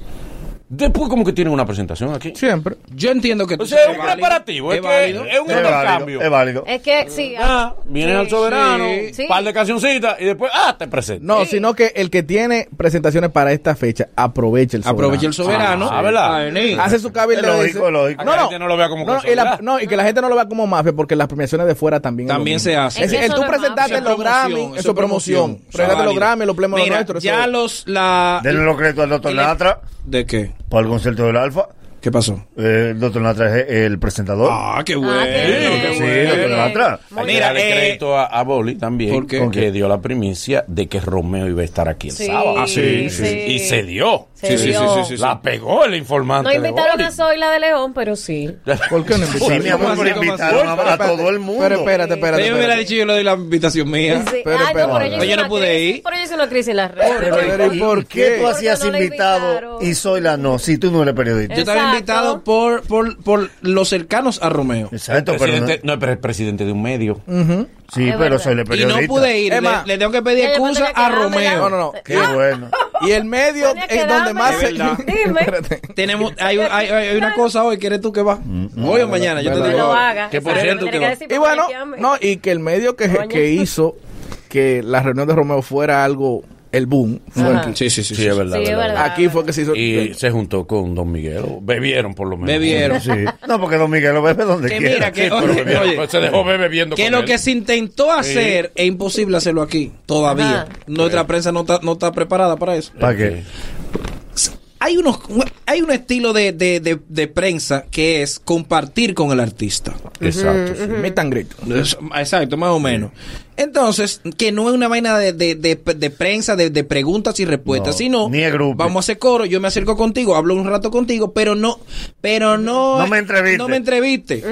[SPEAKER 1] después como que tienen una presentación aquí.
[SPEAKER 4] Siempre.
[SPEAKER 2] Yo entiendo que
[SPEAKER 1] O sea, es un
[SPEAKER 2] válido,
[SPEAKER 1] preparativo, es,
[SPEAKER 2] es
[SPEAKER 1] que
[SPEAKER 2] válido.
[SPEAKER 1] es un
[SPEAKER 5] Es válido,
[SPEAKER 1] intercambio.
[SPEAKER 5] es válido.
[SPEAKER 3] Es que sí.
[SPEAKER 1] Ah, vienen
[SPEAKER 3] sí.
[SPEAKER 1] al soberano, un
[SPEAKER 3] Sí.
[SPEAKER 1] par de cancioncitas y después, ah, te presento.
[SPEAKER 4] No, sino que el que tiene presentaciones para esta fecha aprovecha el soberano.
[SPEAKER 2] Aprovecha el soberano.
[SPEAKER 1] Ah, ¿verdad?
[SPEAKER 2] a venir.
[SPEAKER 4] Hace su cabildo.
[SPEAKER 5] Lógico,
[SPEAKER 4] y dice-
[SPEAKER 5] lógico.
[SPEAKER 4] No,
[SPEAKER 1] La
[SPEAKER 4] no.
[SPEAKER 1] gente no lo vea como
[SPEAKER 4] No, y,
[SPEAKER 1] casualidad.
[SPEAKER 4] la- no, y que la gente no lo vea como mafia porque las premiaciones de fuera también. es lo
[SPEAKER 2] También
[SPEAKER 4] mismo.
[SPEAKER 2] se hace.
[SPEAKER 4] Es decir,
[SPEAKER 3] Es que
[SPEAKER 4] el
[SPEAKER 3] eso
[SPEAKER 4] tú
[SPEAKER 3] es
[SPEAKER 4] presentarte
[SPEAKER 3] mafia.
[SPEAKER 4] en los Grammy, eso es promoción.
[SPEAKER 2] Eso es
[SPEAKER 4] Presentarte en los
[SPEAKER 2] válido.
[SPEAKER 4] Grammy, los premios
[SPEAKER 2] Mira,
[SPEAKER 4] nuestros.
[SPEAKER 2] Ya
[SPEAKER 4] eso-
[SPEAKER 2] los. La,
[SPEAKER 5] Denle los créditos al doctor
[SPEAKER 2] y le-
[SPEAKER 5] Natra
[SPEAKER 2] ¿De qué?
[SPEAKER 5] para el concierto del Alfa.
[SPEAKER 2] ¿Qué pasó?
[SPEAKER 5] Eh, el doctor Natra es el presentador.
[SPEAKER 2] Ah, qué bueno.
[SPEAKER 3] Ah, qué bien,
[SPEAKER 2] qué
[SPEAKER 5] sí,
[SPEAKER 2] bueno.
[SPEAKER 5] doctor Natra.
[SPEAKER 1] Hay que
[SPEAKER 2] Mira,
[SPEAKER 1] darle
[SPEAKER 2] eh,
[SPEAKER 1] crédito a, a Boli
[SPEAKER 2] ¿Por
[SPEAKER 1] también,
[SPEAKER 2] qué?
[SPEAKER 1] que dio la primicia de que Romeo iba a estar aquí el
[SPEAKER 3] Sí,
[SPEAKER 1] sábado.
[SPEAKER 3] Ah, sí, sí.
[SPEAKER 1] Y se dio.
[SPEAKER 3] Se Sí, sí, dio. sí, sí, sí, sí.
[SPEAKER 1] La pegó el informante.
[SPEAKER 3] No
[SPEAKER 1] de
[SPEAKER 3] invitaron
[SPEAKER 1] Boli.
[SPEAKER 3] a Zoila de León, pero sí.
[SPEAKER 1] (laughs)
[SPEAKER 4] ¿Por qué no
[SPEAKER 5] Sí, mi
[SPEAKER 4] invitaron?
[SPEAKER 5] amor, pero invitaron a, a todo el mundo.
[SPEAKER 4] Pero espérate, espérate.
[SPEAKER 2] Ella me hubiera dicho, yo le doy la invitación mía.
[SPEAKER 3] Sí.
[SPEAKER 4] Pero,
[SPEAKER 3] ah,
[SPEAKER 4] pero,
[SPEAKER 3] no, pero yo,
[SPEAKER 2] pero
[SPEAKER 3] hice
[SPEAKER 2] yo no
[SPEAKER 3] una
[SPEAKER 2] pude
[SPEAKER 3] crisis,
[SPEAKER 2] ir.
[SPEAKER 3] Pero yo hice una crisis en las redes.
[SPEAKER 4] Pero, ¿y por
[SPEAKER 5] ¿Qué
[SPEAKER 4] qué?
[SPEAKER 5] tú hacías
[SPEAKER 3] Porque no la
[SPEAKER 5] invitado
[SPEAKER 3] invitaron.
[SPEAKER 5] y Zoila no? Si tú no eres periodista.
[SPEAKER 2] Yo estaba
[SPEAKER 3] Exacto.
[SPEAKER 2] invitado por, por, por los cercanos a Romeo.
[SPEAKER 5] Exacto, pero no,
[SPEAKER 1] Presidente- no, pero es presidente de un medio.
[SPEAKER 5] sí,
[SPEAKER 3] Es
[SPEAKER 5] pero
[SPEAKER 3] verdad.
[SPEAKER 5] soy el
[SPEAKER 2] Y
[SPEAKER 5] periodista.
[SPEAKER 2] no pude ir. Le,
[SPEAKER 4] Emma.
[SPEAKER 2] le tengo que pedir
[SPEAKER 3] Ella me
[SPEAKER 2] excusa
[SPEAKER 3] tenía
[SPEAKER 2] a
[SPEAKER 3] que darme la-
[SPEAKER 2] Romeo.
[SPEAKER 4] No, no, no.
[SPEAKER 5] Qué bueno.
[SPEAKER 4] Y el medio
[SPEAKER 3] Tenía que
[SPEAKER 4] es donde
[SPEAKER 3] darme-
[SPEAKER 4] más se...
[SPEAKER 2] Es verdad.
[SPEAKER 4] (laughs)
[SPEAKER 3] Dime.
[SPEAKER 4] Espérate.
[SPEAKER 2] Tenemos, hay, hay, eh, hay una cosa hoy que eres tú que vas. hoy o mañana, yo te
[SPEAKER 3] No
[SPEAKER 2] digo.
[SPEAKER 3] lo
[SPEAKER 2] ahora.
[SPEAKER 3] hagas.
[SPEAKER 2] Que por
[SPEAKER 3] Exacto,
[SPEAKER 2] cierto,
[SPEAKER 3] me
[SPEAKER 2] que
[SPEAKER 3] tiene que
[SPEAKER 2] va.
[SPEAKER 3] decir
[SPEAKER 4] Y
[SPEAKER 3] por
[SPEAKER 4] bueno,
[SPEAKER 3] qué llame.
[SPEAKER 4] no, y que el medio que,
[SPEAKER 3] Coño.
[SPEAKER 4] que hizo que la reunión de Romeo fuera algo el boom fue
[SPEAKER 1] Ajá.
[SPEAKER 4] aquí.
[SPEAKER 1] Sí, sí, sí, Sí, sí, es sí. verdad, Sí, es verdad, verdad.
[SPEAKER 4] Aquí fue que se hizo.
[SPEAKER 1] Y se juntó con Don Miguelo. Bebieron, por lo menos.
[SPEAKER 2] Bebieron.
[SPEAKER 1] Sí.
[SPEAKER 5] No, porque Don Miguel lo bebe donde
[SPEAKER 2] Que
[SPEAKER 5] quiera.
[SPEAKER 2] mira,
[SPEAKER 5] Sí,
[SPEAKER 2] que,
[SPEAKER 5] pero
[SPEAKER 2] oye,
[SPEAKER 5] bebieron.
[SPEAKER 2] oye,
[SPEAKER 1] se dejó beber bebiendo
[SPEAKER 2] que
[SPEAKER 1] con
[SPEAKER 2] lo
[SPEAKER 1] él.
[SPEAKER 2] que se intentó
[SPEAKER 1] Sí.
[SPEAKER 2] hacer es imposible hacerlo aquí todavía.
[SPEAKER 1] Ajá.
[SPEAKER 2] Nuestra prensa no está no está preparada para eso.
[SPEAKER 5] ¿Para qué?
[SPEAKER 2] Hay unos hay un estilo de, de, de, de prensa que es compartir con el artista.
[SPEAKER 4] Exacto, sí. Ujú.
[SPEAKER 2] Meet and greet. Es- Exacto, más o menos. Entonces, que no es una vaina de, de, de- de prensa, de, de preguntas y respuestas,
[SPEAKER 5] No,
[SPEAKER 2] sino vamos a hacer coro, yo me acerco contigo, hablo un rato contigo, pero no, pero no,
[SPEAKER 5] No me entreviste.
[SPEAKER 2] no me entreviste.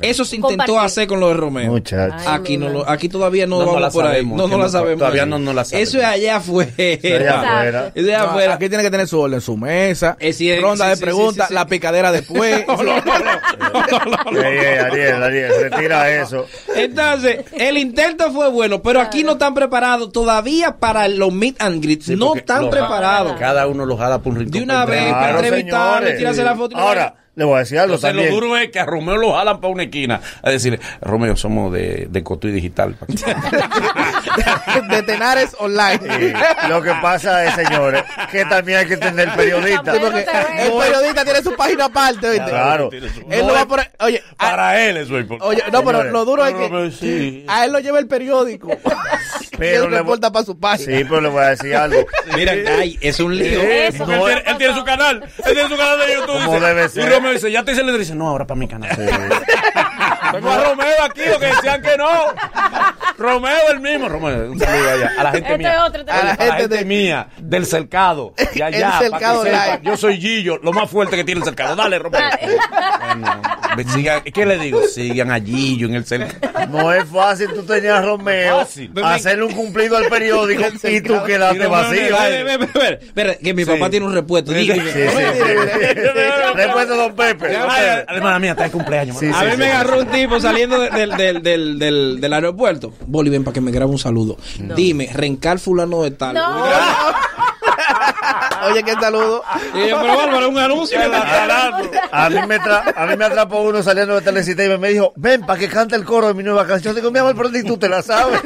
[SPEAKER 2] Eso se intentó
[SPEAKER 5] Compartir.
[SPEAKER 2] hacer con lo de Romeo.
[SPEAKER 5] Muchachos.
[SPEAKER 1] Ay,
[SPEAKER 2] Aquí
[SPEAKER 1] mi
[SPEAKER 2] no
[SPEAKER 1] madre.
[SPEAKER 2] lo, aquí todavía
[SPEAKER 1] No,
[SPEAKER 2] no,
[SPEAKER 1] no
[SPEAKER 2] vamos
[SPEAKER 1] la
[SPEAKER 2] por
[SPEAKER 1] sabemos,
[SPEAKER 2] ahí. No,
[SPEAKER 1] que
[SPEAKER 2] no la
[SPEAKER 1] no-
[SPEAKER 2] sabemos.
[SPEAKER 1] todavía no- no la
[SPEAKER 2] Eso es allá afuera.
[SPEAKER 4] afuera.
[SPEAKER 2] Eso es allá
[SPEAKER 4] No,
[SPEAKER 2] afuera. Eh,
[SPEAKER 4] Aquí tiene que tener su orden, su mesa, ronda
[SPEAKER 2] sí,
[SPEAKER 4] de
[SPEAKER 2] sí,
[SPEAKER 4] preguntas,
[SPEAKER 2] sí, sí, sí.
[SPEAKER 4] la picadera después.
[SPEAKER 5] (laughs) Ey, ey, Ariel, Ariel,
[SPEAKER 2] Ah,
[SPEAKER 5] retira eso.
[SPEAKER 2] Entonces, el intento fue bueno, pero aquí no están preparados todavía para los meet and greet. no
[SPEAKER 1] Porque
[SPEAKER 2] están
[SPEAKER 1] los-
[SPEAKER 2] preparados.
[SPEAKER 1] Cada uno los jala por un rincón.
[SPEAKER 2] De una
[SPEAKER 1] para
[SPEAKER 2] vez,
[SPEAKER 1] entrar.
[SPEAKER 2] para entrevistarle, tirarse la foto. y
[SPEAKER 5] Ahora, le voy a decir algo
[SPEAKER 1] Entonces,
[SPEAKER 2] (laughs)
[SPEAKER 5] también.
[SPEAKER 1] lo duro es que a Romeo lo jalan para una esquina a decirle, Romeo, somos de, de Cotuí Digital. pa' que-
[SPEAKER 4] de Tenares Online.
[SPEAKER 5] Lo que pasa es, señores, que también hay que
[SPEAKER 2] (laughs)
[SPEAKER 5] entender el periodista.
[SPEAKER 4] Sí, porque el periodista tiene su página aparte, ¿oíste?
[SPEAKER 5] Claro.
[SPEAKER 4] Él no va por ahí- Oye,
[SPEAKER 2] ah,
[SPEAKER 1] Para él eso es importante.
[SPEAKER 4] Oye, no, pero
[SPEAKER 5] Señores,
[SPEAKER 4] lo duro es
[SPEAKER 5] no, no,
[SPEAKER 4] que
[SPEAKER 2] (laughs)
[SPEAKER 5] sí.
[SPEAKER 4] a él lo lleva el periódico.
[SPEAKER 5] Pero
[SPEAKER 4] Pero
[SPEAKER 5] le
[SPEAKER 4] le
[SPEAKER 5] voy-
[SPEAKER 4] importa para su página.
[SPEAKER 5] Sí, pero le voy a decir algo.
[SPEAKER 2] (laughs) Mira, ay, es un lío.
[SPEAKER 1] Eso, él, tiene, él tiene su canal. Él tiene su canal de YouTube.
[SPEAKER 5] Como
[SPEAKER 1] dice.
[SPEAKER 5] debe ser.
[SPEAKER 1] Y Romeo dice, ya te hice el dice, no, ahora para mi canal. Tengo a Romeo aquí, lo que decían que
[SPEAKER 2] (laughs)
[SPEAKER 1] no. (laughs) Romeo el mismo. Romeo, un saludo allá. A la gente
[SPEAKER 3] Este
[SPEAKER 1] mía.
[SPEAKER 3] otro, este
[SPEAKER 1] a la,
[SPEAKER 3] otro.
[SPEAKER 1] a la gente mía, del cercado. De allá.
[SPEAKER 3] El
[SPEAKER 1] pa' que
[SPEAKER 3] cercado
[SPEAKER 1] sepa,
[SPEAKER 3] live.
[SPEAKER 1] Yo soy Gillo, lo más fuerte que tiene el cercado. Dale, Romeo. Ve, sigan- ¿Qué le digo? Sigan a Gillo en el cercado.
[SPEAKER 5] No es fácil, tú tenías a Romeo
[SPEAKER 1] Fácil.
[SPEAKER 5] hacerle un cumplido al
[SPEAKER 4] (laughs)
[SPEAKER 5] periódico y tú quedaste vacío. eh.
[SPEAKER 2] Espera, que mi papá tiene un repuesto.
[SPEAKER 5] Sí, sí, sí. Repuesto Don Pepe. Don Pepe.
[SPEAKER 1] Hermana mía, está de cumpleaños.
[SPEAKER 2] a mí me agarró un tipo saliendo de- del, del, del, del, del aeropuerto. Boli, ven para que me grabe un saludo. Dime, rencar fulano de tal.
[SPEAKER 5] (laughs)
[SPEAKER 4] Oye, qué saludo.
[SPEAKER 2] Y yo, pero Bárbara, un anuncio. que está
[SPEAKER 5] hablando. A mí, me tra- a mí me atrapó uno saliendo de Telecita y me dijo, ven para que cante el coro de mi nueva canción. Digo, mi amor, pero ni tú te la
[SPEAKER 4] (laughs)
[SPEAKER 5] sabes.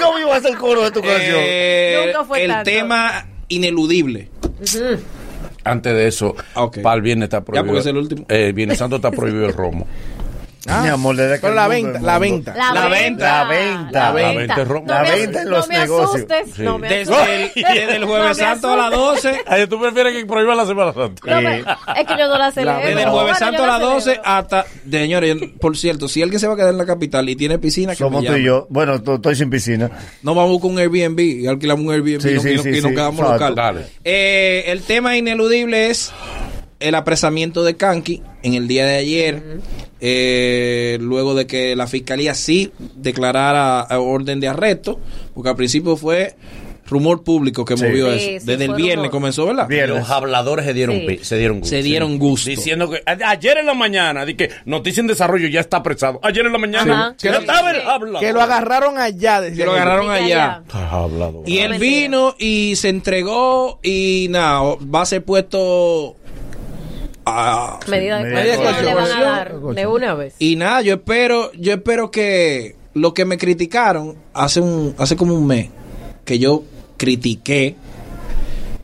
[SPEAKER 5] ¿Cómo iba a ser el coro de tu canción?
[SPEAKER 2] Eh,
[SPEAKER 5] Nunca fue
[SPEAKER 2] el
[SPEAKER 5] tanto.
[SPEAKER 2] tema ineludible.
[SPEAKER 1] Antes de eso, para el viernes está prohibido.
[SPEAKER 2] porque es el último.
[SPEAKER 1] Eh, viernes santo está prohibido el romo.
[SPEAKER 5] Mi amor, desde que
[SPEAKER 4] Pero
[SPEAKER 5] el
[SPEAKER 4] la
[SPEAKER 5] mundo
[SPEAKER 4] venta,
[SPEAKER 5] es
[SPEAKER 4] la
[SPEAKER 5] mundo.
[SPEAKER 4] venta.
[SPEAKER 3] (laughs) La
[SPEAKER 5] La venta. La venta.
[SPEAKER 1] La venta es romo.
[SPEAKER 5] La venta en los
[SPEAKER 3] no me
[SPEAKER 5] negocios.
[SPEAKER 3] asustes, no me
[SPEAKER 2] Desde
[SPEAKER 3] asustes.
[SPEAKER 2] el- desde el Jueves
[SPEAKER 3] No me
[SPEAKER 2] Santo a las
[SPEAKER 3] asustes.
[SPEAKER 2] 12.
[SPEAKER 1] Ay, ¿Tú prefieres que prohíba la Semana Santa?
[SPEAKER 3] No me- es que yo no la celebro.
[SPEAKER 2] Desde el
[SPEAKER 3] Bueno,
[SPEAKER 2] jueves
[SPEAKER 3] yo
[SPEAKER 2] santo a
[SPEAKER 3] la
[SPEAKER 2] las
[SPEAKER 3] celebro.
[SPEAKER 2] 12 hasta... de- Señores, yo- por cierto, si alguien se va a quedar en la capital y tiene piscina, que
[SPEAKER 5] Somos
[SPEAKER 2] me
[SPEAKER 5] tú
[SPEAKER 2] llame.
[SPEAKER 5] y yo. Bueno, tú- estoy sin piscina.
[SPEAKER 2] No vamos a buscar un Airbnb y alquilamos un Airbnb
[SPEAKER 5] Sí,
[SPEAKER 2] y, nos-
[SPEAKER 5] sí,
[SPEAKER 2] y nos-
[SPEAKER 5] sí,
[SPEAKER 2] y nos
[SPEAKER 5] sí,
[SPEAKER 2] quedamos
[SPEAKER 5] exacto.
[SPEAKER 2] local.
[SPEAKER 5] Dale.
[SPEAKER 2] Eh, el tema ineludible es el apresamiento de Kanki en el día de ayer. eh, luego de que la fiscalía sí declarara eh, orden de arresto, porque al principio fue rumor público que
[SPEAKER 1] Sí.
[SPEAKER 2] movió
[SPEAKER 1] Sí,
[SPEAKER 2] eso.
[SPEAKER 1] sí,
[SPEAKER 2] Desde el
[SPEAKER 1] fue
[SPEAKER 2] viernes
[SPEAKER 1] rumor.
[SPEAKER 2] comenzó, ¿verdad?
[SPEAKER 1] Los habladores se dieron,
[SPEAKER 2] Sí.
[SPEAKER 1] pi- se dieron gusto.
[SPEAKER 2] Se dieron gusto.
[SPEAKER 1] Diciendo que a- ayer en la mañana, di que noticia en desarrollo ya está apresado. Ayer en la mañana.
[SPEAKER 4] Ajá.
[SPEAKER 1] Que no estaba el hablador.
[SPEAKER 4] Que lo agarraron allá. decía
[SPEAKER 2] Que lo
[SPEAKER 4] ella.
[SPEAKER 2] agarraron allá.
[SPEAKER 1] Hablador.
[SPEAKER 2] Y él vino y se entregó y nada, va a ser puesto a
[SPEAKER 3] Medida de
[SPEAKER 2] Medida de
[SPEAKER 3] coerción le van a dar
[SPEAKER 2] coerción.
[SPEAKER 3] de una vez.
[SPEAKER 2] Y nada, yo espero, yo espero que lo que me criticaron hace un hace como un mes que yo critiqué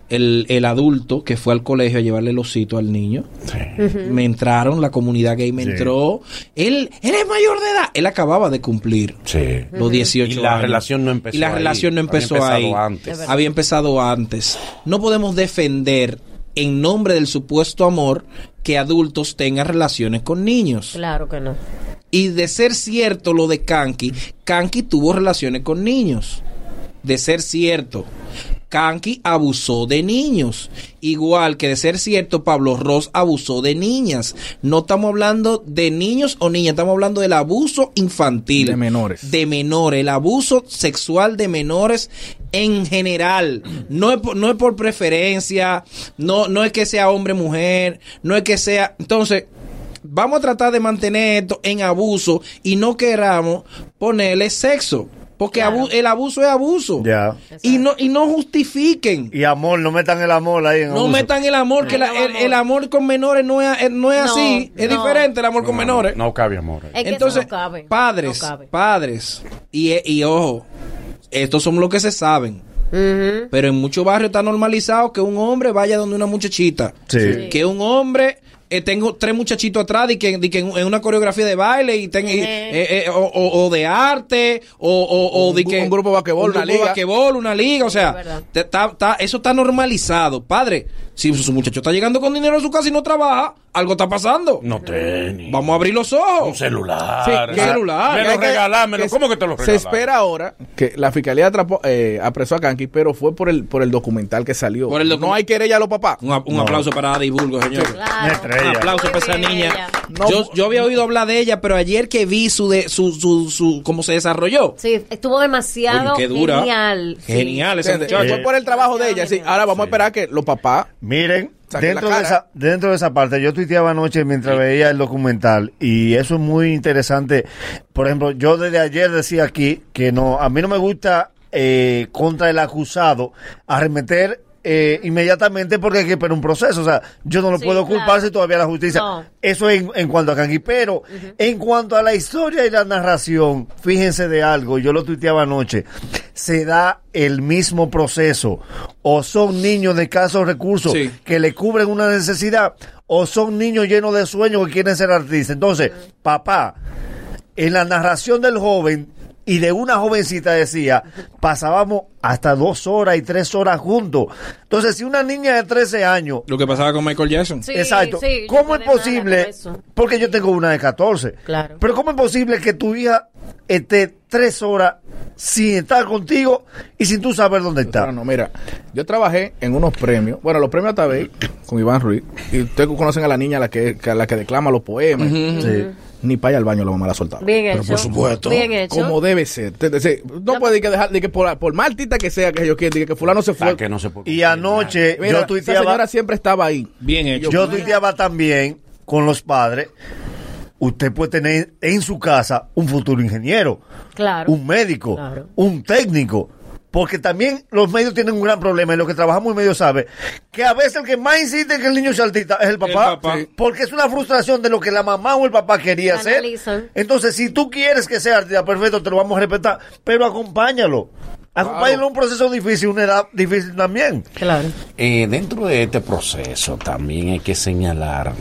[SPEAKER 2] el, el adulto que fue al colegio a llevarle el osito al niño. Me entraron, la comunidad gay me
[SPEAKER 1] Sí.
[SPEAKER 2] entró. Él, él es mayor de edad. Él acababa de cumplir
[SPEAKER 1] Sí.
[SPEAKER 2] los 18
[SPEAKER 1] Y la
[SPEAKER 2] años.
[SPEAKER 1] relación no empezó
[SPEAKER 2] Y la
[SPEAKER 1] ahí.
[SPEAKER 2] relación no
[SPEAKER 1] Había
[SPEAKER 2] empezó
[SPEAKER 1] empezado
[SPEAKER 2] ahí.
[SPEAKER 1] antes. Es verdad.
[SPEAKER 2] Había empezado antes. No podemos defender en nombre del supuesto amor que adultos tengan relaciones con niños.
[SPEAKER 3] Claro que no.
[SPEAKER 2] Y de ser cierto lo de Kanki, Kanki tuvo relaciones con niños. De ser cierto. Kanki abusó de niños. Igual que de ser cierto, Pablo Ross abusó de niñas. No estamos hablando de niños o niñas, estamos hablando del abuso infantil.
[SPEAKER 4] De menores.
[SPEAKER 2] De menores. El abuso sexual de menores en general. No es por, no es por preferencia, no, no es que sea hombre, mujer, no es que sea. Entonces, vamos a tratar de mantener esto en abuso y no queramos ponerle sexo. Porque abu- el abuso es abuso.
[SPEAKER 5] Ya.
[SPEAKER 2] Y no, y no justifiquen.
[SPEAKER 5] Y amor, no metan el amor ahí en
[SPEAKER 2] No
[SPEAKER 5] abuso.
[SPEAKER 2] metan el amor, que la- el, el amor con menores no es, eh, no es
[SPEAKER 3] No,
[SPEAKER 2] así. Es
[SPEAKER 3] no.
[SPEAKER 2] diferente el amor con menores.
[SPEAKER 1] No cabe amor. ahí.
[SPEAKER 3] Es que
[SPEAKER 2] Entonces,
[SPEAKER 3] eso no cabe.
[SPEAKER 2] Padres,
[SPEAKER 3] No cabe.
[SPEAKER 2] padres. Y, y ojo, estos son los que se saben. Pero en muchos barrios está normalizado que un hombre vaya donde una muchachita.
[SPEAKER 5] Sí. Sí.
[SPEAKER 2] Que un hombre eh, tengo tres muchachitos atrás y que, y que en, en una coreografía de baile y tenga y- eh, eh, o, o- o de arte o, o, o de que
[SPEAKER 4] un grupo de basquetbol,
[SPEAKER 2] un
[SPEAKER 4] una
[SPEAKER 2] grupo de
[SPEAKER 4] liga.
[SPEAKER 2] basquetbol, una liga, o
[SPEAKER 4] es
[SPEAKER 2] sea,
[SPEAKER 4] verdad.
[SPEAKER 2] te- está- está- eso está normalizado, padre. Si su muchacho está llegando con dinero a su casa y no trabaja, algo está pasando.
[SPEAKER 1] No tiene.
[SPEAKER 2] Vamos a abrir los ojos. Un
[SPEAKER 1] celular.
[SPEAKER 2] un celular.
[SPEAKER 1] Ah, Me lo
[SPEAKER 4] que-
[SPEAKER 1] regalámelo. ¿Cómo que te lo
[SPEAKER 4] Se
[SPEAKER 1] regalas?
[SPEAKER 4] espera ahora que la fiscalía atrapó, eh, apresó a Kanki, pero fue por el por el documental que salió.
[SPEAKER 2] Por el docu-
[SPEAKER 4] no hay querella a los papás.
[SPEAKER 2] Un, un aplauso para Ada Divulgo, señor.
[SPEAKER 5] Una estrella.
[SPEAKER 2] Un aplauso para esa
[SPEAKER 5] bien,
[SPEAKER 2] niña.
[SPEAKER 5] ella.
[SPEAKER 2] yo, yo había oído hablar de ella, pero ayer que vi su de su, su, su cómo se desarrolló.
[SPEAKER 3] Sí, estuvo
[SPEAKER 2] Coño,
[SPEAKER 3] demasiado
[SPEAKER 2] qué dura.
[SPEAKER 3] genial. Sí.
[SPEAKER 2] Genial esa
[SPEAKER 4] ¿Entiendes?
[SPEAKER 2] muchacha.
[SPEAKER 4] Fue por el trabajo de ella. Sí, ahora vamos a esperar que los papás
[SPEAKER 5] Miren,
[SPEAKER 4] saquen la
[SPEAKER 5] Dentro de,
[SPEAKER 4] cara.
[SPEAKER 5] esa, dentro de esa parte, yo tuiteaba anoche mientras veía el documental y eso es muy interesante. Por ejemplo, yo desde ayer decía aquí que no, a mí no me gusta eh, contra el acusado arremeter eh, inmediatamente porque hay que esperar un proceso. O sea, yo no lo
[SPEAKER 7] Sí,
[SPEAKER 5] puedo
[SPEAKER 7] claro.
[SPEAKER 5] culpar si todavía la justicia.
[SPEAKER 7] No.
[SPEAKER 5] Eso en, en cuanto a Kangi. Pero en cuanto a la historia y la narración, fíjense de algo, yo lo tuiteaba anoche, se da el mismo proceso. O son niños de escasos recursos
[SPEAKER 2] Sí.
[SPEAKER 5] que le cubren una necesidad, o son niños llenos de sueños que quieren ser artistas. Entonces, papá, en la narración del joven y de una jovencita decía, pasábamos hasta dos horas y tres horas juntos. Entonces, si una niña de 13 años
[SPEAKER 2] Lo que pasaba con Michael Jackson.
[SPEAKER 5] Exacto. ¿Cómo es posible? Porque yo tengo una de 14. Pero ¿cómo es posible que tu hija esté tres horas sin estar contigo y sin tú saber dónde está?
[SPEAKER 4] No, mira, yo trabajé en unos premios. Bueno, los premios Atabey con Iván Ruiz. Y ustedes conocen a la niña a la que, a la que declama los poemas.
[SPEAKER 3] Ujú.
[SPEAKER 4] Sí. Ni para allá al baño la mamá la soltaba.
[SPEAKER 3] Bien
[SPEAKER 4] Pero
[SPEAKER 3] hecho.
[SPEAKER 4] por supuesto.
[SPEAKER 3] Bien hecho.
[SPEAKER 4] Como debe ser. Te- te- se- No puede que dejar, de que por, por más artista que sea que yo quiera, de Ah, que fulano se fue.
[SPEAKER 1] Que no se puede.
[SPEAKER 5] Y anoche yo
[SPEAKER 4] Mira, esa señora
[SPEAKER 5] tuiteaba,
[SPEAKER 4] siempre estaba ahí.
[SPEAKER 2] Bien
[SPEAKER 5] yo, tuiteaba también con los padres. Usted puede tener en su casa un futuro ingeniero,
[SPEAKER 3] Claro.
[SPEAKER 5] un médico,
[SPEAKER 3] Claro.
[SPEAKER 5] un técnico. Porque también los medios tienen un gran problema, y los que trabajamos en medios saben, que a veces el que más insiste en que el niño sea artista es el papá.
[SPEAKER 2] papá.
[SPEAKER 5] Sí. Porque es una frustración de lo que la mamá o el papá quería hacer.
[SPEAKER 3] Analizan.
[SPEAKER 5] Entonces, si tú quieres que sea artista, perfecto, te lo vamos a respetar, pero acompáñalo. Acompáñalo a un proceso difícil, una edad difícil también.
[SPEAKER 3] Claro.
[SPEAKER 1] Eh, dentro de este proceso también hay que señalar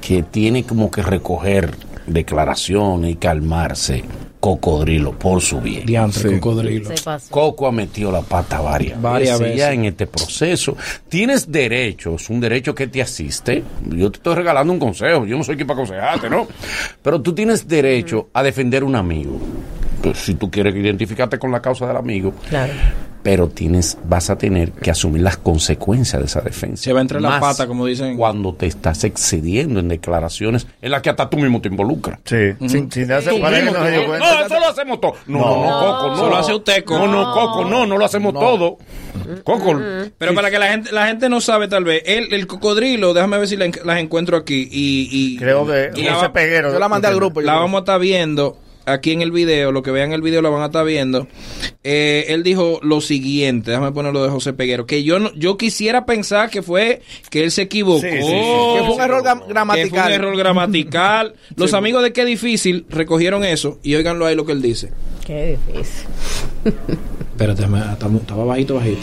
[SPEAKER 1] que tiene como que recoger declaraciones y calmarse Cocodrilo por su bien.
[SPEAKER 2] Diantre, Cocodrilo.
[SPEAKER 3] Se pasó.
[SPEAKER 1] Coco ha metido la pata varias,
[SPEAKER 2] Varias
[SPEAKER 1] veces ya
[SPEAKER 2] veces.
[SPEAKER 1] en este proceso. Tienes derechos, un derecho que te asiste. Yo te estoy regalando un consejo, yo no soy quien para aconsejarte, ¿no? Pero tú tienes derecho a defender un amigo. Pues, si tú quieres identificarte con la causa del amigo,
[SPEAKER 3] Claro.
[SPEAKER 1] pero tienes, vas a tener que asumir las consecuencias de esa defensa.
[SPEAKER 2] Se va entre la
[SPEAKER 1] Más
[SPEAKER 2] pata, como dicen.
[SPEAKER 1] Cuando te estás excediendo en declaraciones en las que hasta tú mismo te involucras.
[SPEAKER 5] Sí, sin, darse
[SPEAKER 1] Tú
[SPEAKER 5] cuenta que
[SPEAKER 1] mismo
[SPEAKER 5] no
[SPEAKER 1] te
[SPEAKER 5] se dio
[SPEAKER 1] involucras.
[SPEAKER 5] cuenta.
[SPEAKER 1] No, eso lo hacemos todos. No, no, no, Coco, no.
[SPEAKER 2] Eso lo hace usted, Coco.
[SPEAKER 1] No, no, Coco, no, no Mm, lo hacemos todo. Coco.
[SPEAKER 2] Pero para que la gente, la gente no sabe, tal vez, el, el cocodrilo, déjame ver si la en- las encuentro aquí. Y, y-
[SPEAKER 5] Creo que
[SPEAKER 2] y
[SPEAKER 5] ese
[SPEAKER 2] va-
[SPEAKER 5] peguero.
[SPEAKER 2] La vamos a estar viendo aquí en el video. Lo que vean el video lo van a estar viendo. Eh, él dijo lo siguiente. Déjame ponerlo de José Peguero. Que yo no, yo quisiera pensar que fue que él se equivocó.
[SPEAKER 4] Sí, sí, sí. Que fue un error gra-
[SPEAKER 2] Que fue un
[SPEAKER 4] gramatical. (laughs)
[SPEAKER 2] error gramatical. Los amigos de Qué Difícil recogieron eso y óiganlo ahí lo que él dice.
[SPEAKER 3] Qué difícil.
[SPEAKER 2] Espérate, me- estamos- estaba bajito, bajito.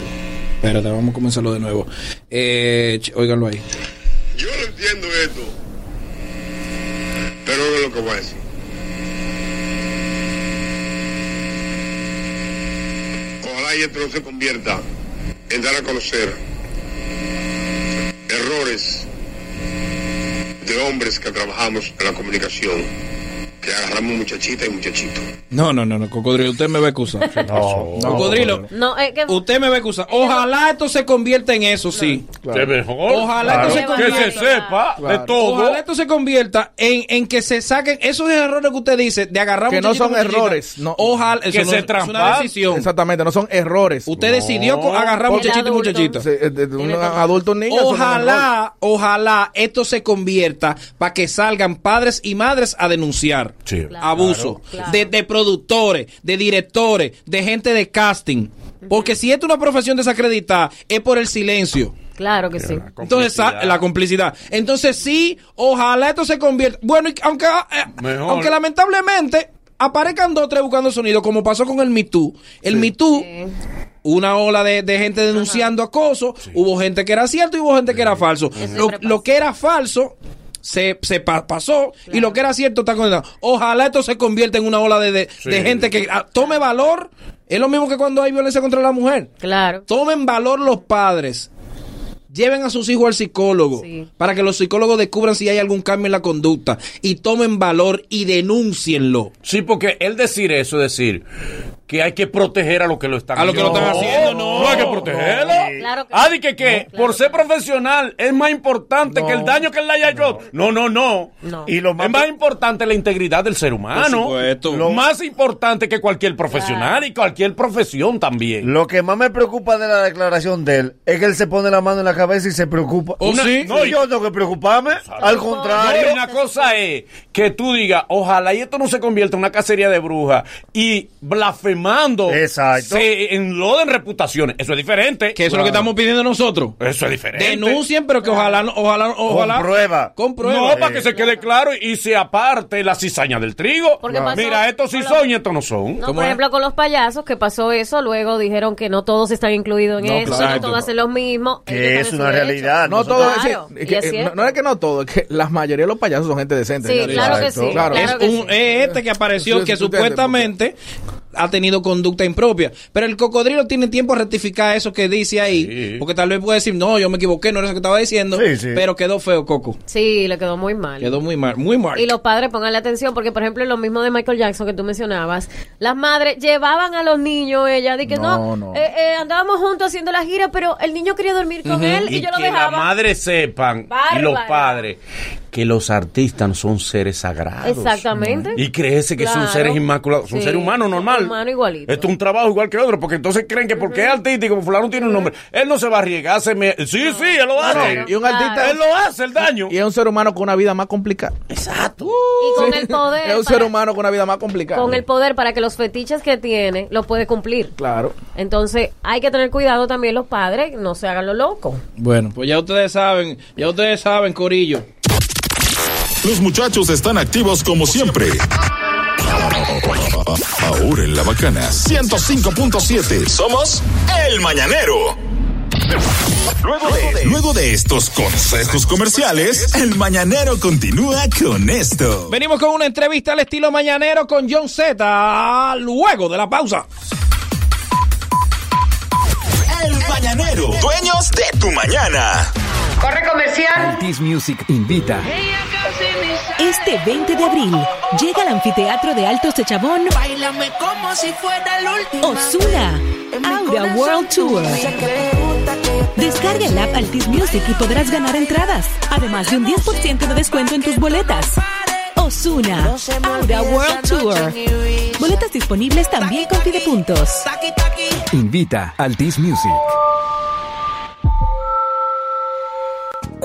[SPEAKER 2] Espérate, vamos a comenzarlo de nuevo. Eh, ch- óiganlo ahí.
[SPEAKER 17] Yo no entiendo esto, pero no es lo que voy a decir. Ojalá y esto no se convierta en dar a conocer errores de hombres que trabajamos en la comunicación, que agarramos muchachitas y muchachitos.
[SPEAKER 2] No, no, no, no, cocodrilo, usted me va a excusar. No, cocodrilo.
[SPEAKER 3] No, es que
[SPEAKER 2] Usted me va a excusar. Ojalá esto se convierta en eso, sí.
[SPEAKER 1] Que mejor.
[SPEAKER 2] Ojalá
[SPEAKER 1] Claro.
[SPEAKER 2] esto se
[SPEAKER 1] que
[SPEAKER 2] convierta.
[SPEAKER 1] se sepa
[SPEAKER 2] Claro.
[SPEAKER 1] de todo.
[SPEAKER 2] Ojalá esto se convierta en, en que se saquen esos errores que usted dice de agarrar
[SPEAKER 4] Que no
[SPEAKER 2] muchachito,
[SPEAKER 4] son
[SPEAKER 2] muchachita.
[SPEAKER 4] errores, no.
[SPEAKER 2] Ojalá eso no- es una decisión.
[SPEAKER 4] Exactamente, no son errores.
[SPEAKER 2] Usted decidió co- agarrar
[SPEAKER 4] Porque-
[SPEAKER 2] muchachito y muchachita.
[SPEAKER 4] Sí, eh, de- de Un adulto niño. eso no es un error.
[SPEAKER 2] Ojalá, ojalá esto se convierta para que salgan padres y madres a denunciar abuso
[SPEAKER 3] Claro, claro.
[SPEAKER 2] De, de productores, de directores, de gente de casting. Porque si esto es una profesión desacreditada, es por el silencio.
[SPEAKER 3] Claro que sí.
[SPEAKER 2] Entonces, sa- la complicidad. Entonces, sí, ojalá esto se convierta. Bueno, y aunque, eh,
[SPEAKER 1] Mejor.
[SPEAKER 2] aunque lamentablemente aparezcan dos o tres buscando sonido, como pasó con el Me Too. El Me Too una ola de, de gente denunciando acoso, hubo gente que era cierto y hubo gente que era falso. Lo, lo que era falso se, se pa- pasó y lo que era cierto está condenado. Ojalá esto se convierta en una ola de, de-
[SPEAKER 27] Sí.
[SPEAKER 2] de gente que ah, tome valor. Es lo mismo que cuando hay violencia contra la mujer.
[SPEAKER 3] Claro.
[SPEAKER 2] Tomen valor los padres. Lleven a sus hijos al psicólogo para que los psicólogos descubran si hay algún cambio en la conducta y tomen valor y denúncienlo.
[SPEAKER 1] Sí, porque él decir eso, decir que hay que proteger a los que lo están
[SPEAKER 2] A los que lo están haciendo, no.
[SPEAKER 1] hay que protegerlo.
[SPEAKER 3] Claro que
[SPEAKER 1] ah, di que, que por ser profesional es más importante que el daño que él le haya hecho. No, no, no. Y lo más es más importante la integridad del ser humano. Lo más importante que cualquier profesional y cualquier profesión también.
[SPEAKER 5] Lo que más me preocupa de la declaración de él es que él se pone la mano en la cabeza y se preocupa.
[SPEAKER 1] Una-
[SPEAKER 5] No, yo
[SPEAKER 1] tengo que preocuparme.
[SPEAKER 5] Oh, al contrario.
[SPEAKER 1] No, y una cosa es que tú digas, ojalá y esto no se convierta en una cacería de brujas y blasfemando se enloden reputaciones. Eso es diferente.
[SPEAKER 2] Que eso es lo que estamos pidiendo nosotros.
[SPEAKER 1] Eso es diferente.
[SPEAKER 2] Denuncien, pero que ojalá, no- ojalá, ojalá. Con prueba.
[SPEAKER 1] No, para que se quede claro y se aparte la cizaña del trigo.
[SPEAKER 3] Porque pasó-
[SPEAKER 1] Mira, estos sí son y estos no son.
[SPEAKER 3] No, por ejemplo, con los payasos que pasó eso, luego dijeron que no todos están incluidos en
[SPEAKER 1] No,
[SPEAKER 3] eso,
[SPEAKER 1] claro.
[SPEAKER 3] no todos hacen lo mismo.
[SPEAKER 5] Que es una realidad.
[SPEAKER 4] No,
[SPEAKER 5] Nosotros-
[SPEAKER 4] todo, es
[SPEAKER 3] Claro,
[SPEAKER 4] decir,
[SPEAKER 3] y
[SPEAKER 4] que,
[SPEAKER 3] es
[SPEAKER 4] eh,
[SPEAKER 3] cierto.
[SPEAKER 4] no, no es que no todo, es que la mayoría de los payasos son gente decente.
[SPEAKER 3] Sí, claro que sí, claro
[SPEAKER 2] Es, un- es este que apareció
[SPEAKER 4] Sí,
[SPEAKER 2] que
[SPEAKER 4] sí, tú
[SPEAKER 2] supuestamente ha tenido conducta impropia. Pero el cocodrilo tiene tiempo a rectificar eso que dice ahí. Porque tal vez puede decir, no, yo me equivoqué, no era eso que estaba diciendo. Pero quedó feo, Coco.
[SPEAKER 3] Sí, le quedó muy mal.
[SPEAKER 2] Quedó muy mal, muy mal.
[SPEAKER 3] Y los padres pongan la atención, porque por ejemplo, lo mismo de Michael Jackson que tú mencionabas, las madres llevaban a los niños, ella, de que no,
[SPEAKER 1] No, no.
[SPEAKER 3] eh, eh, andábamos juntos haciendo la gira, pero el niño quería dormir con
[SPEAKER 1] Ujú.
[SPEAKER 3] él y, yo lo
[SPEAKER 1] que la
[SPEAKER 3] dejaba.
[SPEAKER 1] madre sepan y
[SPEAKER 3] Bárbara.
[SPEAKER 1] los padres que los artistas no son seres sagrados.
[SPEAKER 3] Exactamente.
[SPEAKER 1] Y creerse que son
[SPEAKER 3] Claro.
[SPEAKER 1] seres inmaculados, son
[SPEAKER 3] Sí,
[SPEAKER 1] seres humanos normal.
[SPEAKER 3] Humano igualito.
[SPEAKER 1] Esto es un trabajo igual que otro, porque entonces creen que porque es artista y como fulano tiene un nombre, él no se va a arriesgar, se me... Sí, sí, él lo hace.
[SPEAKER 4] Claro, Y un artista- claro.
[SPEAKER 1] Él lo hace, el daño.
[SPEAKER 4] Y es un ser humano con una vida más complicada. Exacto.
[SPEAKER 3] Y con el poder
[SPEAKER 4] Es un
[SPEAKER 3] para-
[SPEAKER 4] ser humano con una vida más complicada.
[SPEAKER 3] Con el poder para que los fetiches que tiene lo puede cumplir.
[SPEAKER 4] Claro.
[SPEAKER 3] Entonces hay que tener cuidado también los padres, no se hagan lo loco.
[SPEAKER 2] Bueno, pues ya ustedes saben, ya ustedes saben, Corillo.
[SPEAKER 6] Los muchachos están activos como siempre. Ahora en la bacana 105.7 somos El Mañanero. Luego de, luego de estos consejos comerciales, El Mañanero continúa con esto.
[SPEAKER 2] Venimos con una entrevista al estilo mañanero con John Z. Luego de la pausa.
[SPEAKER 6] El Mañanero, dueños de tu mañana.
[SPEAKER 28] Corre comercial.
[SPEAKER 20] Altis Music invita
[SPEAKER 28] Este 20 de abril llega al anfiteatro de Altos de Chabón
[SPEAKER 29] Bailame como si fuera el último.
[SPEAKER 28] Osuna, Aura World Tour. Descarga el app Altis Music y podrás ganar entradas, además de un 10% de descuento en tus boletas. Osuna, Aura World Tour. Boletas disponibles también con Fidepuntos.
[SPEAKER 20] Invita Altis Music.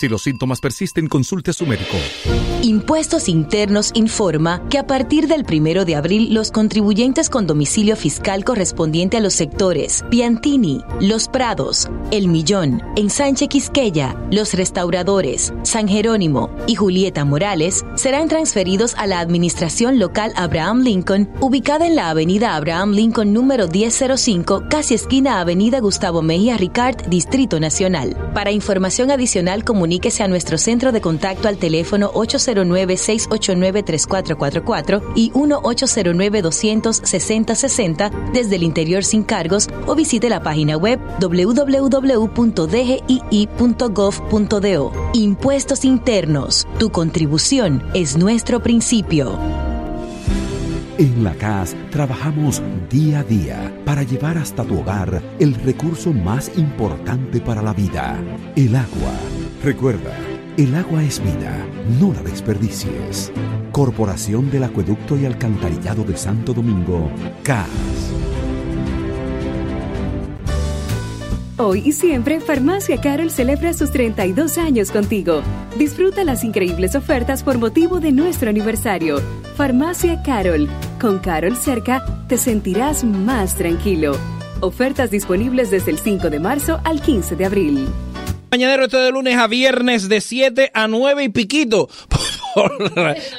[SPEAKER 13] Si los síntomas persisten, consulte a su médico.
[SPEAKER 14] Impuestos Internos informa que a partir del 1 de abril los contribuyentes con domicilio fiscal correspondiente a los sectores Piantini, Los Prados, El Millón, Ensanche Quisqueya, Los Restauradores, San Jerónimo y Julieta Morales serán transferidos a la Administración Local Abraham Lincoln, ubicada en la Avenida Abraham Lincoln número 1005, casi esquina Avenida Gustavo Mejía Ricard, Distrito Nacional. Para información adicional, comuníquese a nuestro centro de contacto al teléfono 809-689-3444 y 1-809-260-60 desde el interior sin cargos o visite la página web www.dgii.gov.do. Impuestos internos. Tu contribución es nuestro principio.
[SPEAKER 22] En la CAS trabajamos día a día para llevar hasta tu hogar el recurso más importante para la vida, el agua. Recuerda, el agua es vida, no la desperdicies. Corporación del Acueducto y Alcantarillado de Santo Domingo, CAS.
[SPEAKER 23] Hoy y siempre, Farmacia Carol celebra sus 32 años contigo. Disfruta las increíbles ofertas por motivo de nuestro aniversario. Farmacia Carol. Con Carol cerca, te sentirás más tranquilo. Ofertas disponibles desde el 5 de marzo al 15 de abril.
[SPEAKER 2] Mañanero, esto de lunes a viernes de 7 a 9 y piquito. (laughs)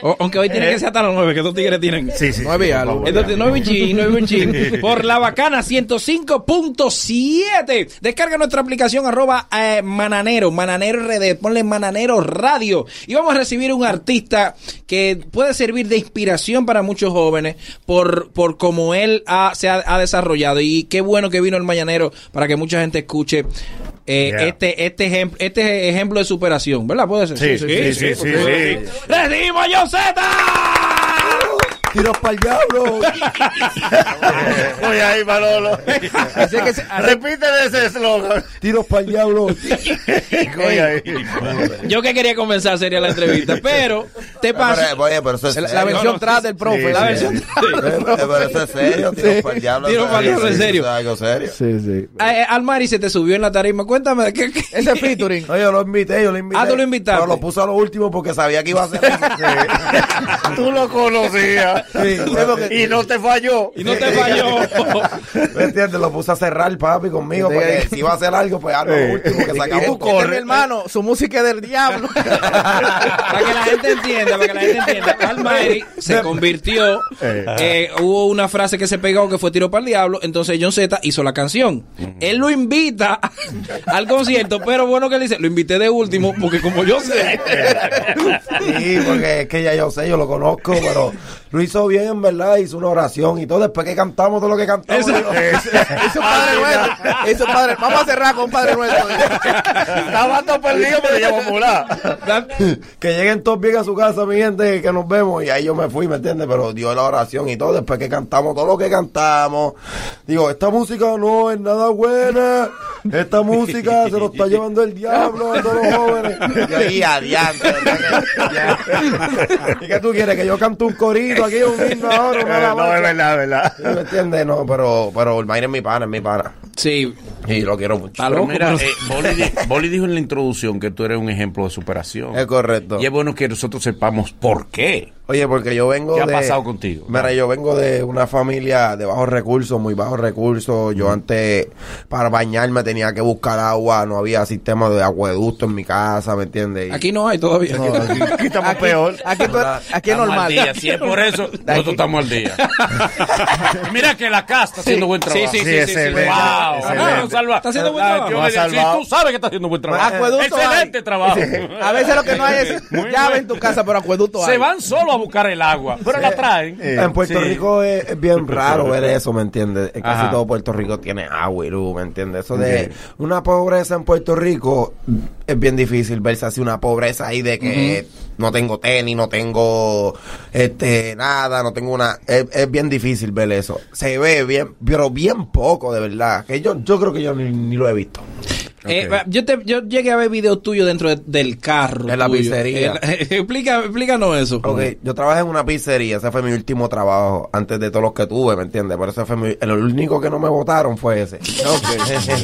[SPEAKER 2] O- aunque hoy tiene que ser hasta las 9, que estos tigres tienen.
[SPEAKER 5] Eh. Sí, sí.
[SPEAKER 2] 9 y algo. Entonces, 9 y chin, 9 y chin. Por la bacana 105.7. Descarga nuestra aplicación arroba eh, mananero, mananero RD. Ponle mananero radio. Y vamos a recibir un artista que puede servir de inspiración para muchos jóvenes por, por cómo él ha- se ha, ha desarrollado. Y qué bueno que vino el mañanero para que mucha gente escuche. eh,
[SPEAKER 5] Yeah.
[SPEAKER 2] este, este, ejemplo, este ejemplo de superación, ¿verdad? Puede ser.
[SPEAKER 5] Sí, sí, sí, sí,
[SPEAKER 2] porque-
[SPEAKER 5] sí.
[SPEAKER 2] ¡Recibimos a
[SPEAKER 5] (laughs)
[SPEAKER 7] Tiro para el diablo.
[SPEAKER 5] Voy ahí, Manolo.
[SPEAKER 7] Así es que se- así-
[SPEAKER 5] Repítele ese eslogan.
[SPEAKER 7] Tiro para el diablo.
[SPEAKER 5] Voy ahí.
[SPEAKER 2] (laughs) Yo que quería comenzar sería la entrevista, (laughs) pero te paso.
[SPEAKER 12] Pero, oye, pero eso es
[SPEAKER 2] La- la
[SPEAKER 12] serio.
[SPEAKER 2] versión
[SPEAKER 12] No, no,
[SPEAKER 2] atrás
[SPEAKER 12] sí,
[SPEAKER 2] del profe,
[SPEAKER 12] sí,
[SPEAKER 2] la
[SPEAKER 12] sí.
[SPEAKER 2] versión
[SPEAKER 12] Eh,
[SPEAKER 2] atrás del
[SPEAKER 12] Pero eso es serio,
[SPEAKER 2] Sí.
[SPEAKER 12] tiro
[SPEAKER 7] pues,
[SPEAKER 12] para el diablo.
[SPEAKER 2] Tiro
[SPEAKER 12] eso
[SPEAKER 2] pa'l diablo,
[SPEAKER 12] sí,
[SPEAKER 2] en
[SPEAKER 12] sí,
[SPEAKER 2] serio.
[SPEAKER 12] eso es algo serio.
[SPEAKER 7] Sí, sí.
[SPEAKER 2] Eh, eh, Almari se te subió en la tarima. Cuéntame de qué. Ah, Ese (laughs) featuring.
[SPEAKER 7] No, yo lo invité, yo lo invité.
[SPEAKER 2] Ah, tú lo invitaste.
[SPEAKER 7] Pero lo puse a lo último porque sabía que iba a ser.
[SPEAKER 5] (laughs) Tú lo conocías. Y no te falló.
[SPEAKER 2] Y no te falló.
[SPEAKER 5] (laughs)
[SPEAKER 7] ¿Me entiendes? Lo puse a cerrar, papi, conmigo.
[SPEAKER 5] Sí.
[SPEAKER 7] Porque si iba a hacer algo, pues algo lo último que se
[SPEAKER 4] Y
[SPEAKER 7] acabó.
[SPEAKER 4] tú Este, mi hermano, su música es del diablo.
[SPEAKER 2] (laughs) Para que la gente entienda, para que la gente entienda. Almari (laughs) se convirtió. eh, hubo una frase que se pegó que fue tiro para el diablo. Entonces John Z hizo la canción. Él lo invita (laughs) al concierto, pero bueno que él dice, lo invité de último porque como yo (laughs) sé.
[SPEAKER 7] Sí, porque es que ya yo sé, yo lo conozco, pero lo hizo bien, en verdad, hizo una oración y todo. Después que cantamos todo lo que cantamos. digo,
[SPEAKER 4] Eso es padre nuestro. Eso es padre. Vamos a cerrar con padre nuestro.
[SPEAKER 5] Estaba todo perdido, pero ya vamos a volar.
[SPEAKER 7] (laughs) que lleguen todos bien a su casa, mi gente, que nos vemos. Y ahí yo me fui, ¿me entiendes? Pero dio la oración y todo. Después que cantamos todo lo que cantamos, digo, esta música no es nada buena. Esta música se lo está llevando el diablo a todos
[SPEAKER 5] (laughs)
[SPEAKER 7] los jóvenes.
[SPEAKER 12] Y ahí, adiante.
[SPEAKER 7] ¿Y qué tú quieres? Que yo cante un corito aquí, un himno ahora, una
[SPEAKER 5] No, es
[SPEAKER 7] alabanza?
[SPEAKER 5] verdad, es verdad.
[SPEAKER 7] Sí, ¿Me entiendes? No, pero, pero Ulmaire es mi pana, es mi pana.
[SPEAKER 2] Sí.
[SPEAKER 7] Y lo quiero mucho. (laughs)
[SPEAKER 1] Pero mira, eh, Boli, di- Boli dijo en la introducción que tú eres un ejemplo de superación.
[SPEAKER 7] Es correcto.
[SPEAKER 1] Y es bueno que nosotros sepamos por qué.
[SPEAKER 7] Oye, porque yo vengo
[SPEAKER 1] ¿Qué ha
[SPEAKER 7] de-
[SPEAKER 1] pasado contigo?
[SPEAKER 7] Mira, yo vengo de una familia de bajos recursos, muy bajos recursos. Yo antes, para bañarme, tenía que buscar agua. No había sistema de acueducto en mi casa, ¿me entiendes? Y-
[SPEAKER 2] Aquí no hay todavía.
[SPEAKER 7] Eh, No, aquí-
[SPEAKER 5] Aquí estamos peor.
[SPEAKER 4] Aquí, tú- aquí es
[SPEAKER 1] Estamos
[SPEAKER 4] normal.
[SPEAKER 5] (laughs)
[SPEAKER 1] al día. Si es por eso, nosotros estamos al día. Y mira que la casa está haciendo buen trabajo.
[SPEAKER 5] Sí, sí, sí, Sí, sí, sí, excelente,
[SPEAKER 1] Wow.
[SPEAKER 5] excelente.
[SPEAKER 1] Ah, nos salva-
[SPEAKER 5] Está haciendo buen
[SPEAKER 1] Ah,
[SPEAKER 5] trabajo. Nos
[SPEAKER 1] yo le
[SPEAKER 5] ha
[SPEAKER 1] digo, sí,
[SPEAKER 5] salvado.
[SPEAKER 1] tú sabes que está haciendo buen trabajo.
[SPEAKER 4] Acueducto
[SPEAKER 1] Excelente
[SPEAKER 4] hay.
[SPEAKER 1] trabajo.
[SPEAKER 4] A veces lo que no hay
[SPEAKER 1] (laughs)
[SPEAKER 4] es llave en tu casa, pero acueducto hay.
[SPEAKER 1] Se van solo a buscar el agua, pero la traen.
[SPEAKER 7] en Puerto
[SPEAKER 1] Eh, Sí.
[SPEAKER 7] Rico es, es bien raro ver eso, ¿me entiendes? Casi
[SPEAKER 1] Ajá.
[SPEAKER 7] todo Puerto Rico tiene agua y luz, ¿me entiendes? Eso de una pobreza en Puerto Rico es bien difícil verse así una pobreza ahí de que no tengo tenis, no tengo este nada, no tengo una... Es, es bien difícil ver eso. Se ve bien, pero bien poco, de verdad. Que yo, yo creo que yo ni, ni lo he visto.
[SPEAKER 2] Eh, va- yo, te, yo llegué a ver videos tuyos dentro de- del carro.
[SPEAKER 7] En la
[SPEAKER 2] tuyo.
[SPEAKER 7] pizzería.
[SPEAKER 2] Eh, la- (laughs) explica, explícanos eso.
[SPEAKER 7] Ok, yo trabajé en una pizzería, ese fue mi último trabajo, antes de todos los que tuve, ¿me entiendes? Pero ese fue mi- el único que no me votaron fue
[SPEAKER 2] (laughs)
[SPEAKER 7] ese. (laughs)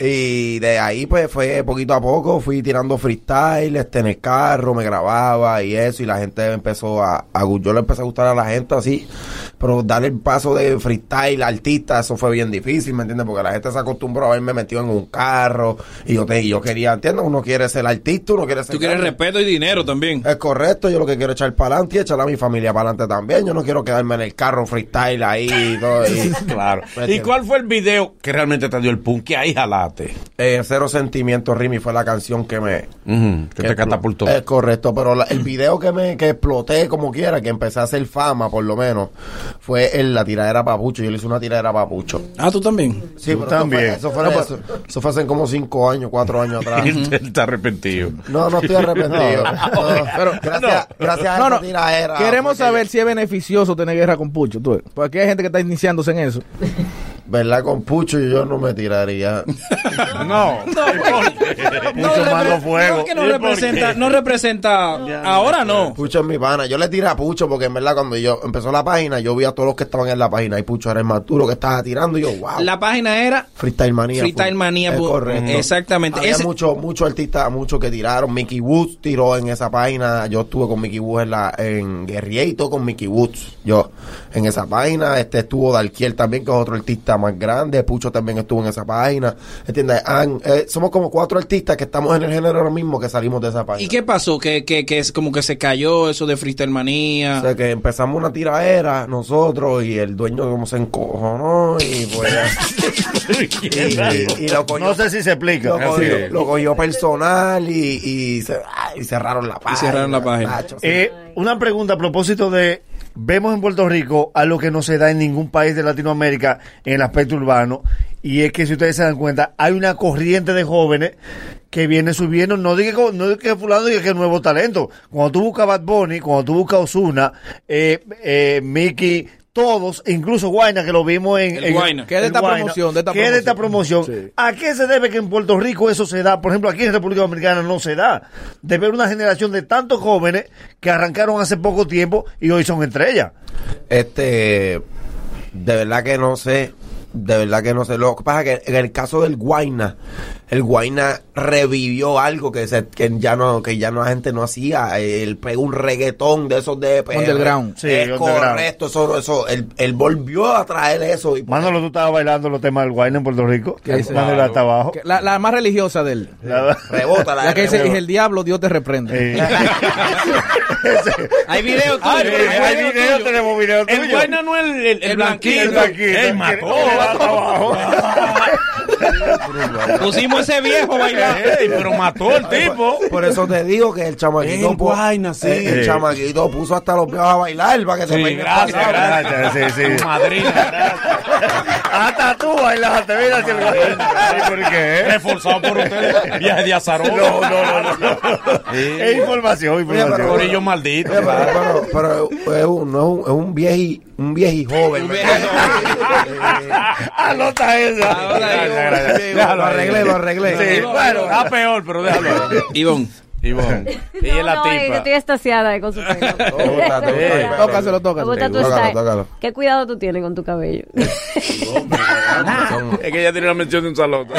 [SPEAKER 7] y de ahí pues fue poquito a poco, fui tirando freestyle, este, en el carro, me grababa y eso, y la gente empezó a, a gu- yo le empecé a gustar a la gente así, pero dar el paso de freestyle, artista, eso fue bien difícil, ¿me entiendes? Porque la gente se acostumbró a verme metido en un carro, y yo, te, y yo quería, ¿entiendes? Uno quiere ser artista, uno quiere ser...
[SPEAKER 2] Tú quieres
[SPEAKER 7] grande.
[SPEAKER 2] respeto y dinero también.
[SPEAKER 7] Es correcto, yo lo que quiero es echar para adelante y echar a mi familia para adelante también. Yo no quiero quedarme en el carro freestyle ahí y todo.
[SPEAKER 2] (laughs)
[SPEAKER 7] y-
[SPEAKER 1] Claro. ¿Y cuál fue el video que realmente te dio el punk? Que ahí jalate.
[SPEAKER 7] Eh, Cero Sentimientos Rimi fue la canción que me...
[SPEAKER 1] que te
[SPEAKER 7] explo-
[SPEAKER 1] catapultó.
[SPEAKER 7] Es correcto, pero la- el video que me que exploté como quiera, que empecé a hacer fama por lo menos, fue en la tiradera Papucho. Yo le hice una tiradera Papucho.
[SPEAKER 2] Ah, tú también.
[SPEAKER 7] Sí, pero
[SPEAKER 5] también.
[SPEAKER 7] Eso fue, eso, fue, eso- eso fue hace como cinco años, cuatro años
[SPEAKER 1] (laughs)
[SPEAKER 7] atrás.
[SPEAKER 1] Él está arrepentido.
[SPEAKER 7] No, no
[SPEAKER 26] (laughs)
[SPEAKER 7] estoy arrepentido.
[SPEAKER 1] No.
[SPEAKER 7] No, pero gracias, gracias a
[SPEAKER 4] Ah, No, no.
[SPEAKER 7] esa tiradera.
[SPEAKER 4] Queremos
[SPEAKER 7] porque-
[SPEAKER 4] saber si es beneficioso tener guerra con Pucho, tú. ves. Porque hay gente que está iniciándose en eso.
[SPEAKER 7] ¿Verdad? Con Pucho yo no me tiraría.
[SPEAKER 5] No.
[SPEAKER 7] (laughs) Pucho
[SPEAKER 2] repre-
[SPEAKER 7] malo fuego.
[SPEAKER 2] no, es que no
[SPEAKER 7] ¿Y por
[SPEAKER 2] representa,
[SPEAKER 7] qué?
[SPEAKER 2] no representa, ahora no.
[SPEAKER 7] Pucho es mi pana. Yo le tiré a Pucho porque en verdad cuando yo empezó la página, yo vi a todos los que estaban en la página y Pucho era el más duro que estaba tirando y yo, wow.
[SPEAKER 2] La página era
[SPEAKER 7] Freestyle Manía. fue-
[SPEAKER 2] Freestyle Manía.
[SPEAKER 7] es
[SPEAKER 2] pu-
[SPEAKER 7] correcto.
[SPEAKER 2] Exactamente.
[SPEAKER 7] Había
[SPEAKER 2] Ese-
[SPEAKER 7] muchos muchos artistas, muchos que tiraron. Mickey Woods tiró en esa página. Yo estuve con Mickey Woods en, la, en Guerrieto con Mickey Woods. Yo en esa página. Este estuvo Dalquiel también, que es otro artista más grande. Pucho también estuvo en esa página. ¿Entiendes? Han- eh, somos como cuatro artistas que estamos en el género ahora mismo que salimos de esa página.
[SPEAKER 2] ¿Y qué pasó? Que, que, que es como que se cayó eso de Freestyle Manía.
[SPEAKER 7] O sea, que empezamos una tiraera nosotros y el dueño como se encojonó y pues...
[SPEAKER 5] (laughs)
[SPEAKER 7] y- y lo cogió-
[SPEAKER 5] no sé si se explica.
[SPEAKER 7] Lo cogió, lo cogió personal y, y, se- ah, y cerraron la página. Nacho, sí.
[SPEAKER 5] Eh, una pregunta a propósito de. Vemos en Puerto Rico algo que no se da en ningún país de Latinoamérica en el aspecto urbano. Y es que si ustedes se dan cuenta, hay una corriente de jóvenes que viene subiendo. No diga que, no diga que fulano diga que es nuevo talento. Cuando tú buscas Bad Bunny, cuando tú buscas Osuna, eh, eh, Mickey. Todos, incluso Guayna, que lo vimos en.
[SPEAKER 4] El
[SPEAKER 5] en-
[SPEAKER 4] Guayna. ¿Qué de
[SPEAKER 5] el
[SPEAKER 4] esta
[SPEAKER 5] Guayna.
[SPEAKER 4] promoción, de esta
[SPEAKER 5] ¿Qué de esta promoción? ¿A qué se debe que en Puerto Rico eso se da? Por ejemplo, aquí en República Dominicana no se da. De ver una generación de tantos jóvenes que arrancaron hace poco tiempo y hoy son estrellas.
[SPEAKER 7] Este, de verdad que no sé. De verdad que no sé. Lo que pasa es que en el caso del Guaina, el Guaina revivió algo que, se- que ya no que ya no la gente no hacía. Él pegó un reggaetón de esos de PR.
[SPEAKER 4] Underground. Sí,
[SPEAKER 7] es
[SPEAKER 4] underground.
[SPEAKER 7] correcto. Eso, eso, él, él volvió a traer eso. Y,
[SPEAKER 5] Mándalo, tú estabas bailando los temas del Guayna en Puerto Rico.
[SPEAKER 4] dice?
[SPEAKER 5] Mándalo hasta abajo.
[SPEAKER 4] Que La, la más religiosa de él.
[SPEAKER 5] La,
[SPEAKER 7] Rebota la-
[SPEAKER 4] que dice, "Hija, el diablo, Dios te reprende.
[SPEAKER 2] Hay video tuyo.
[SPEAKER 5] Hay video, hay video, tenemos video tuyo.
[SPEAKER 26] El guayna no es el, el, el blanquito.
[SPEAKER 5] El blanquito.
[SPEAKER 26] Ey, mató.
[SPEAKER 7] pues,
[SPEAKER 8] (laughs)
[SPEAKER 2] Pusimos ese viejo bailando.
[SPEAKER 26] Ey, pero mató el tipo.
[SPEAKER 7] Por eso te digo que el chamaquito,
[SPEAKER 26] El
[SPEAKER 7] pu-
[SPEAKER 26] Guayna, sí.
[SPEAKER 7] el, el
[SPEAKER 26] Sí.
[SPEAKER 7] chamaquito puso hasta los viejos a bailar para que se peguen
[SPEAKER 26] gracias,
[SPEAKER 7] pasadas.
[SPEAKER 5] gracias. Sí, sí. Hasta tú bailaste, mira hacia el
[SPEAKER 8] (laughs)
[SPEAKER 5] Guayna. ¿Por qué?
[SPEAKER 26] Reforzado por usted. Viaje de azarón.
[SPEAKER 5] No, no, no. no. Es información, información.
[SPEAKER 26] Corillo maldito.
[SPEAKER 7] Eh, Pero, pero, pero es un, no, es un vieji, un vieji joven.
[SPEAKER 5] Anota Ah, esa.
[SPEAKER 2] Ah,
[SPEAKER 5] Gracias, gracias.
[SPEAKER 7] Lo arreglé, lo arreglé.
[SPEAKER 26] Sí, bueno, está peor, pero déjalo.
[SPEAKER 2] Ivonne.
[SPEAKER 26] Ivonne. Ella es la
[SPEAKER 3] No, eh, yo
[SPEAKER 26] tipa.
[SPEAKER 3] estoy estaciada eh, con su pelo.
[SPEAKER 4] (laughs) Tócaselo, tócaselo.
[SPEAKER 3] Me gusta tu
[SPEAKER 26] Tócalo,
[SPEAKER 3] style.
[SPEAKER 26] tócalo.
[SPEAKER 3] ¿Qué cuidado tú tienes con tu cabello?
[SPEAKER 26] Es que ella tiene la mención de un
[SPEAKER 3] (laughs)
[SPEAKER 26] salón. (laughs)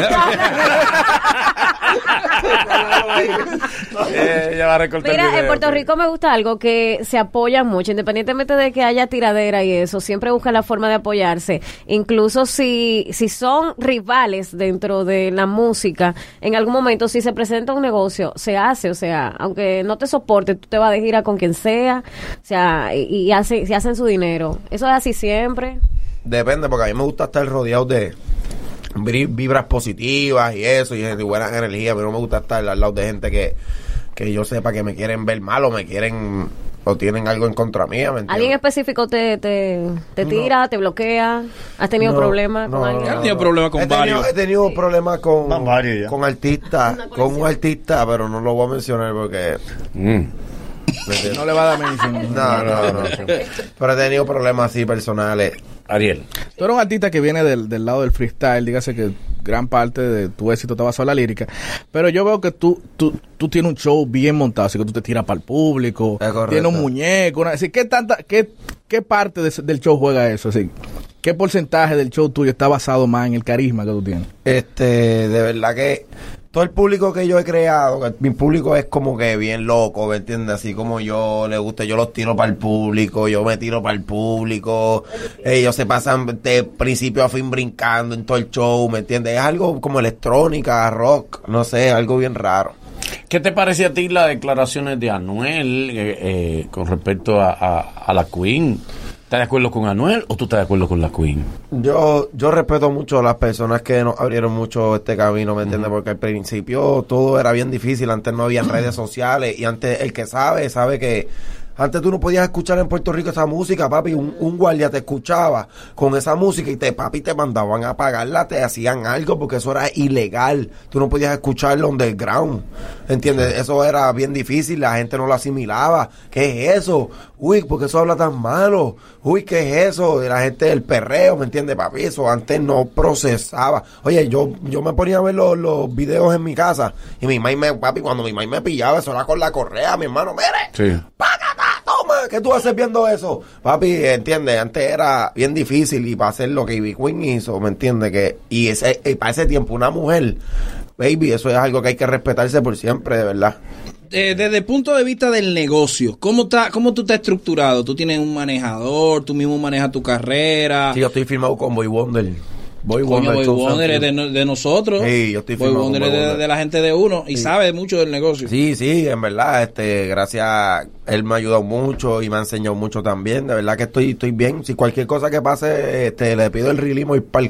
[SPEAKER 26] Eh, ella va a recortar el
[SPEAKER 3] Mira, en
[SPEAKER 26] video,
[SPEAKER 3] Puerto
[SPEAKER 26] ok.
[SPEAKER 3] Rico me gusta algo que se apoya mucho, independientemente de que haya tiradera y eso, siempre busca la forma de apoyarse. Incluso si, si son rivales dentro de la música, en algún momento si se presenta un negocio, se hace, o sea, aunque no te soporte, tú te vas de gira con quien sea, o sea, y, y hace, se hacen su dinero. Eso es así siempre.
[SPEAKER 7] Depende, porque a mí me gusta estar rodeado de bri- vibras positivas y eso, y gente de buenas energías. Pero no me gusta estar al lado de gente que, que yo sepa que me quieren ver mal o me quieren o tienen algo en contra mía. ¿me entiendes?
[SPEAKER 3] ¿Alguien específico te, te, te tira, te bloquea? ¿Has tenido
[SPEAKER 7] No,
[SPEAKER 3] problemas con
[SPEAKER 7] no,
[SPEAKER 3] alguien?
[SPEAKER 7] no, no.
[SPEAKER 2] problemas con
[SPEAKER 7] he tenido-
[SPEAKER 2] varios.
[SPEAKER 7] He tenido problemas con, con artistas, con un artista, pero no lo voy a mencionar porque... Mm. ¿me entiendes?
[SPEAKER 4] No le va a dar mención.
[SPEAKER 7] No, no,
[SPEAKER 4] (laughs)
[SPEAKER 7] no. Pero he tenido problemas así personales.
[SPEAKER 26] Ariel.
[SPEAKER 4] Tú eres un artista que viene del, del lado del freestyle, dígase que gran parte de tu éxito está basado en la lírica, pero yo veo que tú, tú, tú tienes un show bien montado, así que tú te tiras para el público, tienes un muñeco, una, así, ¿qué, tanta, qué, ¿qué parte de ese- del show juega eso? Así, ¿Qué porcentaje del show tuyo está basado más en el carisma que tú tienes?
[SPEAKER 7] Este, de verdad que todo el público que yo he creado, que mi público es como que bien loco, ¿me entiendes? Así como yo le gusta, yo los tiro para el público, yo me tiro para el público, ellos se pasan de principio a fin brincando en todo el show, ¿me entiendes? Es algo como electrónica, rock, no sé, algo bien raro.
[SPEAKER 26] ¿Qué te parece a ti las declaraciones de Anuel eh, eh, con respecto a, a- a la Queen? ¿Estás de acuerdo con Anuel o tú estás de acuerdo con la Queen?
[SPEAKER 7] Yo, yo respeto mucho a las personas que nos abrieron mucho este camino, ¿me entiendes? Porque al principio todo era bien difícil, antes no había redes sociales y antes el que sabe, sabe que Antes tú no podías escuchar en Puerto Rico esa música, papi. Un, un guardia te escuchaba con esa música y te, papi, te mandaban a pagarla, te hacían algo porque eso era ilegal. Tú no podías escucharlo underground. ¿Entiendes? Eso era bien difícil, la gente no lo asimilaba. ¿Qué es eso? Uy, ¿por qué eso habla tan malo? Uy, ¿qué es eso? De la gente del perreo, ¿me entiendes, papi? Eso antes no procesaba. Oye, yo, yo me ponía a ver los, los videos en mi casa y mi mamá me, papi, cuando mi mamá me pillaba, eso era con la correa, mi hermano, mire.
[SPEAKER 1] Sí.
[SPEAKER 7] Toma, ¿qué tú haces viendo eso? Papi, ¿entiendes? Antes era bien difícil y para hacer lo que Ivy Queen hizo, ¿me entiendes? Que, y, ese, y para ese tiempo una mujer, baby, eso es algo que hay que respetarse por siempre, de verdad.
[SPEAKER 2] Eh, desde el punto de vista del negocio, ¿cómo, está, ¿cómo tú estás estructurado? ¿Tú tienes un manejador? ¿Tú mismo manejas tu carrera?
[SPEAKER 7] Sí, yo estoy firmado con Boy Wonder. Boy
[SPEAKER 2] Ah. Coño,
[SPEAKER 7] Wonder.
[SPEAKER 2] Boy
[SPEAKER 7] Johnson,
[SPEAKER 2] Wonder es
[SPEAKER 7] sí.
[SPEAKER 2] de, no- de nosotros.
[SPEAKER 7] Sí, yo estoy
[SPEAKER 2] Boy
[SPEAKER 7] firmado
[SPEAKER 2] Wonder
[SPEAKER 7] con
[SPEAKER 2] es
[SPEAKER 7] Boy
[SPEAKER 2] de,
[SPEAKER 7] Wonder.
[SPEAKER 2] de la gente de uno y sabe mucho del negocio.
[SPEAKER 7] Sí, sí, en verdad, este, gracias, él me ha ayudado mucho y me ha enseñado mucho también, de verdad que estoy, estoy bien, si cualquier cosa que pase, este, le pido el rilimo y pal.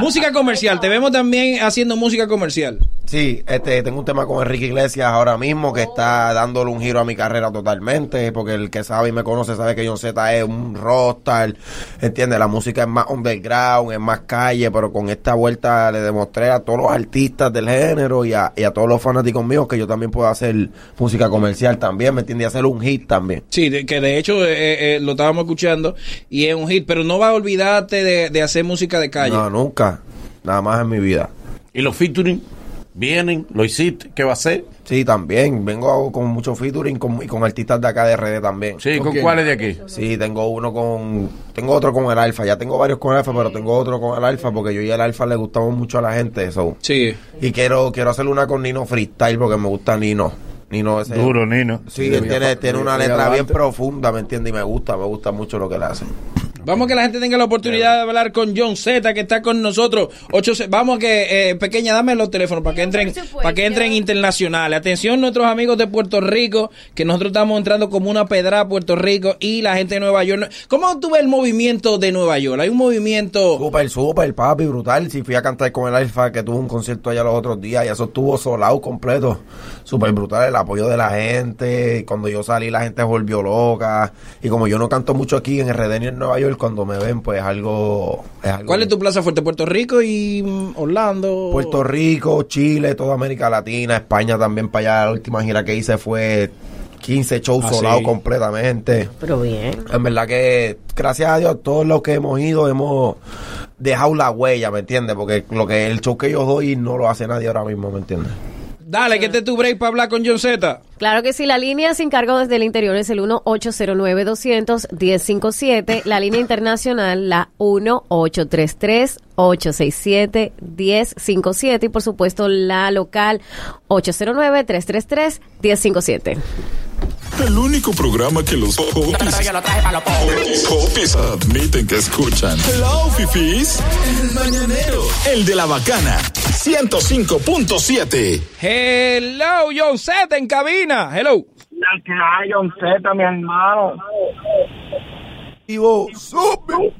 [SPEAKER 2] música comercial, te vemos también haciendo música comercial.
[SPEAKER 7] Sí, este, tengo un tema con Enrique Iglesias ahora mismo que está dándole un giro a mi carrera totalmente, porque el que sabe y me conoce sabe que John Z es un rockstar, entiende, la música es más underground, es más calle, pero con esta vuelta le demostré a todos los artistas del género y a, y a todos los fanáticos míos que yo también puedo hacer música comercial también, ¿me entiende? Y hacer un hit también.
[SPEAKER 2] Sí, de- que de hecho eh, eh, lo estábamos escuchando y es un hit, pero no vas a olvidarte de, de hacer música de calle.
[SPEAKER 7] No, nunca, nada más en mi vida.
[SPEAKER 1] ¿Y los featuring vienen? ¿Lo hiciste? ¿Qué va a ser?
[SPEAKER 7] Sí, también. Vengo con mucho featuring con- y con artistas de acá de RD también.
[SPEAKER 1] Sí, ¿con ¿Con quién? cuáles de aquí?
[SPEAKER 7] Sí, tengo uno con... Tengo otro con el Alfa. Ya tengo varios con el Alfa, pero tengo otro con el Alfa porque yo y el Alfa le gustamos mucho a la gente. eso.
[SPEAKER 2] Sí.
[SPEAKER 7] Y quiero, quiero hacer una con Nino Freestyle porque me gusta Nino. Nino ese-
[SPEAKER 5] Duro, Nino.
[SPEAKER 7] Sí, él tiene, tiene una
[SPEAKER 5] Sí,
[SPEAKER 7] letra bien
[SPEAKER 5] adelante.
[SPEAKER 7] profunda, ¿me entiendes? Y me gusta, me gusta mucho lo que le hace.
[SPEAKER 2] Vamos a que la gente tenga la oportunidad de hablar con John Z que está con nosotros. Ocho se- vamos a que eh, pequeña dame los teléfonos para que entren para que entren internacionales. Atención nuestros amigos de Puerto Rico que nosotros estamos entrando como una pedra a Puerto Rico y la gente de Nueva York. ¿Cómo tú ves el movimiento de Nueva York? Hay un movimiento
[SPEAKER 7] Súper, súper, papi, brutal. Si fui a cantar con el Alfa, que tuvo un concierto allá los otros días, y eso estuvo solado completo. Súper brutal el apoyo de la gente. Cuando yo salí, la gente se volvió loca. Y como yo no canto mucho aquí en RD ni en Nueva York, cuando me ven, pues algo, es algo
[SPEAKER 2] ¿Cuál es tu plaza fuerte? Puerto Rico y mm, Orlando.
[SPEAKER 7] Puerto Rico, Chile, toda América Latina, España también para allá. La última gira que hice fue 15 shows
[SPEAKER 2] Ah,
[SPEAKER 7] solados
[SPEAKER 2] sí.
[SPEAKER 7] completamente.
[SPEAKER 3] Pero bien.
[SPEAKER 7] En verdad que, gracias a Dios, todos los que hemos ido hemos dejado la huella, ¿me entiendes? Porque lo que el show que yo doy no lo hace nadie ahora mismo, ¿me entiendes?
[SPEAKER 2] Dale, que este es tu break para hablar con John Z.
[SPEAKER 3] Claro que sí, la línea sin cargo desde el interior es el 1-809-200-1057, la línea internacional la 1-833-867-1057 y por supuesto la local 809-333-1057.
[SPEAKER 6] El único programa que los popis, popis admiten que escuchan. Hello, fifis. El mañanero. El de la bacana. 105.7.
[SPEAKER 2] Hello, John Z en cabina. Hello.
[SPEAKER 11] La que hay, John Z, mi hermano.
[SPEAKER 7] Y vos, sube.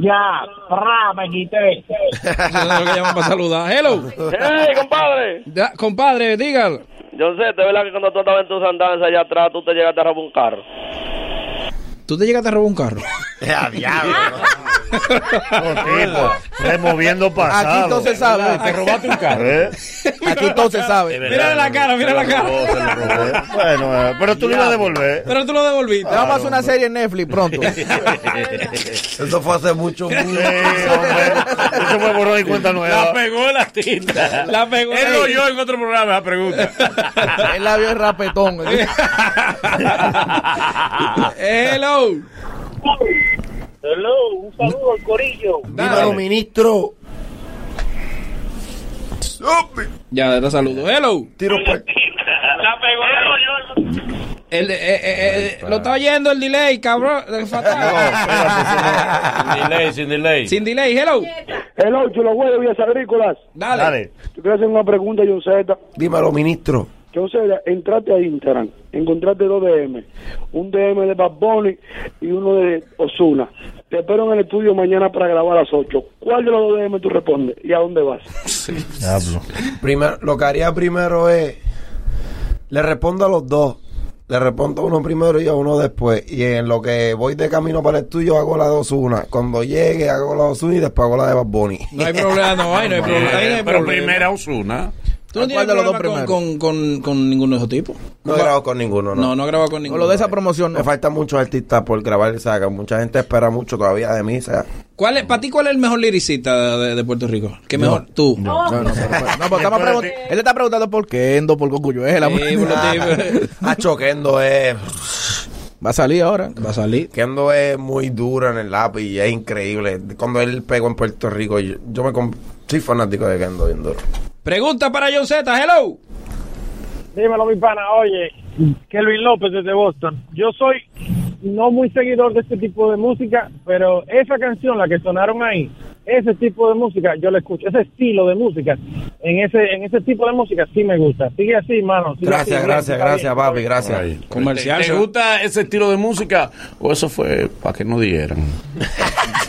[SPEAKER 11] Ya, ra, me quité.
[SPEAKER 2] Eso es lo que llaman para saludar. Hello.
[SPEAKER 16] ¡Hey, compadre!
[SPEAKER 2] Ya, compadre, dígalo.
[SPEAKER 16] Yo sé, te verdad que cuando tú estabas en tus andanzas allá atrás, tú te llegaste a robar un carro.
[SPEAKER 2] ¿Tú te llegaste a robar un carro?
[SPEAKER 7] (laughs) Ya, diablo.
[SPEAKER 5] tipo, removiendo pasado.
[SPEAKER 4] Aquí entonces sabe.
[SPEAKER 5] Te robaste un carro.
[SPEAKER 4] Aquí entonces
[SPEAKER 2] (laughs)
[SPEAKER 4] sabe.
[SPEAKER 5] Mira
[SPEAKER 2] la cara, mira la cara.
[SPEAKER 5] Bueno, eh, pero tú lo ibas a devolver.
[SPEAKER 2] Pero tú lo devolviste.
[SPEAKER 4] vamos a hacer una serie en Netflix pronto. (laughs)
[SPEAKER 7] Eso fue hace mucho, mucho.
[SPEAKER 5] Eso fue borrón y cuenta nueva.
[SPEAKER 1] La pegó la tinta.
[SPEAKER 2] La pegó.
[SPEAKER 1] Él lo oyó en otro programa, la pregunta.
[SPEAKER 4] Él la vio en rapetón.
[SPEAKER 7] ¿eh?
[SPEAKER 2] Hello.
[SPEAKER 11] Hello, un saludo al corillo.
[SPEAKER 7] Dímelo, ministro.
[SPEAKER 2] Ya, era saludo. Hello. Eh,
[SPEAKER 7] Tiro pa-
[SPEAKER 11] La pegó
[SPEAKER 2] El, eh, eh, eh, lo está oyendo el delay, cabrón. Eh, Fatal.
[SPEAKER 1] Sin delay, sin delay.
[SPEAKER 2] Sin delay, hello.
[SPEAKER 11] Hello, chulo güey, vías agrícolas.
[SPEAKER 2] Dale.
[SPEAKER 11] Yo quiero hacer una pregunta, John Z.
[SPEAKER 7] Dímelo, ministro.
[SPEAKER 11] John Z, entraste a Instagram, encontraste dos DM. Un DM de Bad Bunny y uno de Osuna. Te espero en el estudio mañana para grabar a las 8. ¿Cuál de los dos DM tú respondes y a dónde vas?
[SPEAKER 7] Primero, lo que haría primero es Le respondo a los dos. Le respondo a uno primero y a uno después. Y en lo que voy de camino para el tuyo hago la dos una. Cuando llegue hago la dos una y después hago la de Bad Bunny.
[SPEAKER 2] No hay problema, no hay, no hay problema. ahí no hay
[SPEAKER 1] Pero
[SPEAKER 2] problema.
[SPEAKER 1] primera Osuna.
[SPEAKER 2] ¿Tú no tienes
[SPEAKER 7] de los
[SPEAKER 2] problema
[SPEAKER 7] dos
[SPEAKER 2] con, con, con, con ninguno de esos tipos?
[SPEAKER 7] No he grabado con ninguno, no.
[SPEAKER 2] No, no he grabado con ninguno.
[SPEAKER 7] de esa promoción, Me faltan muchos artistas por grabar, o sea, que mucha gente espera mucho todavía de mí, o sea.
[SPEAKER 2] ¿Cuál es, ¿Para ti cuál es el mejor liricista de, de Puerto Rico? ¿Qué
[SPEAKER 7] No.
[SPEAKER 2] mejor? Tú.
[SPEAKER 7] No, no, pues no,
[SPEAKER 2] (laughs)
[SPEAKER 7] pero-
[SPEAKER 4] No, pero estamos pregun- él le está preguntando por qué Endo, por Cocuyuela.
[SPEAKER 2] Sí,
[SPEAKER 4] (laughs)
[SPEAKER 2] por los tipos.
[SPEAKER 7] Ah, Choquendo es.
[SPEAKER 4] Va a salir ahora.
[SPEAKER 2] Va a salir.
[SPEAKER 7] Kendo es muy dura en el lápiz y es increíble. Cuando él pegó en Puerto Rico, yo, yo me comp- soy fanático de Kendo bien duro.
[SPEAKER 2] Pregunta para John Z, hello.
[SPEAKER 8] Dímelo, mi pana. Oye, Kelvin López desde Boston. Yo soy no muy seguidor de este tipo de música, pero esa canción, la que sonaron ahí, ese tipo de música, yo la escucho. Ese estilo de música, en ese en ese tipo de música sí me gusta. Sigue así, mano. sigue así,
[SPEAKER 7] Gracias,
[SPEAKER 8] bien,
[SPEAKER 7] gracias,
[SPEAKER 8] está
[SPEAKER 7] gracias, papi, gracias.
[SPEAKER 1] ¿Te, te gusta ese estilo de música? ¿O eso fue para que no dieran?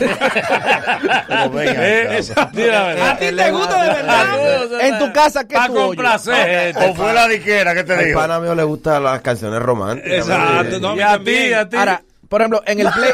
[SPEAKER 4] Oh,
[SPEAKER 5] (laughs)
[SPEAKER 1] Eh, esa- sí, la verdad.
[SPEAKER 5] ¿A ti te gusta de verdad?
[SPEAKER 4] En tu casa, ¿qué
[SPEAKER 5] Pa'
[SPEAKER 4] tú oyes?
[SPEAKER 5] complacer. O fue la diquera que te
[SPEAKER 7] Al
[SPEAKER 5] dijo.
[SPEAKER 7] pana mío le gustan las canciones románticas.
[SPEAKER 5] Exacto,
[SPEAKER 7] Sí.
[SPEAKER 5] no, a mí
[SPEAKER 7] Y a
[SPEAKER 5] también.
[SPEAKER 7] ti, a ti.
[SPEAKER 4] Ahora, por ejemplo, en el play,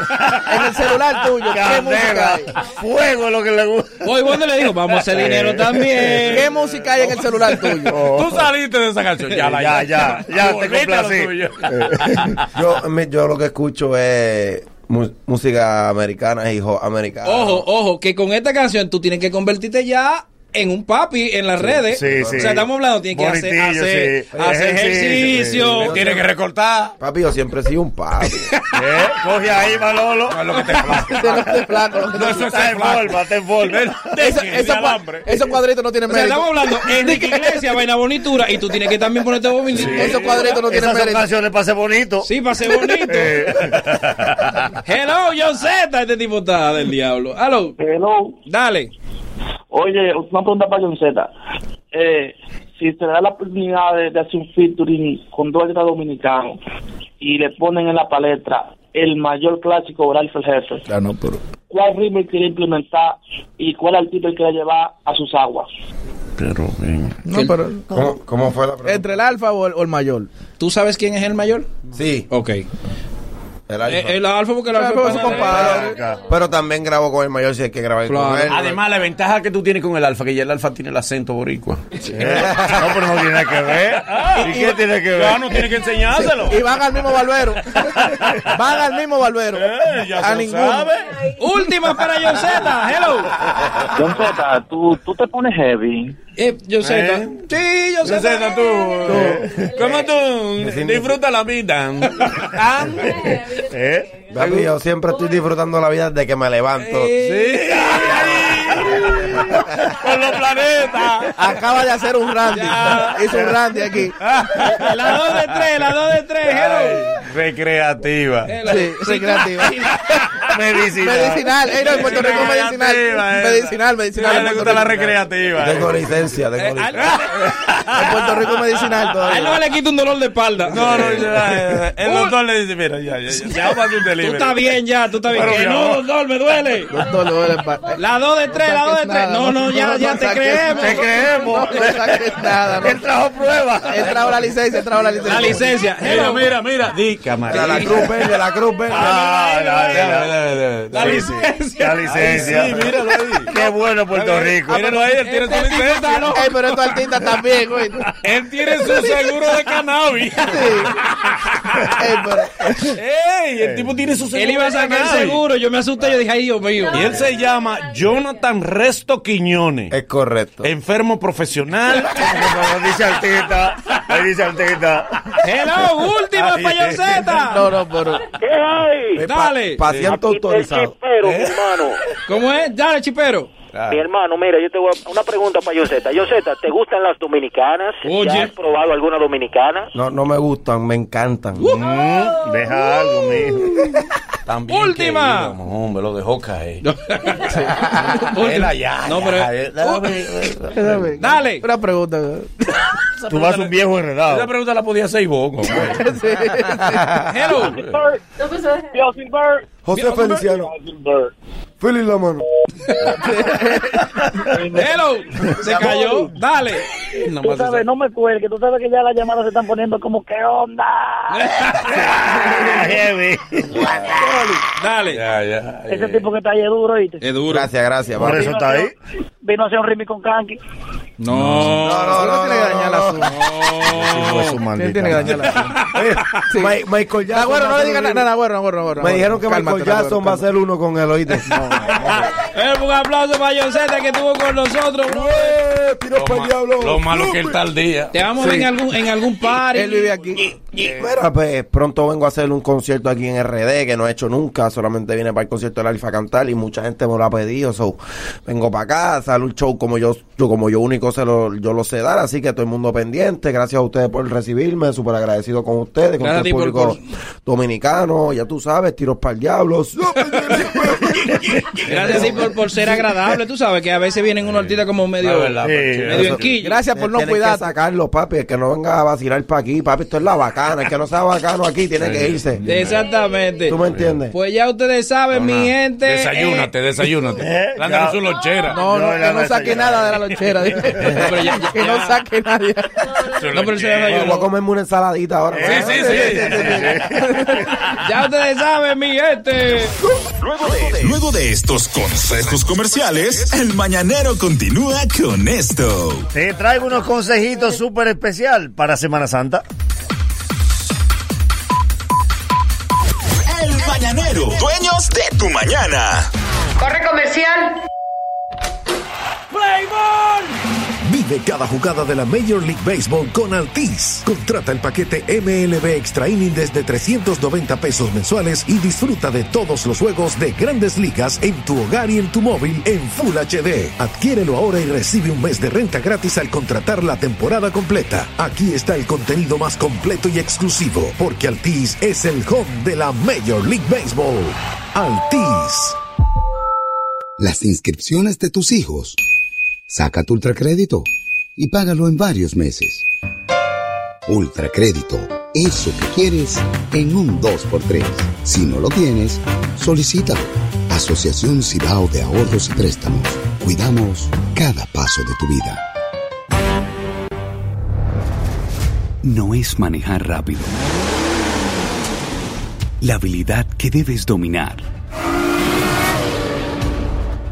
[SPEAKER 4] en el celular tuyo, ¿qué
[SPEAKER 5] Candela.
[SPEAKER 4] música hay?
[SPEAKER 5] Fuego lo que le gusta. Eh,
[SPEAKER 2] Hoy Bonde le dijo, vamos
[SPEAKER 5] (laughs)
[SPEAKER 2] a hacer dinero también.
[SPEAKER 4] ¿Qué música hay en el celular
[SPEAKER 7] (laughs)
[SPEAKER 4] tuyo?
[SPEAKER 1] Tú saliste de esa canción. (laughs) Ya, la,
[SPEAKER 5] Ya, ya, ya, te
[SPEAKER 1] Volviste a lo
[SPEAKER 5] complací.
[SPEAKER 1] tuyo.
[SPEAKER 2] Eh.
[SPEAKER 7] yo, me- yo lo que escucho es mu- música americana, hijo, americana.
[SPEAKER 2] Ojo, ojo, que con esta canción tú tienes que convertirte ya en un papi en las redes.
[SPEAKER 7] sí, sí.
[SPEAKER 2] O sea, estamos hablando, tienes que hacer,
[SPEAKER 7] Bonitillo,
[SPEAKER 2] hacer,
[SPEAKER 7] sí. Eh,
[SPEAKER 2] hacer
[SPEAKER 7] Ejercicio,
[SPEAKER 2] ejercicio.
[SPEAKER 7] sí. Tienes que
[SPEAKER 1] recortar.
[SPEAKER 7] Papi, yo siempre he sido un papi.
[SPEAKER 5] ¿Eh? Coge ahí, Manolo.
[SPEAKER 1] No es lo que te
[SPEAKER 5] No, eso es en forma, te en
[SPEAKER 2] (laughs)
[SPEAKER 5] forma.
[SPEAKER 4] Esa- esa cua- esos cuadritos no tienen
[SPEAKER 2] O sea,
[SPEAKER 4] mérito.
[SPEAKER 2] estamos hablando Enrique Iglesias, vaina bonitura, y tú tienes que también ponerte bonito.
[SPEAKER 4] Esos cuadritos no tienen
[SPEAKER 5] Esas son
[SPEAKER 4] mérito.
[SPEAKER 5] canciones para ser bonito.
[SPEAKER 2] Sí, para ser bonito. Hello, John Z, este tipo está del diablo. Hello.
[SPEAKER 8] Hello.
[SPEAKER 2] Dale.
[SPEAKER 8] Oye, una pregunta para John Z. Eh, si se da la oportunidad de, de hacer un featuring con dos artistas dominicanos y le ponen en la palestra el mayor clásico oral el jefe,
[SPEAKER 4] Ah, no, pero...
[SPEAKER 8] ¿cuál ritmo él quiere implementar y cuál artista él quiere llevar a sus aguas?
[SPEAKER 1] Pero, ven.
[SPEAKER 4] No, pero...
[SPEAKER 7] ¿Cómo, cómo fue la pregunta?
[SPEAKER 4] ¿Entre el alfa o el, o el mayor? (laughs)
[SPEAKER 2] ¿Tú sabes quién es el mayor?
[SPEAKER 7] Sí.
[SPEAKER 2] Ok.
[SPEAKER 7] El alfa.
[SPEAKER 2] Eh, El, el alfa, porque el alfa
[SPEAKER 4] Claro,
[SPEAKER 2] es
[SPEAKER 4] su
[SPEAKER 2] pana de-
[SPEAKER 4] compadre.
[SPEAKER 7] Pero también grabo con el mayor si hay que grabar con él.
[SPEAKER 1] Además, la ventaja que tú tienes con el alfa, que ya el alfa tiene el acento (laughs) boricua.
[SPEAKER 5] No, pero no tiene nada que ver. Ah, ¿Y qué
[SPEAKER 4] (laughs)
[SPEAKER 5] tiene que ver?
[SPEAKER 1] Ya no tiene que enseñárselo.
[SPEAKER 4] Y van al mismo barbero. (laughs) van al mismo barbero.
[SPEAKER 1] Eh, ya
[SPEAKER 4] a
[SPEAKER 1] se
[SPEAKER 4] ninguno.
[SPEAKER 2] Última para John Z, hello.
[SPEAKER 8] John Z, tú, tú te pones heavy.
[SPEAKER 2] Eh, John Z. Sí, John
[SPEAKER 1] Yo sé,
[SPEAKER 2] Z.
[SPEAKER 1] tú. ¿Cómo tú? Disfruta la vida. Ah,
[SPEAKER 5] ¿Eh?
[SPEAKER 7] Papi, yo siempre estoy disfrutando la vida desde que me levanto.
[SPEAKER 1] Sí. Con los planetas.
[SPEAKER 4] Acaba de hacer un randy. Hizo un randy
[SPEAKER 1] (laughs)
[SPEAKER 4] aquí.
[SPEAKER 2] La 2 de 3, la 2 de 3, hello.
[SPEAKER 1] Recreativa.
[SPEAKER 2] Hello.
[SPEAKER 4] Sí, sí, creativo.
[SPEAKER 1] (laughs)
[SPEAKER 5] Medicina.
[SPEAKER 4] Medicinal. Ey, no, en Puerto Rico medicinal.
[SPEAKER 1] Creativa, esa.
[SPEAKER 4] Medicinal, medicinal.
[SPEAKER 1] eh. Sí,
[SPEAKER 4] en
[SPEAKER 1] le
[SPEAKER 4] Puerto
[SPEAKER 1] gusta la
[SPEAKER 4] Rico.
[SPEAKER 1] recreativa.
[SPEAKER 7] Tengo licencia,
[SPEAKER 1] Eh,
[SPEAKER 7] tengo licencia.
[SPEAKER 4] En Puerto
[SPEAKER 1] (laughs)
[SPEAKER 4] Rico medicinal
[SPEAKER 2] A él no
[SPEAKER 4] todavía.
[SPEAKER 2] le quita un dolor de espalda.
[SPEAKER 1] No, no, ya, eh, el doctor le dice, mira, ya, ya, ya, ya, vamos a hacer un
[SPEAKER 2] Tú
[SPEAKER 1] delivery.
[SPEAKER 2] estás bien ya, tú estás bien.
[SPEAKER 1] Pero
[SPEAKER 2] Que
[SPEAKER 1] mi
[SPEAKER 2] no,
[SPEAKER 1] amor.
[SPEAKER 2] doctor, me duele.
[SPEAKER 4] Doctor, le duele pa-
[SPEAKER 2] La 2 de 3, la 2 de
[SPEAKER 4] saques
[SPEAKER 2] 3.
[SPEAKER 4] nada,
[SPEAKER 2] No, no, ya, ya te
[SPEAKER 4] saques-
[SPEAKER 2] creemos.
[SPEAKER 5] Te creemos.
[SPEAKER 4] No saques nada. no.
[SPEAKER 5] Él trajo pruebas.
[SPEAKER 4] Él trajo la licencia, él trajo la licencia.
[SPEAKER 2] La licencia.
[SPEAKER 1] Mira,
[SPEAKER 2] Hello.
[SPEAKER 1] mira, mira. Di, camarada.
[SPEAKER 7] De la Cruz Verde, la Cruz Verde.
[SPEAKER 5] Ah, la, la- la-
[SPEAKER 2] La
[SPEAKER 1] Míralo
[SPEAKER 2] licencia.
[SPEAKER 5] la licencia.
[SPEAKER 1] Ay, sí, míralo ahí.
[SPEAKER 5] Qué bueno Puerto Rico.
[SPEAKER 1] ahí, él tiene su
[SPEAKER 2] Este tipo está
[SPEAKER 1] licencia.
[SPEAKER 2] loco.
[SPEAKER 4] Ey, pero estos artistas también, güey. Sí.
[SPEAKER 1] Él tiene su seguro de cannabis.
[SPEAKER 4] Ey, pero...
[SPEAKER 1] Ey, el tipo tiene su seguro
[SPEAKER 2] Él iba a
[SPEAKER 1] de
[SPEAKER 2] sacar el
[SPEAKER 1] cannabis.
[SPEAKER 2] seguro. Yo me asusté. Yo dije, ay, Dios mío.
[SPEAKER 1] Y él se llama Jonathan Resto Quiñones.
[SPEAKER 7] Es correcto.
[SPEAKER 1] Enfermo profesional.
[SPEAKER 5] Ahí dice artista. Ahí dice artista.
[SPEAKER 1] (laughs)
[SPEAKER 2] Hello, última
[SPEAKER 4] No,
[SPEAKER 2] payoseta.
[SPEAKER 4] no, pero...
[SPEAKER 8] ¿Qué hay?
[SPEAKER 7] Eh,
[SPEAKER 2] Dale.
[SPEAKER 7] paciente autorizado.
[SPEAKER 8] chipero, mi hermano.
[SPEAKER 2] ¿Cómo es? Dale, chipero.
[SPEAKER 8] Mi hermano, mira, yo te voy a... Una pregunta para Yoseta. Yoseta, ¿te gustan las dominicanas?
[SPEAKER 2] Oye.
[SPEAKER 8] ¿Ya has probado alguna dominicana?
[SPEAKER 7] No, no me gustan, me encantan.
[SPEAKER 2] Uh-huh.
[SPEAKER 5] Mm, Deja algo, mijo.
[SPEAKER 1] También
[SPEAKER 2] Última.
[SPEAKER 1] querido, no, hombre, lo dejó caer.
[SPEAKER 2] (laughs)
[SPEAKER 1] Él allá.
[SPEAKER 2] No, pero-
[SPEAKER 4] Espérame.
[SPEAKER 2] Dale.
[SPEAKER 4] Una pregunta. güey.
[SPEAKER 5] Tú vas un viejo
[SPEAKER 1] Esa
[SPEAKER 5] enredado.
[SPEAKER 1] pregunta la podía hacer vos, hombre.
[SPEAKER 2] Hello.
[SPEAKER 8] Bird.
[SPEAKER 7] José Feliciano. Feliz la mano.
[SPEAKER 30] (laughs)
[SPEAKER 2] Hello, se cayó. Dale. No
[SPEAKER 30] tú
[SPEAKER 2] más
[SPEAKER 30] sabes, no me cuelgues. Tú sabes que ya las llamadas se están poniendo como, ¿qué onda?
[SPEAKER 2] (laughs) Dale.
[SPEAKER 30] Ese tipo que está ahí es duro, ¿oíste?
[SPEAKER 2] Es duro.
[SPEAKER 7] Gracias, gracias.
[SPEAKER 30] Por
[SPEAKER 7] papi.
[SPEAKER 30] eso está ahí. Vino a hacer un remix con
[SPEAKER 2] (laughs)
[SPEAKER 30] Kanki.
[SPEAKER 2] No.
[SPEAKER 7] No, no, no. tiene que dañar la suma.
[SPEAKER 31] Él tiene que dañar la
[SPEAKER 7] Oye, Ma- Michael Jackson.
[SPEAKER 31] Nagüero,
[SPEAKER 7] va
[SPEAKER 31] no
[SPEAKER 7] a
[SPEAKER 31] le digas
[SPEAKER 7] hacer
[SPEAKER 31] nada,
[SPEAKER 7] un remix.
[SPEAKER 31] Nagüero, Nagüero, Nagüero.
[SPEAKER 7] Me dijeron que
[SPEAKER 31] Cálmate,
[SPEAKER 7] Michael Jackson va a ser uno con el oído.
[SPEAKER 2] Eh, un aplauso para Josete que estuvo con nosotros, bro.
[SPEAKER 7] Tiro
[SPEAKER 1] para el diablo. Lo malo que él está al día.
[SPEAKER 2] Te vamos a ver en algún, en algún party.
[SPEAKER 31] Él vive aquí.
[SPEAKER 7] Mira, pues pronto vengo a hacer un concierto aquí en RD que no he hecho nunca. Solamente vine para el concierto del Alfa a cantar y mucha gente me lo ha pedido. So, vengo para acá, sale un show como yo, yo como yo único se lo, yo lo sé dar. Así que todo el mundo pendiente. Gracias a ustedes por recibirme. Súper agradecido con ustedes, con
[SPEAKER 2] Gracias a
[SPEAKER 7] todo el
[SPEAKER 2] ti por-
[SPEAKER 7] público dominicano. Ya tú sabes, tiros para el diablo.
[SPEAKER 2] Gracias sí, por, por ser agradable. Tú sabes que a veces vienen unos artistas como medio,
[SPEAKER 7] La verdad,
[SPEAKER 2] medio
[SPEAKER 7] Pancho.
[SPEAKER 2] medio enquillo.
[SPEAKER 31] Gracias por no
[SPEAKER 7] Tienes
[SPEAKER 31] cuidarte.
[SPEAKER 7] que sacarlo, papi. El que no venga a vacilar para aquí, papi. Esto es la bacana. El que no sea bacano aquí tiene que irse.
[SPEAKER 2] Exactamente.
[SPEAKER 7] ¿Tú me entiendes?
[SPEAKER 2] Pues ya ustedes saben, mi gente. eh,
[SPEAKER 1] Desayúnate, desayúnate. Lándanos su lonchera.
[SPEAKER 31] No, no, que no saque nada de la lonchera.
[SPEAKER 2] (laughs) pero ya- ya-
[SPEAKER 31] Que no saque nadie.
[SPEAKER 1] Su
[SPEAKER 2] No, pero eso ya no
[SPEAKER 1] lonchera.
[SPEAKER 2] ayuda.
[SPEAKER 7] Voy a comerme una ensaladita ahora.
[SPEAKER 1] Sí, sí, sí.
[SPEAKER 2] Ya ustedes saben, mi gente.
[SPEAKER 6] Luego de estos consejos comerciales, el mañanero continúa con esto.
[SPEAKER 5] Te traigo unos consejitos súper especial para Semana Santa.
[SPEAKER 6] El mañanero, dueños de (laughs) tu mañana.
[SPEAKER 11] Corre comercial.
[SPEAKER 12] Vive cada jugada de la Major League Baseball con Altis. Contrata el paquete MLB Extra Inning desde 390 pesos mensuales y disfruta de todos los juegos de grandes ligas en tu hogar y en tu móvil en Full HD. Adquiérelo ahora y recibe un mes de renta gratis al contratar la temporada completa. Aquí está el contenido más completo y exclusivo, porque Altis es el home de la Major League Baseball. Altis.
[SPEAKER 19] las inscripciones de tus hijos. Saca tu ultracrédito y págalo en varios meses. Ultracrédito, eso que quieres en un 2x3. Si no lo tienes, solicítalo. Asociación Cibao de Ahorros y Préstamos. Cuidamos cada paso de tu vida.
[SPEAKER 24] no es manejar rápido. La habilidad que debes dominar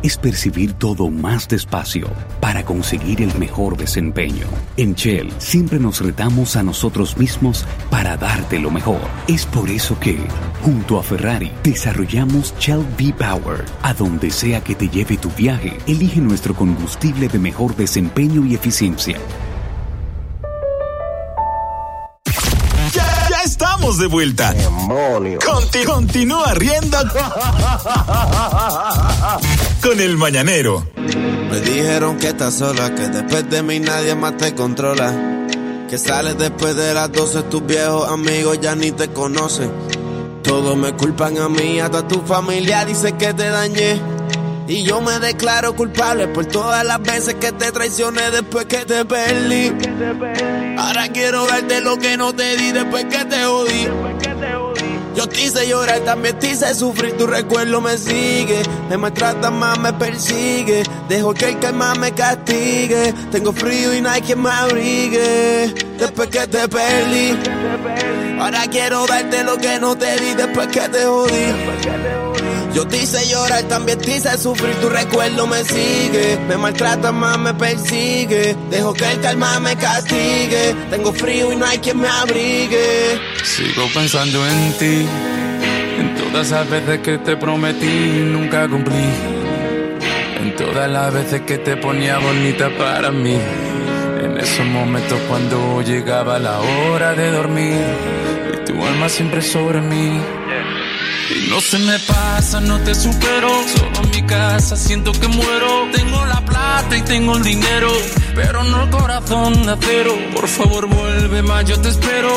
[SPEAKER 24] es percibir todo más despacio para conseguir el mejor desempeño. En Shell siempre nos retamos a nosotros mismos para darte lo mejor. Es por eso que, junto a Ferrari, desarrollamos Shell V-Power. A donde sea que te lleve tu viaje, elige nuestro combustible de mejor desempeño y eficiencia.
[SPEAKER 6] Ya, ya estamos de vuelta. Conti- continúa riendo con el mañanero.
[SPEAKER 8] Me dijeron que estás sola, que después de mí nadie más te controla. Que sales después de las 12, tus viejos amigos ya ni te conocen. Todos me culpan a mí, hasta tu familia dice que te dañé. Y yo me declaro culpable por todas las veces que te traicioné después que te perdí. Ahora quiero darte lo que no te di después que te jodí. Yo te hice llorar, también te hice sufrir, tu recuerdo me sigue. Me maltrata más, me persigue. Dejo que el más me castigue. Tengo frío y no hay quien me abrigue. Después que te perdí. Ahora quiero darte lo que no te di después que te jodí. Yo te hice llorar, también te hice sufrir, tu recuerdo me sigue. Me maltrata más, me persigue. Dejo que el calma me castigue. Tengo frío y no hay quien me abrigue.
[SPEAKER 32] Sigo pensando en ti, en todas las veces que te prometí y nunca cumplí, en todas las veces que te ponía bonita para mí, en esos momentos cuando llegaba la hora de dormir y tu alma siempre sobre mí. Y no se me pasa, no te supero. Solo en mi casa siento que muero. Tengo la plata y tengo el dinero, pero no el corazón de acero. Por favor, vuelve más, yo te espero.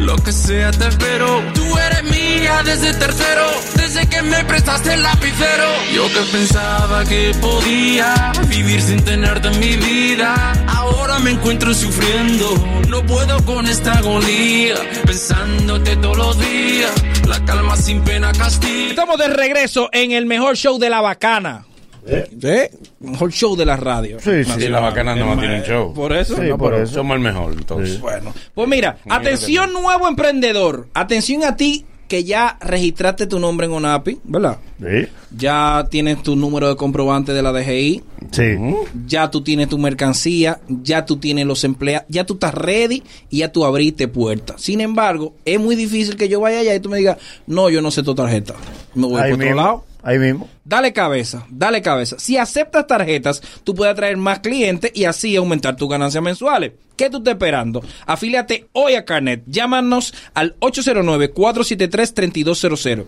[SPEAKER 32] Lo que sea, te espero. Tú eres mía desde tercero, desde que me prestaste el lapicero. Yo que pensaba que podía vivir sin tenerte en mi vida. Ahora me encuentro sufriendo, no puedo con esta agonía. Pensándote todos los días, la calma sin pena castiga.
[SPEAKER 2] Estamos de regreso en el mejor show de la bacana. ¿Eh? Mejor show de la radio.
[SPEAKER 1] Sí, sí, la bacana no tienen show.
[SPEAKER 2] Por eso.
[SPEAKER 1] Sí,
[SPEAKER 2] No,
[SPEAKER 1] por
[SPEAKER 2] pero-
[SPEAKER 1] eso. Somos el mejor, entonces.
[SPEAKER 2] Bueno. Pues mira, atención nuevo emprendedor. Atención a ti que ya registraste tu nombre en ONAPI, ¿verdad?
[SPEAKER 5] Sí.
[SPEAKER 2] Ya tienes tu número de comprobante de la DGI.
[SPEAKER 5] Sí.
[SPEAKER 2] Ya tú tienes tu mercancía, ya tú tienes los empleados, ya tú estás ready y ya tú abriste puertas. Sin embargo, es muy difícil que yo vaya allá y tú me digas, no, yo no sé tu tarjeta. Me voy
[SPEAKER 5] Ahí
[SPEAKER 2] por otro
[SPEAKER 5] mismo,
[SPEAKER 2] lado.
[SPEAKER 5] Ahí mismo.
[SPEAKER 2] Dale cabeza, dale cabeza. Si aceptas tarjetas, tú puedes atraer más clientes y así aumentar tus ganancias mensuales. ¿Qué tú estás esperando? Afíliate hoy a Carnet. Llámanos al 809-473-3200.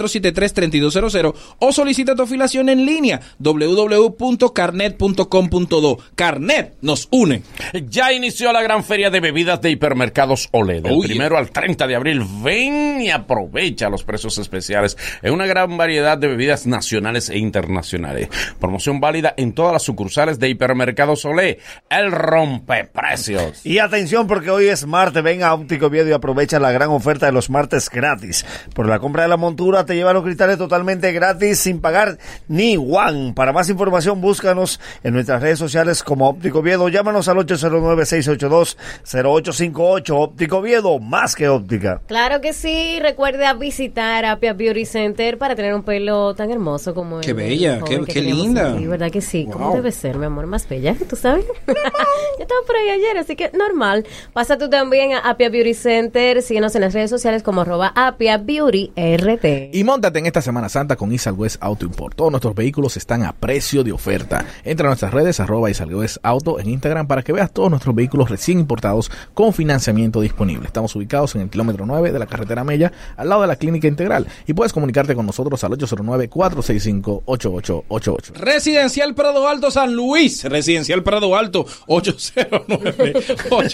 [SPEAKER 2] 809-473-3200 o solicita tu afiliación en línea www.carnet.com.do. Carnet nos une.
[SPEAKER 1] Ya inició la gran feria de bebidas de hipermercados OLED. Del
[SPEAKER 2] Oh, yeah.
[SPEAKER 1] primero al 30 de abril. Ven y aprovecha los precios especiales en una gran variedad de bebidas nacionales e internacionales. Promoción válida en todas las sucursales de hipermercados OLED. El rompeprecios.
[SPEAKER 5] Y atención porque hoy es martes, ven a Óptico Viedo y aprovecha la gran oferta de los martes gratis. Por la compra de la montura te llevan los cristales totalmente gratis sin pagar ni one. Para más información búscanos en nuestras redes sociales como Óptico Viedo. Llámanos al 809-682-0858. Óptico Viedo, más que óptica.
[SPEAKER 3] Claro que sí, recuerda visitar Apia Beauty Center para tener un pelo tan hermoso como
[SPEAKER 2] Qué
[SPEAKER 3] el del
[SPEAKER 2] bella,
[SPEAKER 3] joven
[SPEAKER 2] qué-
[SPEAKER 3] que
[SPEAKER 2] qué
[SPEAKER 3] teníamos
[SPEAKER 2] linda.
[SPEAKER 3] aquí, ¿Verdad que sí? ¿Cómo
[SPEAKER 2] Wow.
[SPEAKER 3] debe ser, mi amor? Más bella, ¿tú sabes? (laughs) Yo estaba por ahí ayer, así que normal. Pasa tú también a Apia Beauty Center, síguenos en las redes sociales como arroba Apia Beauty RT.
[SPEAKER 4] Y móntate en esta Semana Santa con Isal West Auto Import. Todos nuestros vehículos están a precio de oferta. Entra a nuestras redes arroba Isal West Auto en Instagram para que veas todos nuestros vehículos recién importados con financiamiento disponible. Estamos ubicados en el kilómetro 9 de la carretera Mella, al lado de la clínica integral. Y puedes comunicarte con nosotros al 809-465-8888.
[SPEAKER 2] Residencial Prado Alto San Luis. Residencial Prado Alto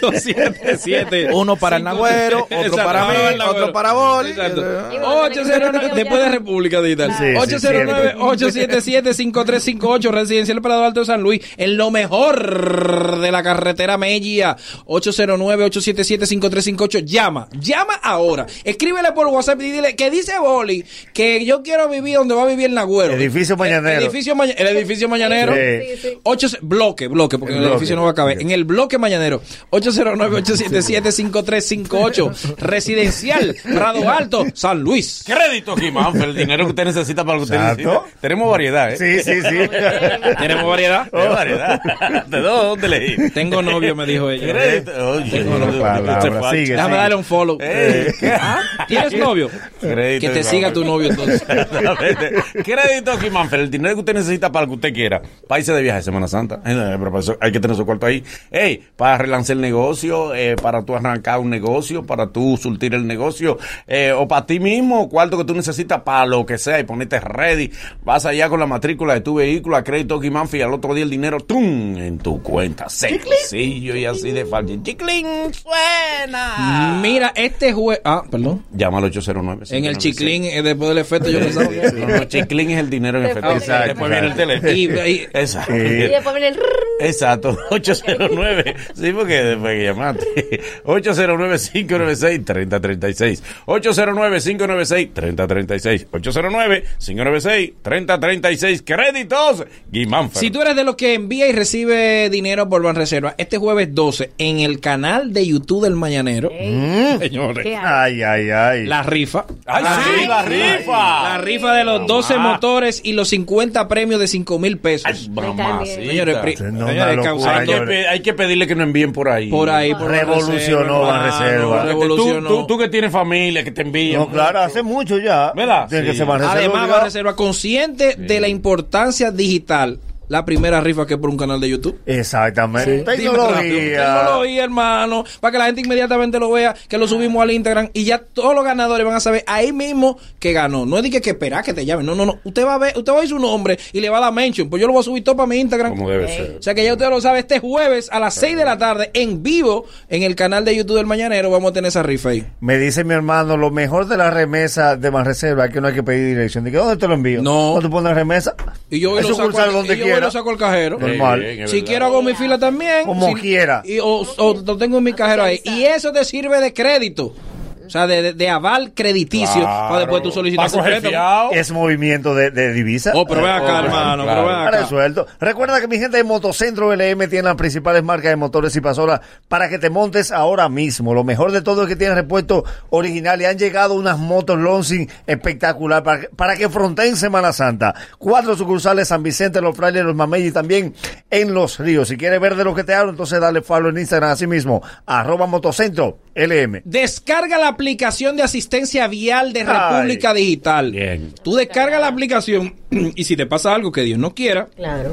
[SPEAKER 2] 809-877.
[SPEAKER 4] Uno para el Nagüero,
[SPEAKER 2] (laughs)
[SPEAKER 4] otro para mí, otro para Boli.
[SPEAKER 2] Exacto. 809, después de República Digital.
[SPEAKER 4] Sí, sí,
[SPEAKER 2] 809-877-5358, Residencial Prado Alto San Luis, en lo mejor de la carretera Mella. 809-877-5358, llama, llama ahora. Escríbele por WhatsApp y dile que dice Boli que yo quiero vivir donde va a vivir el Nagüero.
[SPEAKER 5] Edificio Mañanero.
[SPEAKER 2] El edificio, maña- el edificio Mañanero.
[SPEAKER 5] Sí,
[SPEAKER 2] Ocho- bloque, bloque, porque
[SPEAKER 5] El
[SPEAKER 2] el,
[SPEAKER 5] bloque.
[SPEAKER 2] edificio no va a caber. En el bloque Mañanero.
[SPEAKER 5] (laughs)
[SPEAKER 2] 809-877-5358. Residencial, Prado Alto, San Luis.
[SPEAKER 1] Crédito, Jimán, el dinero que usted necesita para lo que usted
[SPEAKER 2] Exacto.
[SPEAKER 1] necesita. Tenemos variedad, ¿eh?
[SPEAKER 5] Sí, sí, sí.
[SPEAKER 2] ¿Tenemos variedad?
[SPEAKER 1] (laughs) Tenemos variedad. ¿De dónde, dónde
[SPEAKER 2] (laughs)
[SPEAKER 1] leí?
[SPEAKER 2] Tengo novio, me dijo ella.
[SPEAKER 1] Crédito. Oye,
[SPEAKER 2] palabra.
[SPEAKER 1] este facho.
[SPEAKER 2] Sigue, Déjame sigue. darle un follow. ¿Ah? ¿Tienes novio?
[SPEAKER 1] Crédito,
[SPEAKER 2] Que te
[SPEAKER 1] Jimán.
[SPEAKER 2] siga tu novio entonces.
[SPEAKER 1] (laughs) Exactamente. Crédito Jimanfer, el dinero que usted necesita para lo que usted quiera. Países de viaje, Semana Santa. (laughs) Eh, eh, pero para eso Hay que tener su cuarto ahí. Ey, para relanzar el negocio, eh, para tú arrancar un negocio, para tú surtir el negocio, eh, o para ti mismo, cuarto que tú necesitas para lo que sea y ponerte ready. Vas allá con la matrícula de tu vehículo a Crédito Jimanfer y al otro día el dinero, ¡tum! en tu cuenta. Sencillo y así de fácil. Chiclin suena.
[SPEAKER 2] Mira, este juez. Ah, perdón.
[SPEAKER 1] Llama al 809.
[SPEAKER 2] En el chiclín, eh, después del efecto, yo pensaba. que- Ah,
[SPEAKER 1] No, no, chiclín es el dinero
[SPEAKER 2] (laughs)
[SPEAKER 1] en efectivo.
[SPEAKER 2] Exacto,
[SPEAKER 1] Después viene el
[SPEAKER 2] exacto.
[SPEAKER 1] teléfono.
[SPEAKER 2] Y- y-
[SPEAKER 1] Exacto.
[SPEAKER 3] Y después viene el...
[SPEAKER 1] Exacto, (laughs) 809. Sí, porque después que llamaste. 809-596-3036. 809-596-3036. 809-596-3036. Créditos. Guimánfer.
[SPEAKER 2] Si tú eres de los que envía y recibe dinero por Banreserva, este jueves 12 en el canal de YouTube del Mañanero, Mm, señores,
[SPEAKER 5] ¿Qué hay? Ay, ay, ay.
[SPEAKER 2] la rifa.
[SPEAKER 1] ¡Ay, sí! ¡La rifa!
[SPEAKER 2] La rifa de los 12 motores y los 50 premios de 5 mil pesos.
[SPEAKER 1] Mamacita.
[SPEAKER 2] Señores, pri-
[SPEAKER 1] No,
[SPEAKER 2] señores,
[SPEAKER 1] una locura,
[SPEAKER 2] causando-
[SPEAKER 1] hay, que pe- hay que pedirle que no envíen por ahí.
[SPEAKER 2] Por ahí, por
[SPEAKER 5] Revolucionó Banreserva.
[SPEAKER 1] Porque
[SPEAKER 5] Revolucionó.
[SPEAKER 1] Tú, tú, tú que tienes familia, que te envían.
[SPEAKER 5] No, claro, hace mucho ya.
[SPEAKER 1] ¿Verdad?
[SPEAKER 5] Tiene que
[SPEAKER 1] Sí.
[SPEAKER 5] ser Banreserva
[SPEAKER 2] Además,
[SPEAKER 5] obligado.
[SPEAKER 2] Banreserva, consciente de la importancia digital, la primera rifa que es por un canal de YouTube.
[SPEAKER 5] Exactamente.
[SPEAKER 2] Sí. Dime rápido.
[SPEAKER 5] Tecnología.
[SPEAKER 2] Tecnología, hermano. Para que la gente inmediatamente lo vea, que lo subimos al Instagram y ya todos los ganadores van a saber ahí mismo que ganó. No es de que, que esperar que te llamen. No, no, no. Usted va a ver, usted va a ver su nombre y le va a dar mention. Pues yo lo voy a subir todo para mi Instagram.
[SPEAKER 1] Como debe ser.
[SPEAKER 2] O sea que ya usted lo sabe, este jueves a las 6 de la tarde, en vivo, en el canal de YouTube del Mañanero, vamos a tener esa rifa ahí.
[SPEAKER 5] Me dice mi hermano, lo mejor de la remesa de Banreserva es que no hay que pedir dirección. ¿De dónde te lo envío? No. tú pones remesa?
[SPEAKER 2] Y yo voy y
[SPEAKER 5] Es
[SPEAKER 2] lo saco,
[SPEAKER 5] sucursal
[SPEAKER 2] al,
[SPEAKER 5] donde
[SPEAKER 2] y yo voy y lo
[SPEAKER 5] quiera.
[SPEAKER 2] saco al cajero.
[SPEAKER 5] Normal. Qué bien, es
[SPEAKER 2] si
[SPEAKER 5] verdad.
[SPEAKER 2] quiero hago mi fila también.
[SPEAKER 5] Como
[SPEAKER 2] Si-
[SPEAKER 5] quiera.
[SPEAKER 2] Y, o, o lo tengo en mi cajero ahí. Y eso te sirve de crédito. O sea, de, de- de aval crediticio
[SPEAKER 5] Claro.
[SPEAKER 2] para después tú solicitas un préstamo.
[SPEAKER 5] Es movimiento de, de divisas.
[SPEAKER 2] Oh, pero ven acá, hermano, pero ven acá.
[SPEAKER 5] Resuelto. Recuerda que mi gente de Motocentro LM tiene las principales marcas de motores y pasoras para que te montes ahora mismo. Lo mejor de todo es que tienen repuesto original y han llegado unas motos Lonsing espectacular para, que- para que fronteen Semana Santa. Cuatro sucursales, San Vicente, Los Frailes, Los Mamey y también en Los Ríos. Si quieres ver de lo que te hablo, entonces dale follow en Instagram así mismo, arroba Motocentro LM.
[SPEAKER 2] Descarga la aplicación de asistencia vial de República Digital. Tú descargas la aplicación (clears throat) y si te pasa algo que Dios no quiera,
[SPEAKER 3] Claro.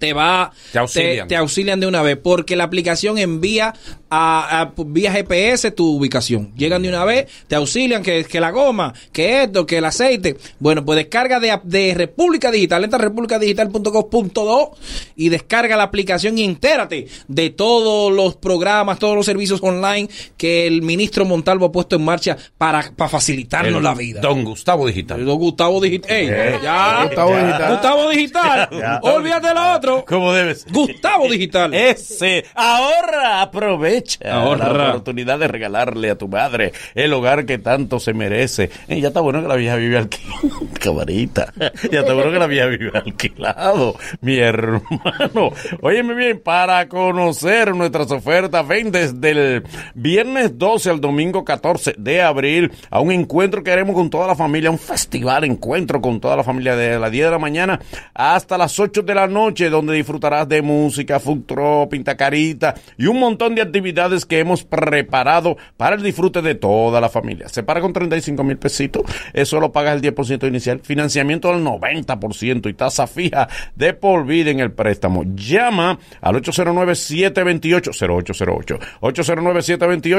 [SPEAKER 2] te va te
[SPEAKER 1] auxilian.
[SPEAKER 2] Te, auxilian de una vez porque la aplicación envía a, a- vía GPS tu ubicación llegan de una vez te auxilian que, que la goma que esto que el aceite bueno pues descarga de, de República Digital entra a republicadigital.gov.do y descarga la aplicación y entérate de todos los programas todos los servicios online que el ministro Montalvo ha puesto en marcha para, para facilitarnos
[SPEAKER 1] El
[SPEAKER 2] la vida
[SPEAKER 1] Don Gustavo Digital. Eh,
[SPEAKER 2] Don Gustavo Digital. Ey, ya.
[SPEAKER 1] Gustavo
[SPEAKER 2] Ya.
[SPEAKER 1] Digital.
[SPEAKER 2] Gustavo
[SPEAKER 5] (laughs)
[SPEAKER 2] Digital.
[SPEAKER 1] Ya.
[SPEAKER 2] Olvídate de lo otro.
[SPEAKER 1] ¿Cómo debes?
[SPEAKER 2] Gustavo Digital.
[SPEAKER 1] Ese. Ahorra, aprovecha
[SPEAKER 2] Ahorra.
[SPEAKER 1] la oportunidad de regalarle a tu madre el hogar que tanto se merece. Eh, ya está bueno que la vieja vive alquilado. (laughs) Camarita. Ya está bueno que la vieja vive alquilado. Mi hermano. Óyeme bien, para conocer nuestras ofertas, ven desde el viernes 12 al domingo 14 de abril a un encuentro que haremos con toda la familia, un festival encuentro con toda la familia de las 10 de la mañana hasta las 8 de la noche, donde disfrutarás de música, food truck, pintacarita y un montón de actividades que hemos preparado para el disfrute de toda la familia. Se para con 35 mil pesitos, eso lo pagas el 10% inicial, financiamiento al 90% y tasa fija de por vida en el préstamo. Llama al 809-728-0808,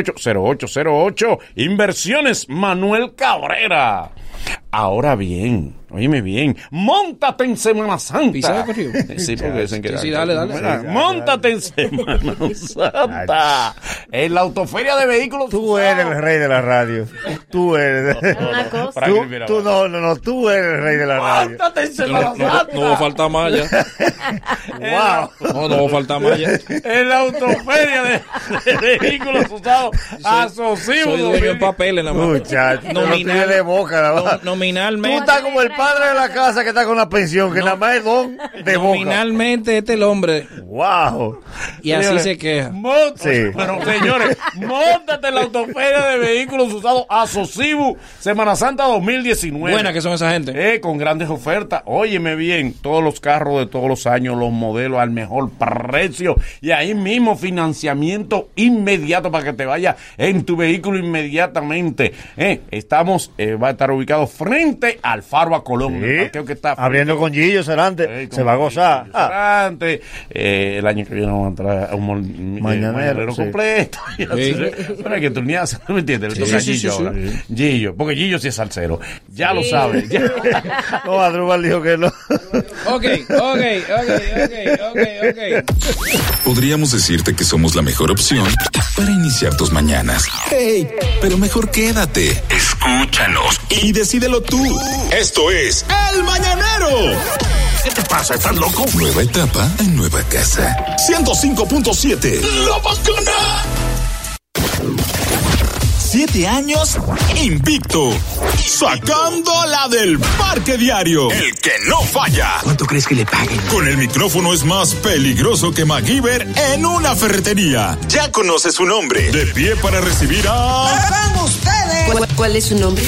[SPEAKER 1] 809-728-0808, Inversiones Manuel Cabrera. Ahora bien, óyeme bien, montate en Semana Santa.
[SPEAKER 2] Pisa corrido.
[SPEAKER 1] Sí, porque dicen que
[SPEAKER 2] Sí, sí, dale, dale.
[SPEAKER 1] Mira,
[SPEAKER 2] Sí,
[SPEAKER 1] Móntate en Semana (laughs) Santa. En la autoferia de vehículos.
[SPEAKER 5] Tú eres el rey de la radio. Tú eres.
[SPEAKER 1] Una cosa.
[SPEAKER 5] Tú, tú no, no, no. Tú eres el rey de la radio.
[SPEAKER 1] Móntate en Semana Santa.
[SPEAKER 2] No va a faltar más ya.
[SPEAKER 5] (laughs) wow.
[SPEAKER 2] No, no va a faltar más ya.
[SPEAKER 1] En la autoferia de, de vehículos (laughs) usados. Asociados.
[SPEAKER 2] Soy dueño en papeles nada más.
[SPEAKER 5] Muchacho, tú no
[SPEAKER 2] Nominal-
[SPEAKER 5] tienes de boca, nada más. Tú
[SPEAKER 2] nominalmente.
[SPEAKER 5] estás como el padre de la casa que está con la pensión, que nada más es don de boca.
[SPEAKER 2] Nominalmente este es el hombre.
[SPEAKER 5] Wow.
[SPEAKER 2] Y así
[SPEAKER 1] Señores,
[SPEAKER 2] se queja.
[SPEAKER 1] Mont-
[SPEAKER 5] Sí.
[SPEAKER 1] Pero señores, montate en la autoferia de vehículos usados Asocibu Semana Santa 2019.
[SPEAKER 2] Buena que son esa gente.
[SPEAKER 1] Eh, con grandes ofertas. Óyeme bien, todos los carros de todos los años, los modelos al mejor precio. Y ahí mismo financiamiento inmediato para que te vaya en tu vehículo inmediatamente. Eh, estamos, eh, va a estar ubicado frente al Faro a Colón.
[SPEAKER 5] Sí.
[SPEAKER 1] el parqueo que está
[SPEAKER 5] Abriendo con Gillo Cerante,
[SPEAKER 1] eh, con
[SPEAKER 5] se va a
[SPEAKER 1] (laughs)
[SPEAKER 5] gozar.
[SPEAKER 1] Gillo
[SPEAKER 5] Ah,
[SPEAKER 1] Sarante, eh, el año que viene vamos a entrar a un mol- eh,
[SPEAKER 5] Mañanero,
[SPEAKER 1] mañanero,
[SPEAKER 5] sí.
[SPEAKER 1] completo. (laughs) Y así, Pero hay que turnearse, ¿no me entiendes? Le
[SPEAKER 2] Sí,
[SPEAKER 1] toca a
[SPEAKER 2] sí,
[SPEAKER 1] Gillo
[SPEAKER 2] sí, sí.
[SPEAKER 1] ahora. Gillo, porque Gillo sí es salsero. Ya lo
[SPEAKER 3] Sí.
[SPEAKER 1] sabes. ya. (laughs)
[SPEAKER 5] no, Adrubal dijo que no.
[SPEAKER 2] Ok, ok, ok, ok, ok, ok.
[SPEAKER 6] Podríamos decirte que somos la mejor opción para iniciar tus mañanas. Hey, pero mejor quédate. Escúchanos y decídelo tú. Esto es El Mañanero. ¿Qué te pasa? ¿Estás loco? Nueva etapa en nueva casa. 105.7. La vacuna. Siete años invicto. Sacándola del parque diario. El que no falla. ¿Cuánto crees que le paguen? Con el micrófono es más peligroso que MacGyver en una ferretería. Ya conoce su nombre. De pie para recibir
[SPEAKER 26] (laughs)
[SPEAKER 6] a.
[SPEAKER 28] ¿Cuál, cuál es su nombre?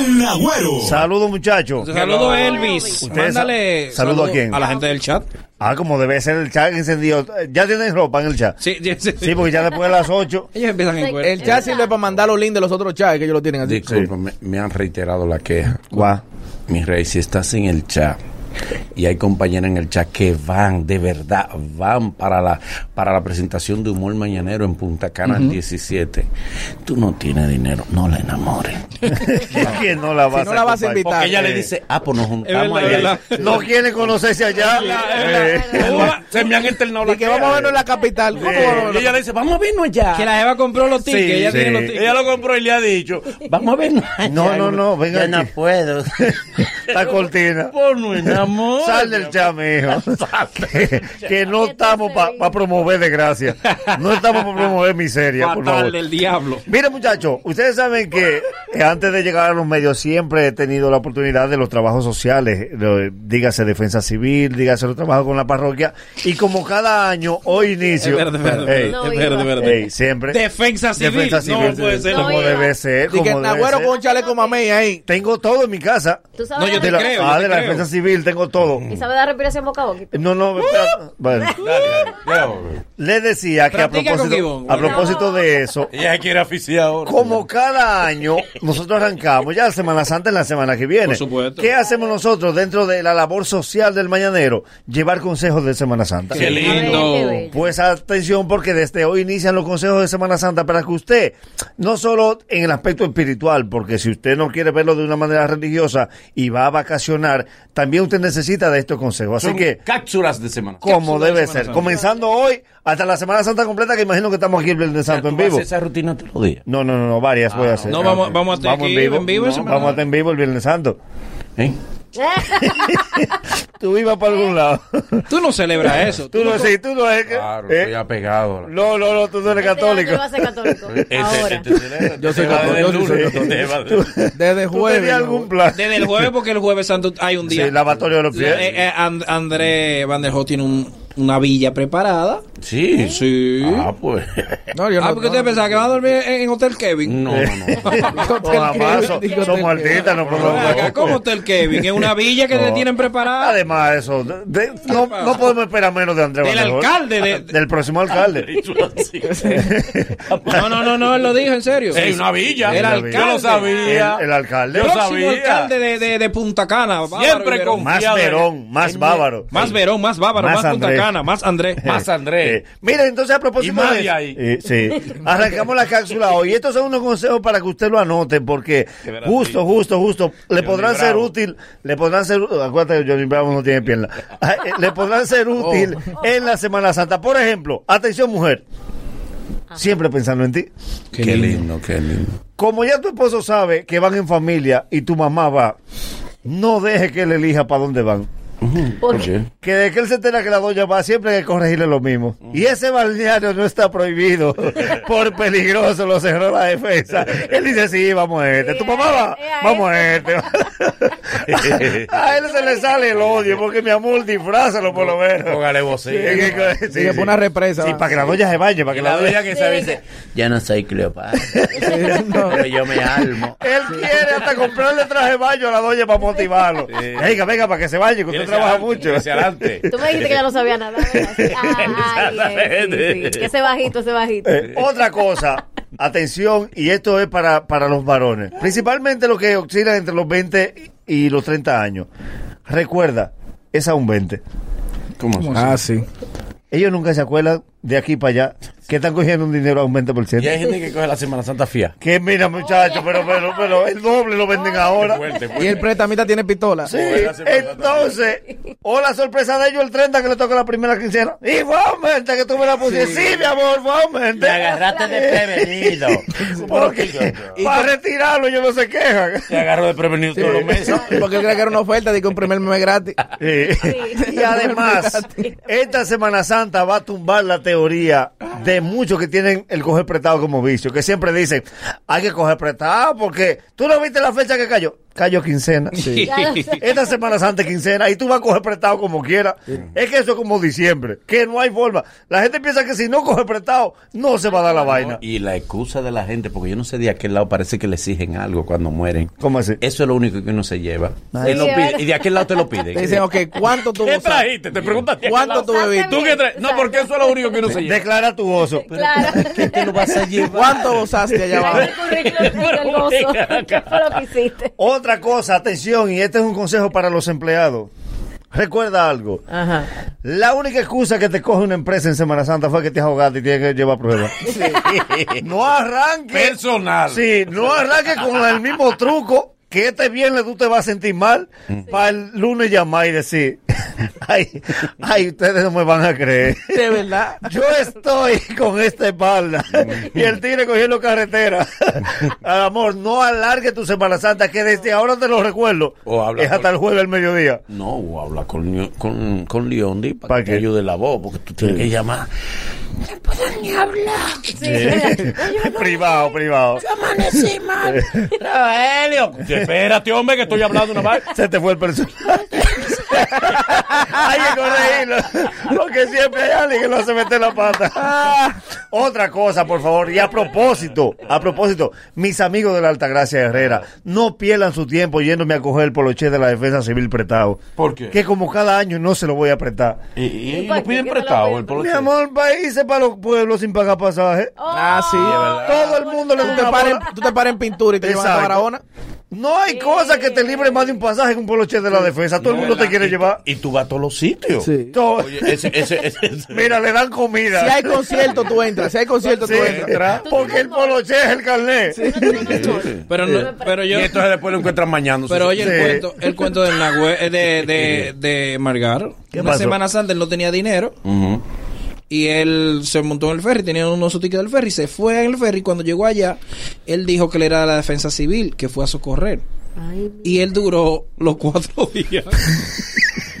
[SPEAKER 6] El Nagüero.
[SPEAKER 5] Saludos, muchachos.
[SPEAKER 2] Saludo Elvis.
[SPEAKER 5] Ustedes sa-
[SPEAKER 2] Mándale
[SPEAKER 5] saludo a quién?
[SPEAKER 2] A la gente del chat.
[SPEAKER 5] Ah, como debe ser el chat encendido. Ya tienen ropa en el chat.
[SPEAKER 2] Sí, sí, sí.
[SPEAKER 5] Sí, porque ya después de las 8.
[SPEAKER 2] (laughs) Ellos empiezan en cuerpo.
[SPEAKER 4] El chat sirve para mandar los links de los otros chats que ellos lo tienen así.
[SPEAKER 1] Disculpame, me han reiterado la queja. Mi rey, si estás en el chat y hay compañeros en el chat que van, de verdad, van para la, para la presentación de Humor Mañanero en Punta Cana el 17, tú no tienes dinero, no la enamores.
[SPEAKER 5] (laughs) ¿Quién no la vas,
[SPEAKER 4] Si no la vas
[SPEAKER 5] acompañar?
[SPEAKER 4] a invitar.
[SPEAKER 1] Porque ella le
[SPEAKER 5] Eh.
[SPEAKER 1] dice, ah, pues nos
[SPEAKER 2] Es
[SPEAKER 1] juntamos
[SPEAKER 2] verdad,
[SPEAKER 1] allá.
[SPEAKER 2] verdad.
[SPEAKER 5] No quiere conocerse allá. Eh,
[SPEAKER 1] Se me han internado la
[SPEAKER 4] Y que vamos a vernos en la capital. ¿Cómo vamos a vernos?
[SPEAKER 1] Y ella le dice, vamos a vernos allá.
[SPEAKER 2] Que la Eva compró los tickets.
[SPEAKER 1] Sí,
[SPEAKER 2] ella
[SPEAKER 1] sí.
[SPEAKER 2] tiene los tickets.
[SPEAKER 1] Ella lo compró y le ha dicho, vamos a vernos.
[SPEAKER 5] No, no, no, venga
[SPEAKER 1] Ya no
[SPEAKER 5] aquí.
[SPEAKER 1] puedo.
[SPEAKER 5] (laughs) La cortina.
[SPEAKER 1] (laughs) Pues no enamores.
[SPEAKER 5] sal del chame, hijo.
[SPEAKER 1] (laughs)
[SPEAKER 5] que no estamos para promover desgracia. No estamos para promover miseria, por favor.
[SPEAKER 2] del diablo.
[SPEAKER 5] Mire, muchachos, ustedes saben que eh, antes de llegar a los medios siempre he tenido la oportunidad de los trabajos sociales, lo- dígase defensa civil, dígase los trabajos con la parroquia, y como cada año, hoy inicio.
[SPEAKER 2] Es verde, verde,
[SPEAKER 5] Ey,
[SPEAKER 2] verde, No, es verde, iba. verde.
[SPEAKER 5] ey, siempre.
[SPEAKER 2] Defensa civil. No puede ser.
[SPEAKER 5] Como
[SPEAKER 2] No, iba.
[SPEAKER 5] debe ser.
[SPEAKER 2] Dije,
[SPEAKER 5] Como debe
[SPEAKER 2] Nagüero
[SPEAKER 5] ser.
[SPEAKER 2] con
[SPEAKER 4] un chaleco mamey ahí.
[SPEAKER 5] Tengo todo en mi casa.
[SPEAKER 3] ¿Tú sabes No, yo dar- te
[SPEAKER 5] De la-
[SPEAKER 3] creo, yo
[SPEAKER 5] Ah,
[SPEAKER 3] te
[SPEAKER 5] de la
[SPEAKER 3] creo.
[SPEAKER 5] defensa civil, tengo todo.
[SPEAKER 3] ¿Y sabe dar respiración boca a boca?
[SPEAKER 5] No, no, espera. Bueno. Le decía que a
[SPEAKER 3] Practica con
[SPEAKER 5] propósito,
[SPEAKER 3] Gibón.
[SPEAKER 5] a propósito de eso.
[SPEAKER 1] (laughs) Ella se quiere asfixiar ahora.
[SPEAKER 5] Como cada año, nosotros arrancamos ya Semana Santa en la semana que viene.
[SPEAKER 2] Por supuesto.
[SPEAKER 5] ¿Qué hacemos nosotros dentro de la labor social del mañanero? Llevar consejos de Semana Santa.
[SPEAKER 2] Qué lindo.
[SPEAKER 5] Pues atención porque desde hoy inician los consejos de Semana Santa para que usted, no solo en el aspecto espiritual, porque si usted no quiere verlo de una manera religiosa y va a vacacionar, también usted necesita de estos consejos. Así
[SPEAKER 1] Son
[SPEAKER 5] que
[SPEAKER 1] cápsulas de semana.
[SPEAKER 5] como debe
[SPEAKER 1] Semana
[SPEAKER 5] ser.
[SPEAKER 1] Santa.
[SPEAKER 5] Comenzando hoy hasta la Semana Santa completa, que imagino que estamos aquí el Viernes Santo en
[SPEAKER 1] vas a
[SPEAKER 5] vivo.
[SPEAKER 1] hacer esa rutina todos los días?
[SPEAKER 5] No, no, no, no, varias voy a hacer.
[SPEAKER 2] Ah, No, vamos- vamos a estar aquí en vivo en
[SPEAKER 5] No,
[SPEAKER 2] Semana
[SPEAKER 5] vamos a estar en vivo el Viernes Santo. Tú ibas para algún lado.
[SPEAKER 2] Tú no
[SPEAKER 5] (laughs)
[SPEAKER 2] celebras eso.
[SPEAKER 5] Tú no,
[SPEAKER 2] no-
[SPEAKER 5] sí, tú no es que-
[SPEAKER 1] Claro,
[SPEAKER 5] eh,
[SPEAKER 1] estoy apegado.
[SPEAKER 5] No, no, no, tú no eres católico.
[SPEAKER 2] Este,
[SPEAKER 1] Yo soy
[SPEAKER 5] católico, yo soy
[SPEAKER 1] católico.
[SPEAKER 4] Desde
[SPEAKER 5] jueves. algún plan?
[SPEAKER 2] Desde el jueves, porque el jueves santo hay un día.
[SPEAKER 5] Sí, lavatorio de los pies.
[SPEAKER 2] Eh, eh, And- André Van der Hoek tiene un- una villa preparada.
[SPEAKER 1] Sí.
[SPEAKER 2] Sí.
[SPEAKER 1] Ah, pues.
[SPEAKER 4] No, yo
[SPEAKER 2] ah, porque usted pensaba que va a dormir en, en Hotel Kevin.
[SPEAKER 1] No, no, no.
[SPEAKER 5] Hola,
[SPEAKER 8] (laughs)
[SPEAKER 5] paso. Somos artistas, no
[SPEAKER 2] Acá, (laughs) ¿Cómo Hotel Kevin? Es una villa que le tienen preparada.
[SPEAKER 5] Además, de eso, de- de- no, no podemos esperar menos de Andrés
[SPEAKER 2] Del alcalde de-
[SPEAKER 5] Del próximo
[SPEAKER 2] (laughs)
[SPEAKER 5] alcalde. (laughs)
[SPEAKER 2] No, no, no, no, él lo dijo en serio.
[SPEAKER 1] Es una villa.
[SPEAKER 2] El
[SPEAKER 1] Yo
[SPEAKER 2] alcalde.
[SPEAKER 1] lo sabía.
[SPEAKER 5] El, el alcalde.
[SPEAKER 1] Yo
[SPEAKER 2] Próximo
[SPEAKER 1] sabía.
[SPEAKER 2] alcalde de, de, de Punta Cana. Bávaro
[SPEAKER 1] Siempre
[SPEAKER 2] Iberón.
[SPEAKER 1] con-
[SPEAKER 5] Más Verón, más Bávaro.
[SPEAKER 2] Más Verón, más Bávaro,
[SPEAKER 5] Más
[SPEAKER 2] más, Punta
[SPEAKER 5] Andrés.
[SPEAKER 2] Cana, más Andrés.
[SPEAKER 1] Más Andrés.
[SPEAKER 5] Eh, mira, entonces a
[SPEAKER 1] Y
[SPEAKER 5] propósito
[SPEAKER 1] más
[SPEAKER 5] de
[SPEAKER 1] de ahí.
[SPEAKER 5] Eh, sí. (laughs) Arrancamos la cápsula hoy. Estos son unos consejos para que usted lo anote, porque justo, justo, justo, le podrán ser
[SPEAKER 1] Bravo.
[SPEAKER 5] útil, le podrán ser, acuérdate que Johnny Bravo no tiene
[SPEAKER 1] (laughs)
[SPEAKER 5] pierna, Ah, eh, le podrán ser
[SPEAKER 1] Oh.
[SPEAKER 5] útil en la Semana Santa. Por ejemplo, atención mujer, siempre pensando en ti.
[SPEAKER 1] Qué, lindo, qué lindo.
[SPEAKER 5] Como ya tu esposo sabe que van en familia y tu mamá va, no deje que él elija para dónde van.
[SPEAKER 3] ¿Por qué?
[SPEAKER 5] Que de que él se entera que la doña va, siempre hay que corregirle lo mismo. Y ese balneario no está
[SPEAKER 1] (laughs)
[SPEAKER 5] prohibido. Por peligroso, lo cerró la defensa. Él dice, sí, vamos a este. Tu mamá va,
[SPEAKER 3] eh, a
[SPEAKER 5] vamos a este.
[SPEAKER 1] (laughs)
[SPEAKER 5] a él se le sale el odio, porque mi amor, disfrázalo por lo menos.
[SPEAKER 1] Póngale
[SPEAKER 5] Sí, que-
[SPEAKER 1] vocero.
[SPEAKER 5] sí,
[SPEAKER 4] Sí,
[SPEAKER 5] (laughs) sí.
[SPEAKER 4] que pone una represa.
[SPEAKER 5] Sí,
[SPEAKER 4] va.
[SPEAKER 5] para que la doña se vaya, para que la doña...
[SPEAKER 1] que
[SPEAKER 5] (laughs)
[SPEAKER 1] se dice, ya no soy Cleopatra,
[SPEAKER 4] No.
[SPEAKER 1] pero yo me almo.
[SPEAKER 5] Él quiere hasta comprarle traje de baño a la doña para motivarlo. Venga, venga, para que se vaya, que usted trabaja mucho.
[SPEAKER 1] Hacia adelante.
[SPEAKER 3] Tú me dijiste que ya no sabía nada. ¿verdad? Sí. Ay, eh, sí, sí. Ese bajito, ese bajito.
[SPEAKER 5] Eh, otra cosa, atención, y esto es para, para los varones, principalmente los que oscilan entre los 20 y los 30 años. Recuerda, es a un 20.
[SPEAKER 1] ¿Cómo
[SPEAKER 4] Ah, sí.
[SPEAKER 5] Ellos nunca se acuerdan de aquí para allá que están cogiendo un dinero a un 20%.
[SPEAKER 1] Y hay gente que coge la Semana Santa fía.
[SPEAKER 5] Que mira, pues, muchachos, pero, pero, pero el doble lo venden ahora.
[SPEAKER 4] Y el pretamita tiene pistola.
[SPEAKER 5] Sí, entonces, o la sorpresa de ellos el 30 que le toca la primera quincena. Y fue a un 20 que tú me la pusiste. Sí, mi amor, fue a un 20. (laughs)
[SPEAKER 1] desprevenido.
[SPEAKER 5] Porque para retirarlo ellos no se quejan.
[SPEAKER 1] Te agarro desprevenido todos los meses.
[SPEAKER 4] (laughs) Porque él creía que era una oferta de que un primer mes gratis.
[SPEAKER 5] Y además, esta Semana Santa va a tumbar la teoría de muchos que tienen el coger prestado como vicio, que siempre dicen, hay que coger prestado porque tú no viste la fecha que cayó. Cayó quincena. Esta Semana Santa es quincena y tú vas a coger prestado como quieras. Es que eso es como diciembre, que no hay forma. La gente piensa que si no coge prestado, no se va a dar la vaina.
[SPEAKER 1] Y la excusa de la gente, porque yo no sé de aquel lado, parece que le exigen algo cuando mueren.
[SPEAKER 5] ¿Cómo así?
[SPEAKER 1] Eso es lo único que uno se lleva. Él lo
[SPEAKER 3] Sí,
[SPEAKER 1] pide,
[SPEAKER 3] ¿verdad?
[SPEAKER 1] y de aquel lado te
[SPEAKER 5] (laughs)
[SPEAKER 1] lo piden.
[SPEAKER 4] Te (laughs) dicen, ok, ¿cuánto tú
[SPEAKER 26] ¿Qué
[SPEAKER 4] gozaste?
[SPEAKER 26] trajiste? Te preguntas.
[SPEAKER 4] ¿Cuánto tú bebiste?
[SPEAKER 26] ¿Tú qué traes? No, porque eso es lo único que uno se lleva.
[SPEAKER 5] Declara tu gozo.
[SPEAKER 3] Claro.
[SPEAKER 1] te lo vas a llevar.
[SPEAKER 4] ¿Cuánto gozaste allá
[SPEAKER 3] Trae
[SPEAKER 4] abajo?
[SPEAKER 3] el currículum del gozo. (laughs) ¿Qué fue lo que hiciste?
[SPEAKER 5] Otra cosa, atención, y este es un consejo para los empleados. Recuerda algo.
[SPEAKER 3] Ajá.
[SPEAKER 5] La única excusa que te coge una empresa en Semana Santa fue que te ahogaste y tienes que llevar pruebas. No arranques.
[SPEAKER 26] Personal.
[SPEAKER 5] Sí, no arranques con el
[SPEAKER 1] Mm.
[SPEAKER 5] mismo truco que este viernes tú te vas a sentir mal para el lunes llamar y decir. (laughs) Ay, ay, ustedes no me van a creer.
[SPEAKER 4] De verdad.
[SPEAKER 5] (laughs) Yo estoy con esta espalda y el tigre cogiendo
[SPEAKER 1] (laughs)
[SPEAKER 5] carretera. Al amor, no alargue tu Semana Santa, que desde ahora te lo recuerdo.
[SPEAKER 1] O habla
[SPEAKER 5] es hasta
[SPEAKER 1] con-
[SPEAKER 5] el jueves al mediodía.
[SPEAKER 1] No, o habla con, Leo- con, con Leondi para,
[SPEAKER 5] ¿Para
[SPEAKER 1] que
[SPEAKER 5] qué?
[SPEAKER 1] te ayude la voz, porque tú tienes
[SPEAKER 5] Sí.
[SPEAKER 1] que llamar.
[SPEAKER 5] (laughs)
[SPEAKER 14] Ni hablar.
[SPEAKER 3] (laughs)
[SPEAKER 5] (laughs) privado, privado.
[SPEAKER 14] Amanecí mal.
[SPEAKER 3] (laughs)
[SPEAKER 1] Helio. (laughs) Espérate, hombre, que estoy hablando una vez.
[SPEAKER 5] Se te fue el personaje. Hay que corregirlo. (laughs) Porque siempre hay alguien que lo hace meter la pata. Otra cosa, por favor. Y a propósito, a propósito, mis amigos de la Altagracia Herrera, no pierdan su tiempo yéndome a coger el poloche de la Defensa Civil prestado.
[SPEAKER 1] ¿Por qué?
[SPEAKER 5] Que como cada año no se lo voy a prestar.
[SPEAKER 1] Y, y ellos
[SPEAKER 5] para
[SPEAKER 1] nos
[SPEAKER 5] qué
[SPEAKER 1] piden
[SPEAKER 5] que no
[SPEAKER 1] prestado
[SPEAKER 5] Mi
[SPEAKER 1] el poloche.
[SPEAKER 5] amor, países para los pueblos sin pagar pasaje.
[SPEAKER 4] Ah, sí.
[SPEAKER 5] Todo el mundo le
[SPEAKER 4] Tú
[SPEAKER 5] gusta
[SPEAKER 4] te
[SPEAKER 5] una
[SPEAKER 4] paras
[SPEAKER 5] bola.
[SPEAKER 4] en- tú te paras en pintura y te llevas a
[SPEAKER 5] Exacto.
[SPEAKER 4] Barahona.
[SPEAKER 5] No hay cosa que te libre más de un pasaje que un poloche de la defensa. Todo el mundo te quiere llevar.
[SPEAKER 1] Y tú vas a todos los sitios.
[SPEAKER 4] Sí.
[SPEAKER 5] Todo.
[SPEAKER 1] Oye, ese, ese, ese, (laughs) ese-
[SPEAKER 5] Mira, le dan comida.
[SPEAKER 4] Si hay concierto, tú entras. Si hay concierto, tú
[SPEAKER 5] Sí,
[SPEAKER 4] entras.
[SPEAKER 5] Porque el poloche es el carnet.
[SPEAKER 2] Pero, no,
[SPEAKER 1] (laughs)
[SPEAKER 2] pero yo.
[SPEAKER 1] Y entonces después lo encuentran mañana.
[SPEAKER 2] Pero oye, el cuento, el cuento del Nahue- eh, de, de, de Margar.
[SPEAKER 1] ¿Qué
[SPEAKER 2] Una
[SPEAKER 1] pasó?
[SPEAKER 2] Semana Santa él no tenía dinero y él se montó en el ferry, tenía unos su tickets del ferry, se fue en el ferry. Cuando llegó allá, él dijo que él era de la defensa civil, que fue a socorrer. Y él duró los cuatro (laughs) días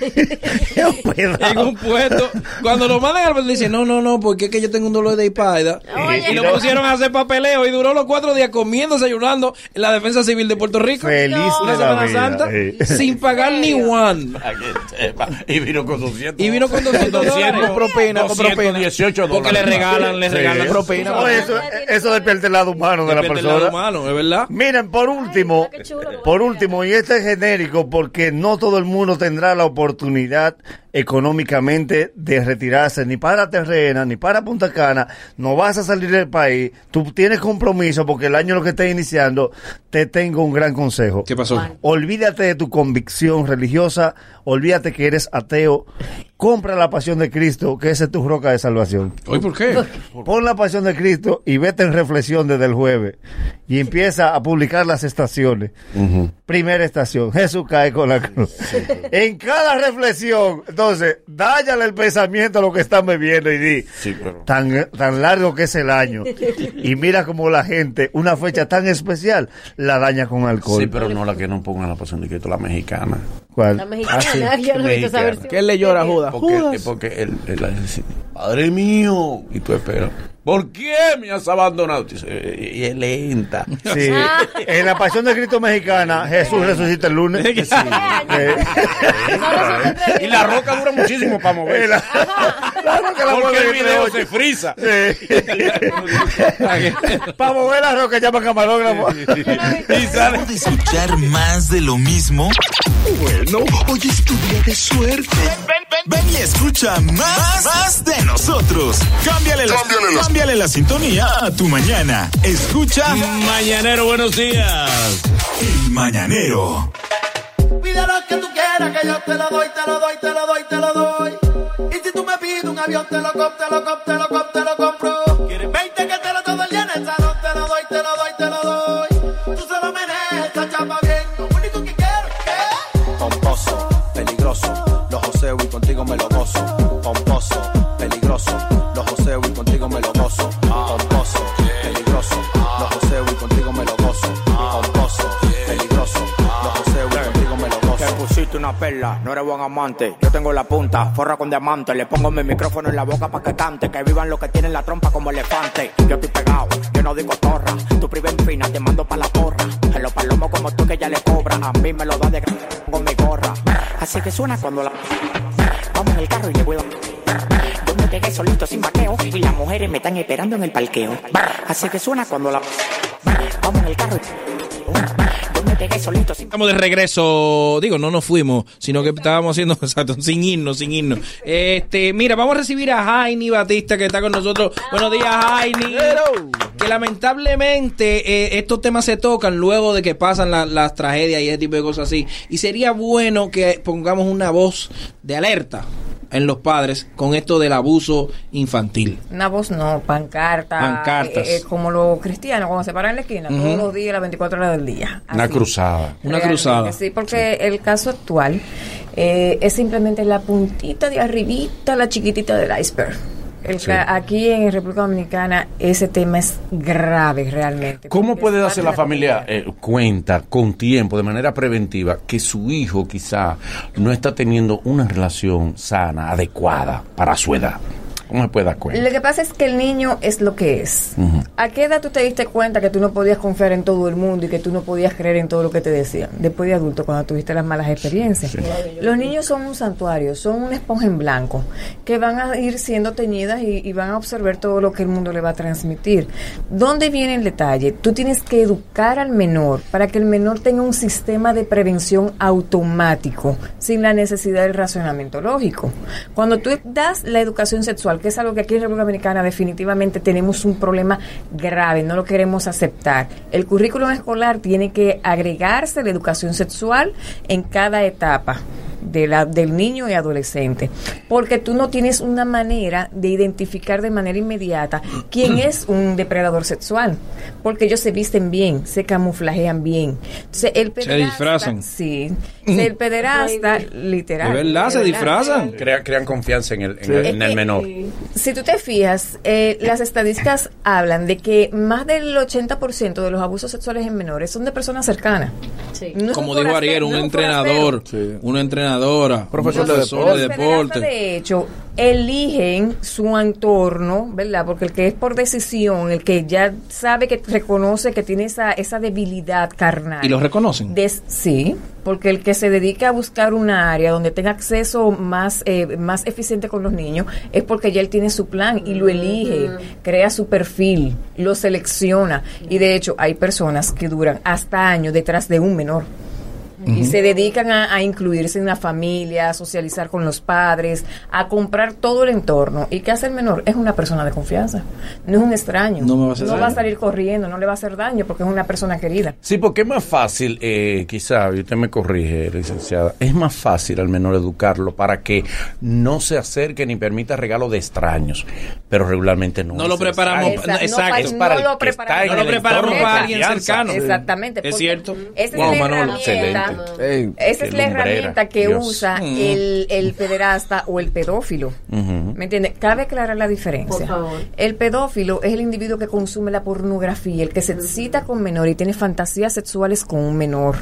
[SPEAKER 2] en un puesto. Cuando lo mandan al puesto, dice: No, no, no, porque es que yo tengo un dolor de espalda.
[SPEAKER 5] Oye.
[SPEAKER 2] Y lo pusieron a hacer papeleo y duró los cuatro días comiendo, desayunando en la defensa civil de Puerto Rico.
[SPEAKER 5] Feliz
[SPEAKER 2] Una
[SPEAKER 5] de la
[SPEAKER 2] Semana
[SPEAKER 5] vida,
[SPEAKER 2] Santa
[SPEAKER 5] eh.
[SPEAKER 2] sin pagar
[SPEAKER 1] (laughs)
[SPEAKER 2] ni one.
[SPEAKER 1] Para que sepa. este, Y vino con 200.
[SPEAKER 2] Y vino con 200 dólares.
[SPEAKER 4] Con propina, con propina.
[SPEAKER 1] 218 dólares.
[SPEAKER 2] Porque le regalan, le
[SPEAKER 1] Sí.
[SPEAKER 2] regalan.
[SPEAKER 4] Propina.
[SPEAKER 5] No, eso, eh, eso despierta el lado humano de la
[SPEAKER 2] Depende del lado
[SPEAKER 5] persona.
[SPEAKER 2] humano, es verdad.
[SPEAKER 5] Miren, por últico, por último, y este es genérico porque no todo el mundo tendrá la oportunidad económicamente de retirarse ni para Terrena, ni para Punta Cana, no vas a salir del país, tú tienes compromiso porque el año lo que está iniciando, te tengo un gran consejo.
[SPEAKER 2] ¿Qué pasó?
[SPEAKER 5] Olvídate de tu convicción religiosa, olvídate que eres ateo, compra la pasión de Cristo, que esa es tu roca de salvación.
[SPEAKER 2] ¿Hoy por qué?
[SPEAKER 5] Pon la pasión de Cristo y vete en reflexión desde el jueves. Y empieza a publicar las estaciones. Primera estación, Jesús cae con la cruz. En cada reflexión, entonces, dáyale el pensamiento a lo que están bebiendo y di,
[SPEAKER 1] Sí, pero.
[SPEAKER 5] tan, tan largo que es el año. (laughs) Y mira como la gente, una fecha tan especial, la daña con alcohol.
[SPEAKER 1] Sí, pero no la que no pongan la pasión de Cristo, la mexicana.
[SPEAKER 5] ¿Cuál?
[SPEAKER 3] La
[SPEAKER 5] Ah, sí.
[SPEAKER 3] mexicana, yo no necesito saber si.
[SPEAKER 4] Que él le llora a Judas.
[SPEAKER 1] Porque, eh,
[SPEAKER 4] Judas.
[SPEAKER 1] porque él, él la dice, Padre mío. Y tú esperas. ¿Por qué me has abandonado? Dice, eh, Y es lenta.
[SPEAKER 5] Sí.
[SPEAKER 3] Ah,
[SPEAKER 5] (laughs) En la pasión de Cristo mexicana, Jesús resucita el
[SPEAKER 1] (laughs)
[SPEAKER 5] lunes. Sí. Eh,
[SPEAKER 1] ¿eh? Y la roca dura muchísimo para mover.
[SPEAKER 5] en la- claro que la
[SPEAKER 1] Porque
[SPEAKER 5] mueve
[SPEAKER 1] el
[SPEAKER 5] entre
[SPEAKER 1] video
[SPEAKER 5] ocho.
[SPEAKER 1] se frisa.
[SPEAKER 2] (laughs)
[SPEAKER 5] (laughs) Para mover la roca llama camarógrafo.
[SPEAKER 6] de escuchar más de lo mismo? Bueno, hoy es tu día de suerte. Ven, ven, ven y escucha más, más de nosotros. Cámbiale la, cámbiale, la, sintonía a tu mañana. Escucha
[SPEAKER 26] Mañanero, buenos días.
[SPEAKER 6] El Mañanero.
[SPEAKER 12] Pide lo que tú quieras, que yo te lo doy, te lo doy, te lo doy, te lo doy. Y si tú me pides un avión, te lo compro, te lo compro, te lo compro, te lo compro. ¿Quieres 20 que te lo todo el día en el salón? Te lo doy, te lo doy, te lo doy. Tú se lo mereces, esta chapa bien. Lo único que quiero es que... Pomposo, peligroso, lo joseo y contigo me lo gozo. Pomposo, peligroso, lo joseo y contigo me lo gozo. Pomposo, peligroso, lo joseo y contigo me lo gozo. Pomposo, peligroso, lo joseo y contigo me lo gozo.
[SPEAKER 17] Te pusiste una perla, no eres buen amante. Yo tengo la punta, forra con diamante. Le pongo mi micrófono en la boca pa' que cante. Que vivan los que tienen la trompa como elefante. Yo estoy pegado, yo no digo torra. Tu priva en fina, te mando pa' la porra. A los palomos como tú que ya le cobra. A mí me lo da de gran con mi gorra. Así que suena cuando la. Vamos en el carro y le voy a. Yo me pegué solito sin vaqueo. Y las mujeres me están esperando en el parqueo. Así que suena cuando la. Vamos en el carro y. Yo me pegué solito sin
[SPEAKER 2] Estamos de regreso, digo, no nos fuimos, sino que estábamos haciendo, (laughs) exacto, sin irnos, sin irnos. Este, mira, vamos a recibir a Jaini Batista que está con nosotros. Buenos días, Jaini. Que lamentablemente eh, estos temas se tocan luego de que pasan la- las tragedias y ese tipo de cosas así. Y sería bueno que pongamos una voz de alerta en los padres con esto del abuso infantil.
[SPEAKER 33] Una voz no, pancarta.
[SPEAKER 2] Pancartas.
[SPEAKER 33] eh, eh, como los cristianos, cuando se paran en la esquina,
[SPEAKER 2] Ujú.
[SPEAKER 33] todos los días, las 24 horas del día.
[SPEAKER 1] Una cruzada.
[SPEAKER 2] Una
[SPEAKER 33] Realmente,
[SPEAKER 2] cruzada.
[SPEAKER 33] Sí, porque el caso actual eh, es simplemente la puntita de arribita, la chiquitita del iceberg. El
[SPEAKER 1] Sí.
[SPEAKER 33] ca- Aquí en República Dominicana ese tema es grave realmente.
[SPEAKER 1] ¿Cómo
[SPEAKER 33] porque
[SPEAKER 1] puede
[SPEAKER 33] es
[SPEAKER 1] darse
[SPEAKER 33] parte
[SPEAKER 1] la
[SPEAKER 33] de
[SPEAKER 1] familia eh, cuenta con tiempo, de manera preventiva, que su hijo quizá no está teniendo una relación sana, adecuada para su edad? ¿Cómo se puede dar cuenta?
[SPEAKER 33] Lo que pasa es que el niño es lo que es.
[SPEAKER 1] Ujú.
[SPEAKER 33] ¿A qué edad tú te diste cuenta que tú no podías confiar en todo el mundo y que tú no podías creer en todo lo que te decían? Después de adulto, cuando tuviste las malas experiencias. Los niños son un santuario, son una esponja en blanco, que van a ir siendo teñidas y, y van a observar todo lo que el mundo le va a transmitir. ¿Dónde viene el detalle? Tú tienes que educar al menor para que el menor tenga un sistema de prevención automático, sin la necesidad del razonamiento lógico. Cuando tú das la educación sexual, que es algo que aquí en República Dominicana definitivamente tenemos un problema grave, no lo queremos aceptar. El currículum escolar tiene que agregarse la educación sexual en cada etapa de la- del niño y adolescente, porque tú no tienes una manera de identificar de manera inmediata quién es un depredador sexual, porque ellos se visten bien, se camuflajean bien. Entonces, el
[SPEAKER 2] Se disfrazan.
[SPEAKER 33] Sí, el pederasta, literal.
[SPEAKER 2] De Mm. verdad, se
[SPEAKER 33] de
[SPEAKER 2] disfrazan.
[SPEAKER 1] Crean, crean confianza en el, en
[SPEAKER 2] Sí.
[SPEAKER 1] el- en el
[SPEAKER 33] Eh,
[SPEAKER 1] menor.
[SPEAKER 33] Si tú te fijas, eh, las estadísticas hablan de que más del 80% de los abusos sexuales en menores son de personas cercanas. No es
[SPEAKER 2] Como
[SPEAKER 33] un
[SPEAKER 2] dijo
[SPEAKER 33] forastero,
[SPEAKER 2] Ariel,
[SPEAKER 33] no
[SPEAKER 2] un
[SPEAKER 33] es
[SPEAKER 2] entrenador, una entrenadora,
[SPEAKER 33] Profesor
[SPEAKER 2] un
[SPEAKER 33] de
[SPEAKER 2] profesor de
[SPEAKER 33] Los
[SPEAKER 2] deporte.
[SPEAKER 33] pederastas, de hecho, eligen su entorno, ¿verdad? Porque el que es por decisión, el que ya sabe que reconoce que tiene esa, esa debilidad carnal.
[SPEAKER 2] Y los reconocen.
[SPEAKER 33] Des- sí, porque el que se dedica a buscar una área donde tenga acceso más, eh, más eficiente con los niños es porque ya él tiene su plan y lo elige, crea su perfil, lo selecciona. Y de hecho hay personas que duran hasta años detrás de un menor. Y
[SPEAKER 11] Ujú.
[SPEAKER 33] se dedican a, a incluirse en la familia, a socializar con los padres, a comprar todo el entorno. ¿Y qué hace el menor? Es una persona de confianza. No es un extraño.
[SPEAKER 1] No me va a hacer daño.
[SPEAKER 33] va a salir corriendo, no le va a hacer daño porque es una persona querida.
[SPEAKER 1] Sí, porque es más fácil, eh, quizá, y usted me corrige, licenciada, es más fácil al menor educarlo para que no se acerque ni permita regalos de extraños, pero regularmente no.
[SPEAKER 2] No lo
[SPEAKER 1] es
[SPEAKER 2] preparamos.
[SPEAKER 1] extraño.
[SPEAKER 2] no, Exacto.
[SPEAKER 1] Es para el que está en
[SPEAKER 2] No lo
[SPEAKER 1] el
[SPEAKER 2] preparamos
[SPEAKER 1] entorno
[SPEAKER 2] para
[SPEAKER 1] de
[SPEAKER 2] alguien
[SPEAKER 1] confianza.
[SPEAKER 2] cercano.
[SPEAKER 33] Exactamente.
[SPEAKER 2] Es
[SPEAKER 33] porque
[SPEAKER 2] cierto.
[SPEAKER 33] Esa es
[SPEAKER 2] Wow,
[SPEAKER 33] la
[SPEAKER 2] Manolo,
[SPEAKER 33] herramienta.
[SPEAKER 2] excelente.
[SPEAKER 1] Ey,
[SPEAKER 33] Esa es
[SPEAKER 1] qué
[SPEAKER 33] la
[SPEAKER 1] lumbrera,
[SPEAKER 33] herramienta que
[SPEAKER 1] Dios.
[SPEAKER 33] usa
[SPEAKER 1] Mm.
[SPEAKER 33] el, el pederasta o el pedófilo.
[SPEAKER 1] Ujú.
[SPEAKER 33] ¿Me entiendes? Cabe aclarar la
[SPEAKER 3] Por
[SPEAKER 33] diferencia.
[SPEAKER 3] favor.
[SPEAKER 33] El pedófilo es el individuo que consume la pornografía, el que se excita con menor y tiene fantasías sexuales con un menor.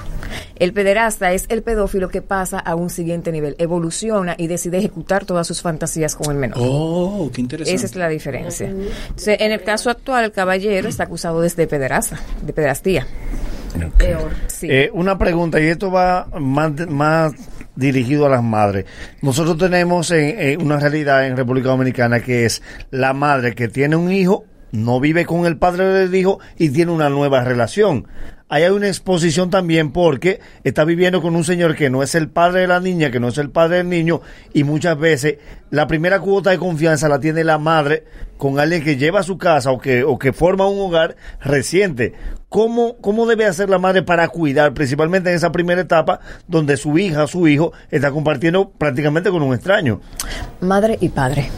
[SPEAKER 33] El pederasta es el pedófilo que pasa a un siguiente nivel, evoluciona y decide ejecutar todas sus fantasías con el menor.
[SPEAKER 2] Oh, qué interesante.
[SPEAKER 33] Esa es la diferencia. Entonces, en el caso actual, el caballero está acusado desde pederasta, de pederastía. Sí.
[SPEAKER 5] Eh, una pregunta, y esto va más, más dirigido a las madres. Nosotros tenemos en- en una realidad en República Dominicana que es la madre que tiene un hijo, no vive con el padre del hijo y tiene una nueva relación. Ahí hay una exposición también porque está viviendo con un señor que no es el padre de la niña, que no es el padre del niño, y muchas veces la primera cuota de confianza la tiene la madre con alguien que lleva a su casa o que, o que forma un hogar reciente. ¿Cómo, ¿Cómo debe hacer la madre para cuidar, principalmente en esa primera etapa donde su hija, su hijo, está compartiendo prácticamente con un extraño?
[SPEAKER 33] Madre y padre,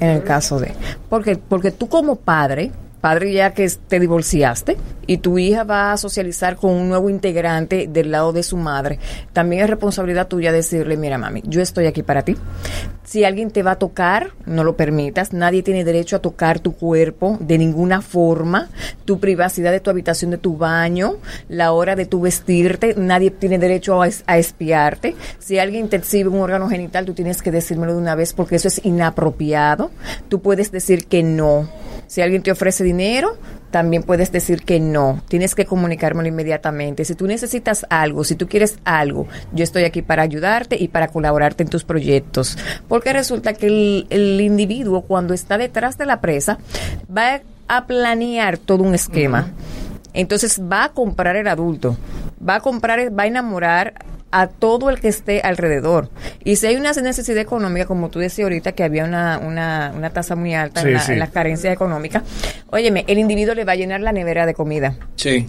[SPEAKER 33] en el caso de... Porque, porque tú como padre, padre ya que es- te divorciaste, y tu hija va a socializar con un nuevo integrante del lado de su madre, también es responsabilidad tuya decirle, mira mami, yo estoy aquí para ti. Si alguien te va a tocar, no lo permitas. Nadie tiene derecho a tocar tu cuerpo de ninguna forma. Tu privacidad de tu habitación, de tu baño, la hora de tu vestirte, nadie tiene derecho a, es- a espiarte. Si alguien te exhibe un órgano genital, tú tienes que decírmelo de una vez porque eso es inapropiado. Tú puedes decir que no. Si alguien te ofrece dinero, también puedes decir que no. Tienes que comunicármelo inmediatamente. Si tú necesitas algo, si tú quieres algo, yo estoy aquí para ayudarte y para colaborarte en tus proyectos. Porque resulta que el, el individuo cuando está detrás de la presa va a planear todo un esquema. Entonces va a comprar el adulto, va a comprar, va a enamorar a todo el que esté alrededor. Y si hay una necesidad económica, como tú decías ahorita, que había una, una, una tasa muy alta
[SPEAKER 2] Sí,
[SPEAKER 33] en, la-
[SPEAKER 2] sí.
[SPEAKER 33] en las carencias económicas, óyeme, el individuo le va a llenar la nevera de comida,
[SPEAKER 2] Sí.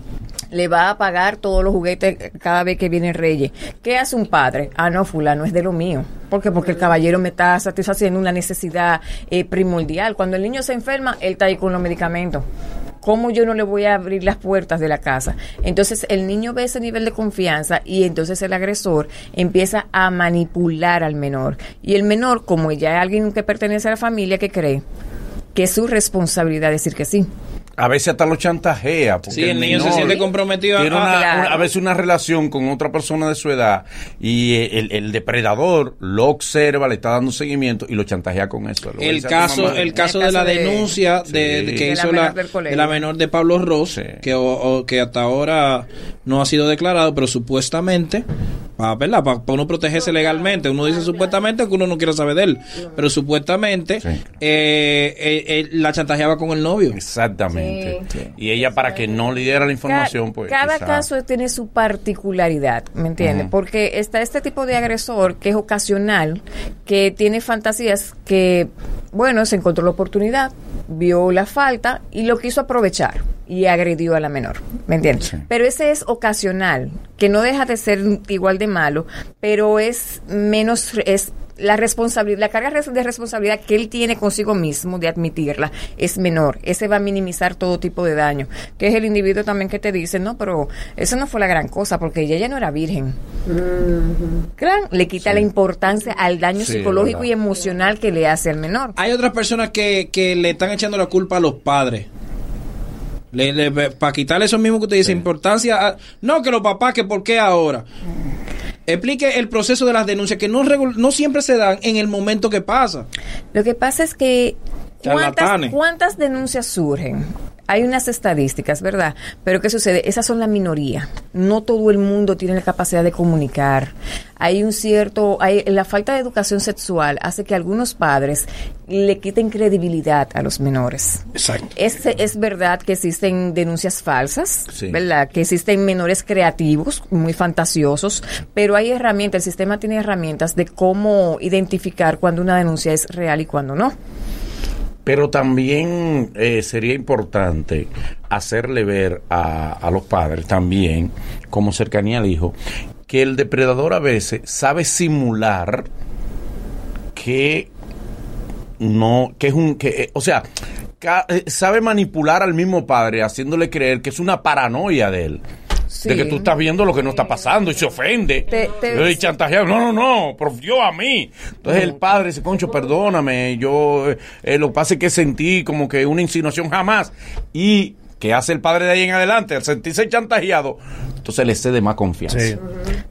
[SPEAKER 33] le va a pagar todos los juguetes cada vez que viene Reyes. ¿Qué hace un padre? Ah, no, fulano es de lo mío. ¿Por qué? Porque el caballero me está satisfaciendo una necesidad eh, primordial. Cuando el niño se enferma, él está ahí con los medicamentos ¿Cómo yo no le voy a abrir las puertas de la casa? Entonces el niño ve ese nivel de confianza y entonces el agresor empieza a manipular al menor. Y el menor, como ya es alguien que pertenece a la familia, que cree que es su responsabilidad decir que sí.
[SPEAKER 1] A veces hasta lo chantajea. Porque
[SPEAKER 2] Sí, el niño se
[SPEAKER 1] menor
[SPEAKER 2] siente comprometido a-
[SPEAKER 1] tiene
[SPEAKER 2] Ah,
[SPEAKER 1] una-
[SPEAKER 2] claro.
[SPEAKER 1] una- a veces una relación con otra persona de su edad y eh, el, el depredador lo observa, le está dando seguimiento y lo chantajea con eso. Lo
[SPEAKER 2] el
[SPEAKER 1] dice a tu
[SPEAKER 2] caso
[SPEAKER 1] mamá.
[SPEAKER 2] el caso de la denuncia de,
[SPEAKER 1] Sí.
[SPEAKER 2] de-
[SPEAKER 1] De
[SPEAKER 2] que
[SPEAKER 1] la
[SPEAKER 2] hizo
[SPEAKER 1] menor
[SPEAKER 2] la,
[SPEAKER 1] del colegio.
[SPEAKER 2] de la menor de Pablo Ross que o- o- que hasta ahora no ha sido declarado pero supuestamente para uno protegerse legalmente uno dice supuestamente que uno no quiere saber de él pero supuestamente eh, eh, eh, la chantajeaba con el novio
[SPEAKER 1] exactamente Y ella para que no le diera la información,
[SPEAKER 33] Ca-
[SPEAKER 1] pues.
[SPEAKER 33] Cada
[SPEAKER 1] quizá-
[SPEAKER 33] caso tiene su particularidad, ¿me entiendes?
[SPEAKER 1] Ujú.
[SPEAKER 33] Porque está este tipo de agresor que es ocasional, que tiene fantasías que, bueno, se encontró la oportunidad, vio la falta y lo quiso aprovechar y agredió a la menor, ¿me entiendes? Pero ese es ocasional, que no deja de ser igual de malo, pero es menos... Es, la responsabilidad, la carga res- de responsabilidad que él tiene consigo mismo de admitirla es menor. Ese va a minimizar todo tipo de daño. Que es el individuo también que te dice, no, pero eso no fue la gran cosa porque ella ya no era virgen. Gran, le quita la importancia al daño
[SPEAKER 2] Sí,
[SPEAKER 33] psicológico
[SPEAKER 2] verdad.
[SPEAKER 33] y emocional que le hace al menor.
[SPEAKER 2] Hay otras personas que, que le están echando la culpa a los padres. Le, para quitarle eso mismo que usted dice, importancia. a- no, que los papás, que por qué ahora. Explique el proceso de las denuncias que no, regu- no siempre se dan en el momento que pasa.
[SPEAKER 33] Lo que pasa es que ¿Cuántas,
[SPEAKER 2] Charlatanes.
[SPEAKER 33] cuántas denuncias surgen? Hay unas estadísticas, ¿verdad? Pero ¿qué sucede? Esas son la minoría. No todo el mundo tiene la capacidad de comunicar. Hay un cierto... Hay, la falta de educación sexual hace que algunos padres le quiten credibilidad a los menores.
[SPEAKER 2] Exacto.
[SPEAKER 33] Es, es verdad que existen denuncias falsas,
[SPEAKER 2] Sí.
[SPEAKER 33] ¿verdad? Que existen menores creativos, muy fantasiosos, pero hay herramientas, el sistema tiene herramientas de cómo identificar cuando una denuncia es real y cuando no.
[SPEAKER 1] Pero también eh, sería importante hacerle ver a, a los padres también, como cercanía al hijo, que el depredador a veces sabe simular que no, que es un, que, eh, o sea, ca- eh, sabe manipular al mismo padre, haciéndole creer que es una paranoia de él. De que tú estás viendo lo que no está pasando y se ofende.
[SPEAKER 33] Te- te-
[SPEAKER 1] Y chantajea, no, no, no, por Dios a mí. Entonces el padre dice, concho, perdóname, yo eh, eh, lo que pasa es que sentí como que una insinuación jamás. Y que hace el padre de ahí en adelante, al sentirse chantajeado, entonces le cede más confianza.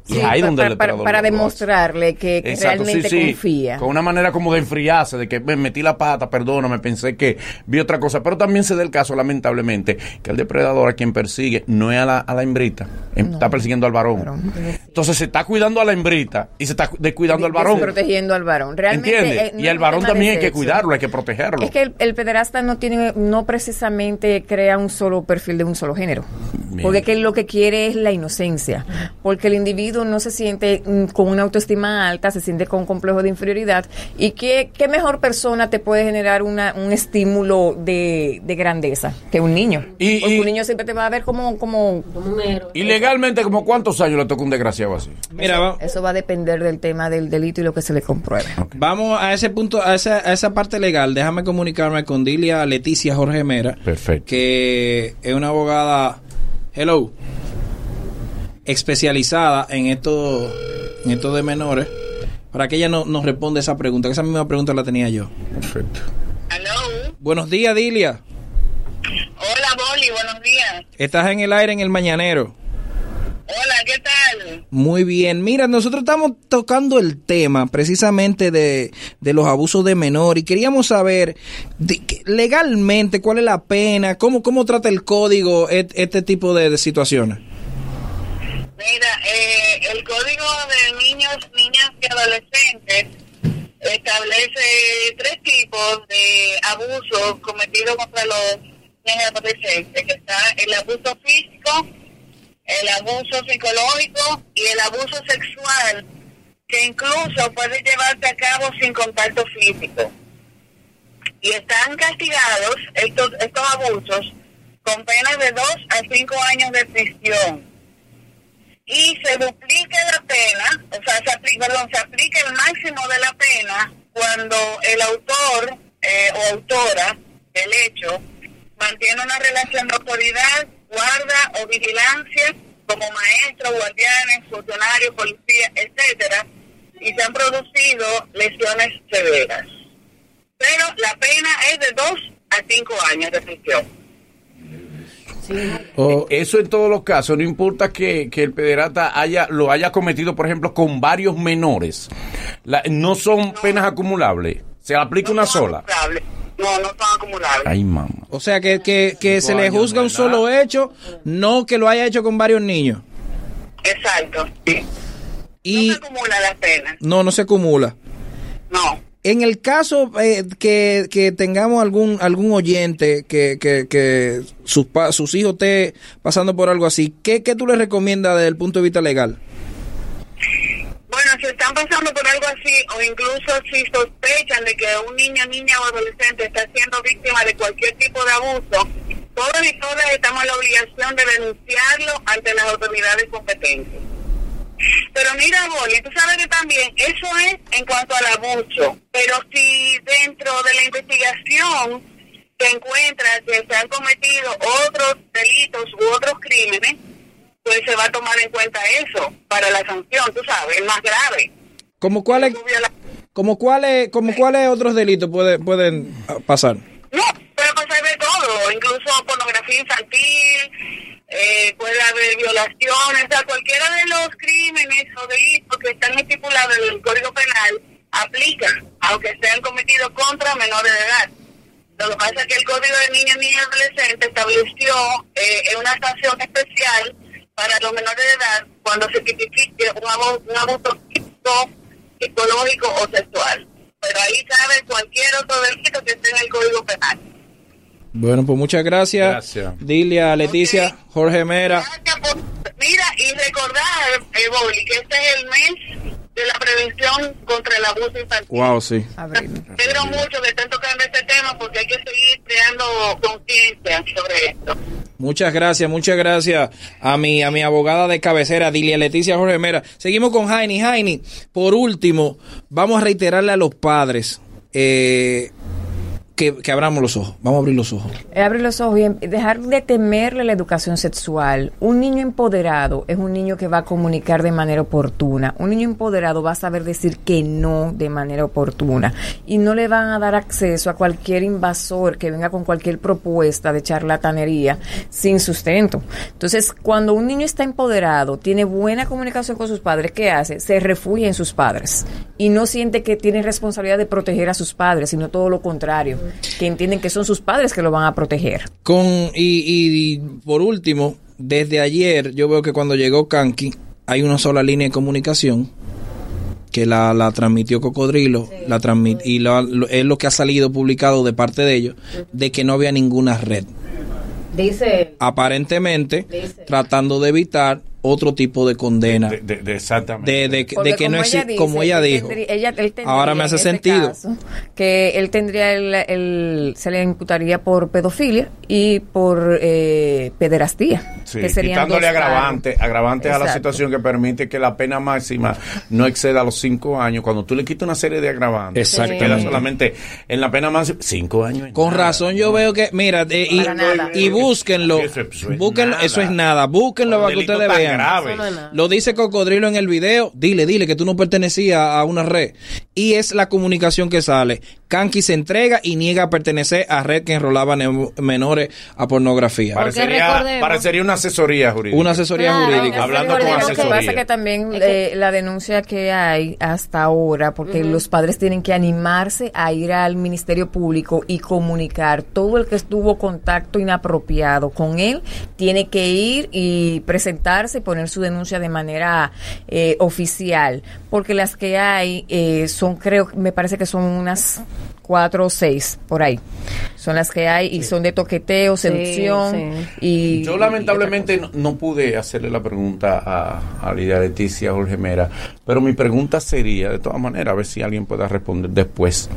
[SPEAKER 1] Y
[SPEAKER 33] Sí,
[SPEAKER 1] ahí
[SPEAKER 33] pa-
[SPEAKER 1] donde el
[SPEAKER 33] pa- para,
[SPEAKER 1] depredador
[SPEAKER 33] para
[SPEAKER 1] lo hace.
[SPEAKER 33] demostrarle que, que
[SPEAKER 1] Exacto,
[SPEAKER 33] realmente
[SPEAKER 1] sí, sí.
[SPEAKER 33] confía.
[SPEAKER 1] Con una manera como de enfriarse, de que me metí la pata, perdóname, pensé que vi otra cosa. Pero también se da el caso, lamentablemente, que el depredador a quien persigue no es a la, a la hembrita, em- está persiguiendo al varón. Entonces se está cuidando a la hembrita y se está cu- descuidando al varón.
[SPEAKER 33] Protegiendo al varón. Realmente, eh,
[SPEAKER 1] ¿Entiendes?
[SPEAKER 33] no
[SPEAKER 1] y
[SPEAKER 33] es
[SPEAKER 1] al
[SPEAKER 33] un
[SPEAKER 1] varón
[SPEAKER 33] tema de
[SPEAKER 1] también hay que
[SPEAKER 33] sexo.
[SPEAKER 1] cuidarlo, hay que protegerlo.
[SPEAKER 33] Es que el, el pederasta no tiene, no precisamente crea un solo perfil de un solo género.
[SPEAKER 1] Bien.
[SPEAKER 33] Porque que lo que quiere es la inocencia. Porque el individuo no se siente mm, con una autoestima alta, se siente con un complejo de inferioridad. ¿Y qué, qué mejor persona te puede generar una, un estímulo de, de grandeza que un niño?
[SPEAKER 1] Y-
[SPEAKER 33] Porque
[SPEAKER 1] y-
[SPEAKER 33] un niño siempre te va a ver como, como,
[SPEAKER 1] Y legalmente, ¿como cuántos años le toca un desgraciado así?
[SPEAKER 2] Mira, va-
[SPEAKER 33] Eso va a depender del tema del delito y lo que se le compruebe.
[SPEAKER 2] vamos a ese punto, a esa, a esa parte legal. Déjame comunicarme con Dilia Leticia Jorge Mera.
[SPEAKER 1] Perfecto.
[SPEAKER 2] que es una abogada, hello, especializada en esto, en esto de menores, para que ella no, nos responda esa pregunta, que esa misma pregunta la tenía yo.
[SPEAKER 1] Perfecto.
[SPEAKER 2] Buenos días, Dilia.
[SPEAKER 11] Hola, Boli, buenos días.
[SPEAKER 2] Estás en el aire en el mañanero.
[SPEAKER 11] Hola, ¿qué tal?
[SPEAKER 2] Muy bien. Mira, nosotros estamos tocando el tema precisamente de, de los abusos de menor y queríamos saber de que- legalmente cuál es la pena, cómo, cómo trata el código et- este tipo de, de situaciones.
[SPEAKER 11] Mira, eh, el Código de Niños, Niñas y Adolescentes establece tres tipos de abusos cometidos contra los niños y adolescentes, que está el abuso físico, el abuso psicológico y el abuso sexual, que incluso puede llevarse a cabo sin contacto físico. Y están castigados estos, estos abusos con penas de dos a cinco años de prisión y se duplica la pena, o sea, se aplica, perdón, se aplica el máximo de la pena cuando el autor eh, o autora del hecho mantiene una relación de autoridad, guarda o vigilancia como maestro, guardianes, funcionarios, policía, etcétera, y se han producido lesiones severas. Pero la pena es de 2 a 5 años de prisión.
[SPEAKER 2] Oh.
[SPEAKER 1] O- Eh, Eso en todos los casos, no importa que, que el pederasta haya, lo haya cometido, por ejemplo, con varios menores. La- no son penas acumulables. Se aplica una sola.
[SPEAKER 11] No, no son acumulables.
[SPEAKER 1] Ay, mamá.
[SPEAKER 2] O sea, que, que, que se le
[SPEAKER 1] años,
[SPEAKER 2] juzga un solo hecho, no que lo haya hecho con varios niños.
[SPEAKER 11] Exacto.
[SPEAKER 2] Y
[SPEAKER 11] No se acumula la pena.
[SPEAKER 2] no, no se acumula.
[SPEAKER 11] No.
[SPEAKER 2] En el caso eh, que, que tengamos algún algún oyente que, que, que sus, pa- sus hijos esté pasando por algo así, ¿qué, ¿qué tú le recomiendas desde el punto de vista legal?
[SPEAKER 11] Bueno, si están pasando por algo así, o incluso si sospechan de que un niño, niña o adolescente está siendo víctima de cualquier tipo de abuso, todos y todas estamos en la obligación de denunciarlo ante las autoridades competentes. Pero mira, Boli, tú sabes que también eso es en cuanto al abuso, pero si dentro de la investigación se encuentra que se han cometido otros delitos u otros crímenes, pues se va a tomar en cuenta eso para la sanción, tú sabes, el más grave.
[SPEAKER 2] ¿Como cuáles como cuáles como cuáles otros delitos puede, pueden ah, pasar?
[SPEAKER 11] No, pero pues hay de todo, incluso pornografía infantil, eh, puede haber violaciones, o sea, cualquiera de los crímenes o delitos que están estipulados en el Código Penal aplica, aunque sean cometidos contra menores de edad. Lo que pasa es que el Código de Niños, Niñas y Adolescentes estableció eh, una sanción especial para los menores de edad cuando se tipifique un abu- un abuso físico, psicológico o sexual. Pero ahí cabe cualquier otro delito que esté en el Código Penal.
[SPEAKER 2] Bueno, pues muchas gracias.
[SPEAKER 1] Gracias.
[SPEAKER 2] Dilia, Leticia, Jorge Mera.
[SPEAKER 11] Mira, y recordar, eh, Boli, que este es el mes de la prevención contra el abuso infantil.
[SPEAKER 2] Wow, sí.
[SPEAKER 11] Me alegro mucho que estén tocando este tema porque hay que seguir creando conciencia sobre esto.
[SPEAKER 2] Muchas gracias, muchas gracias a mi, a mi abogada de cabecera, Dilia Leticia Jorge Mera. Seguimos con Jaini. Jaini, por último, vamos a reiterarle a los padres eh, que, que abramos los ojos. Vamos a abrir los ojos.
[SPEAKER 33] Eh, Abre los ojos y em- dejar de temerle la educación sexual. Un niño empoderado es un niño que va a comunicar de manera oportuna. Un niño empoderado va a saber decir que no de manera oportuna. Y no le van a dar acceso a cualquier invasor que venga con cualquier propuesta de charlatanería sin sustento. Entonces, cuando un niño está empoderado, tiene buena comunicación con sus padres, ¿qué hace? Se refugia en sus padres. Y no siente que tiene responsabilidad de proteger a sus padres, sino todo lo contrario. Que entienden que son sus padres que lo van a proteger.
[SPEAKER 2] Con, y, y- y por último, desde ayer yo veo que cuando llegó Kanki hay una sola línea de comunicación que la, la transmitió Cocodrilo la transmit, y la- lo- es lo que ha salido publicado de parte de ellos, de que no había ninguna red.
[SPEAKER 3] Dice.
[SPEAKER 2] aparentemente tratando de evitar otro tipo de condena. De,
[SPEAKER 1] exactamente.
[SPEAKER 2] De, que-
[SPEAKER 33] Porque
[SPEAKER 2] de que no
[SPEAKER 33] como ella
[SPEAKER 2] existe,
[SPEAKER 33] dice,
[SPEAKER 2] como ella
[SPEAKER 33] él
[SPEAKER 2] dijo.
[SPEAKER 33] tendría- ella- él tendría
[SPEAKER 2] Ahora me hace
[SPEAKER 33] en este
[SPEAKER 2] sentido.
[SPEAKER 33] caso que él tendría el, el- se le imputaría por pedofilia y por eh, pederastía.
[SPEAKER 1] Sí,
[SPEAKER 33] que serían
[SPEAKER 1] quitándole
[SPEAKER 33] dos cargos.
[SPEAKER 1] agravantes, agravantes a la
[SPEAKER 33] Exacto.
[SPEAKER 1] situación que permite que la pena máxima no exceda los cinco años. Cuando tú le quitas una serie de agravantes, se
[SPEAKER 2] Exactamente.
[SPEAKER 1] queda solamente en la pena máxima cinco años.
[SPEAKER 2] Con razón yo veo que, mira, eh, y,
[SPEAKER 1] Para nada.
[SPEAKER 2] y búsquenlo, búsquenlo, eso es nada, búsquenlo para que
[SPEAKER 1] Delito
[SPEAKER 2] ustedes
[SPEAKER 1] tan
[SPEAKER 2] vean.
[SPEAKER 1] grave. Eso no es nada.
[SPEAKER 2] Lo dice Cocodrilo en el video, dile, dile que tú no pertenecías a una red. Y es la comunicación que sale. Kanki se entrega y niega a pertenecer a red que enrolaba ne- menores a pornografía.
[SPEAKER 1] Parecería, parecería una asesoría jurídica.
[SPEAKER 2] Una asesoría
[SPEAKER 33] Claro,
[SPEAKER 2] jurídica.
[SPEAKER 1] Hablando con
[SPEAKER 33] Recordemos que pasa que
[SPEAKER 1] asesoría.
[SPEAKER 33] también eh, la denuncia que hay hasta ahora, porque
[SPEAKER 3] Ujú.
[SPEAKER 33] los padres tienen que animarse a ir al Ministerio Público y comunicar. Todo el que estuvo contacto inapropiado con él tiene que ir y presentarse y poner su denuncia de manera eh, oficial, porque las que hay eh, son, creo, me parece que son unas cuatro o seis por ahí. Son las que hay y son de toqueteo, seducción y...
[SPEAKER 1] Yo lamentablemente no, no pude hacerle la pregunta a, a Lidia Leticia Jorge Mera, pero mi pregunta sería, de todas maneras, a ver si alguien pueda responder después.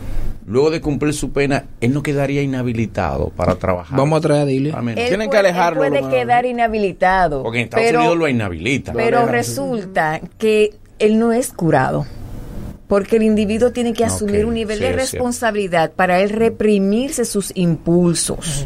[SPEAKER 1] Luego de cumplir su pena, él no quedaría inhabilitado para trabajar.
[SPEAKER 2] Vamos a traer a
[SPEAKER 1] Ah,
[SPEAKER 2] Dilia.
[SPEAKER 33] Él puede- él Puede quedar inhabilitado.
[SPEAKER 1] Porque en Estados
[SPEAKER 33] pero,
[SPEAKER 1] Unidos lo inhabilita.
[SPEAKER 33] Pero resulta que él no es curado. Porque el individuo tiene que asumir
[SPEAKER 34] Ok,
[SPEAKER 33] un nivel
[SPEAKER 34] sí,
[SPEAKER 33] de
[SPEAKER 34] es cierto.
[SPEAKER 33] responsabilidad para él reprimirse sus impulsos.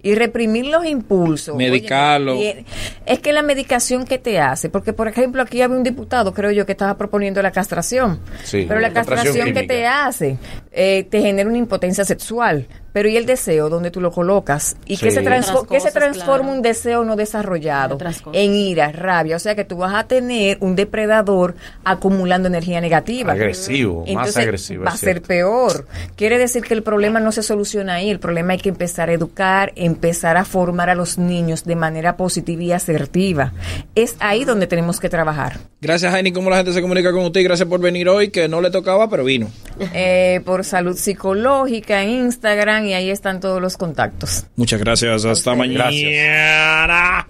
[SPEAKER 33] y reprimir los impulsos. oye,
[SPEAKER 2] Medicarlo.
[SPEAKER 33] y- es que la medicación que te hace, porque por ejemplo aquí había un diputado, creo yo, que estaba proponiendo la castración.
[SPEAKER 11] Sí,
[SPEAKER 33] pero la
[SPEAKER 11] la castración
[SPEAKER 33] castración que
[SPEAKER 11] química.
[SPEAKER 33] te hace eh, te genera una impotencia sexual. Pero y el deseo, donde tú lo colocas. ¿Y que
[SPEAKER 11] Sí.
[SPEAKER 33] se, transfo-
[SPEAKER 11] Otras
[SPEAKER 33] qué se
[SPEAKER 11] cosas,
[SPEAKER 33] transforma
[SPEAKER 11] claro.
[SPEAKER 33] un deseo no desarrollado? En ira, rabia. O sea que tú vas a tener un depredador acumulando energía negativa.
[SPEAKER 1] Agresivo, más
[SPEAKER 33] Entonces,
[SPEAKER 1] agresivo.
[SPEAKER 33] Va a
[SPEAKER 1] es
[SPEAKER 33] ser
[SPEAKER 1] cierto.
[SPEAKER 33] peor. Quiere decir que el problema no se soluciona ahí. El problema hay que empezar a educar, empezar a formar a los niños de manera positiva y asertiva. Es ahí donde tenemos que trabajar.
[SPEAKER 2] Gracias, Jaini, cómo la gente se comunica con usted. Gracias por venir hoy, que no le tocaba, pero vino.
[SPEAKER 33] Eh, por salud psicológica, en Instagram, y ahí están todos los contactos.
[SPEAKER 2] Muchas gracias. Hasta mañana.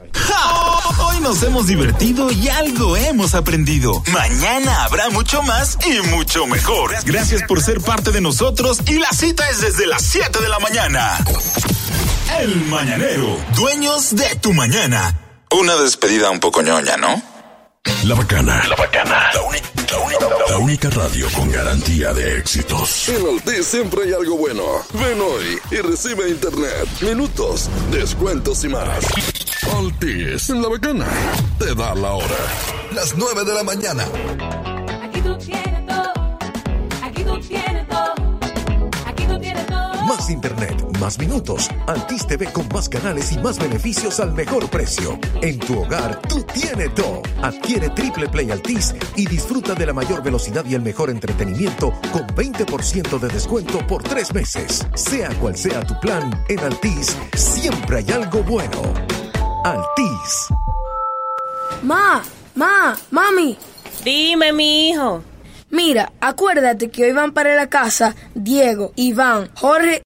[SPEAKER 6] Hoy nos hemos divertido y algo hemos aprendido. Mañana habrá mucho más y mucho mejor. Gracias por ser parte de nosotros y la cita es desde las 7 de la mañana. El Mañanero, dueños de tu mañana. Una despedida un poco ñoña, ¿no?
[SPEAKER 8] La bacana. La bacana. La, única- la única- la única radio con garantía de éxitos.
[SPEAKER 35] En Altis siempre hay algo bueno. Ven hoy y recibe internet, minutos, descuentos y más. Altis, la bacana, te da la hora. Las 9 de la mañana.
[SPEAKER 9] Aquí tú tienes todo. Aquí tú tienes todo. Aquí tú tienes todo.
[SPEAKER 12] Más internet, más minutos. Altis TV con más canales y más beneficios al mejor precio. En tu hogar, tú tienes todo. Adquiere Triple Play Altis y disfruta de la mayor velocidad y el mejor entretenimiento con 20% de descuento por tres meses. Sea cual sea tu plan, en Altis siempre hay algo bueno. Altis.
[SPEAKER 9] Ma, ma, mami. Dime, mi hijo. Mira, acuérdate que hoy van para la casa Diego, Iván, Jorge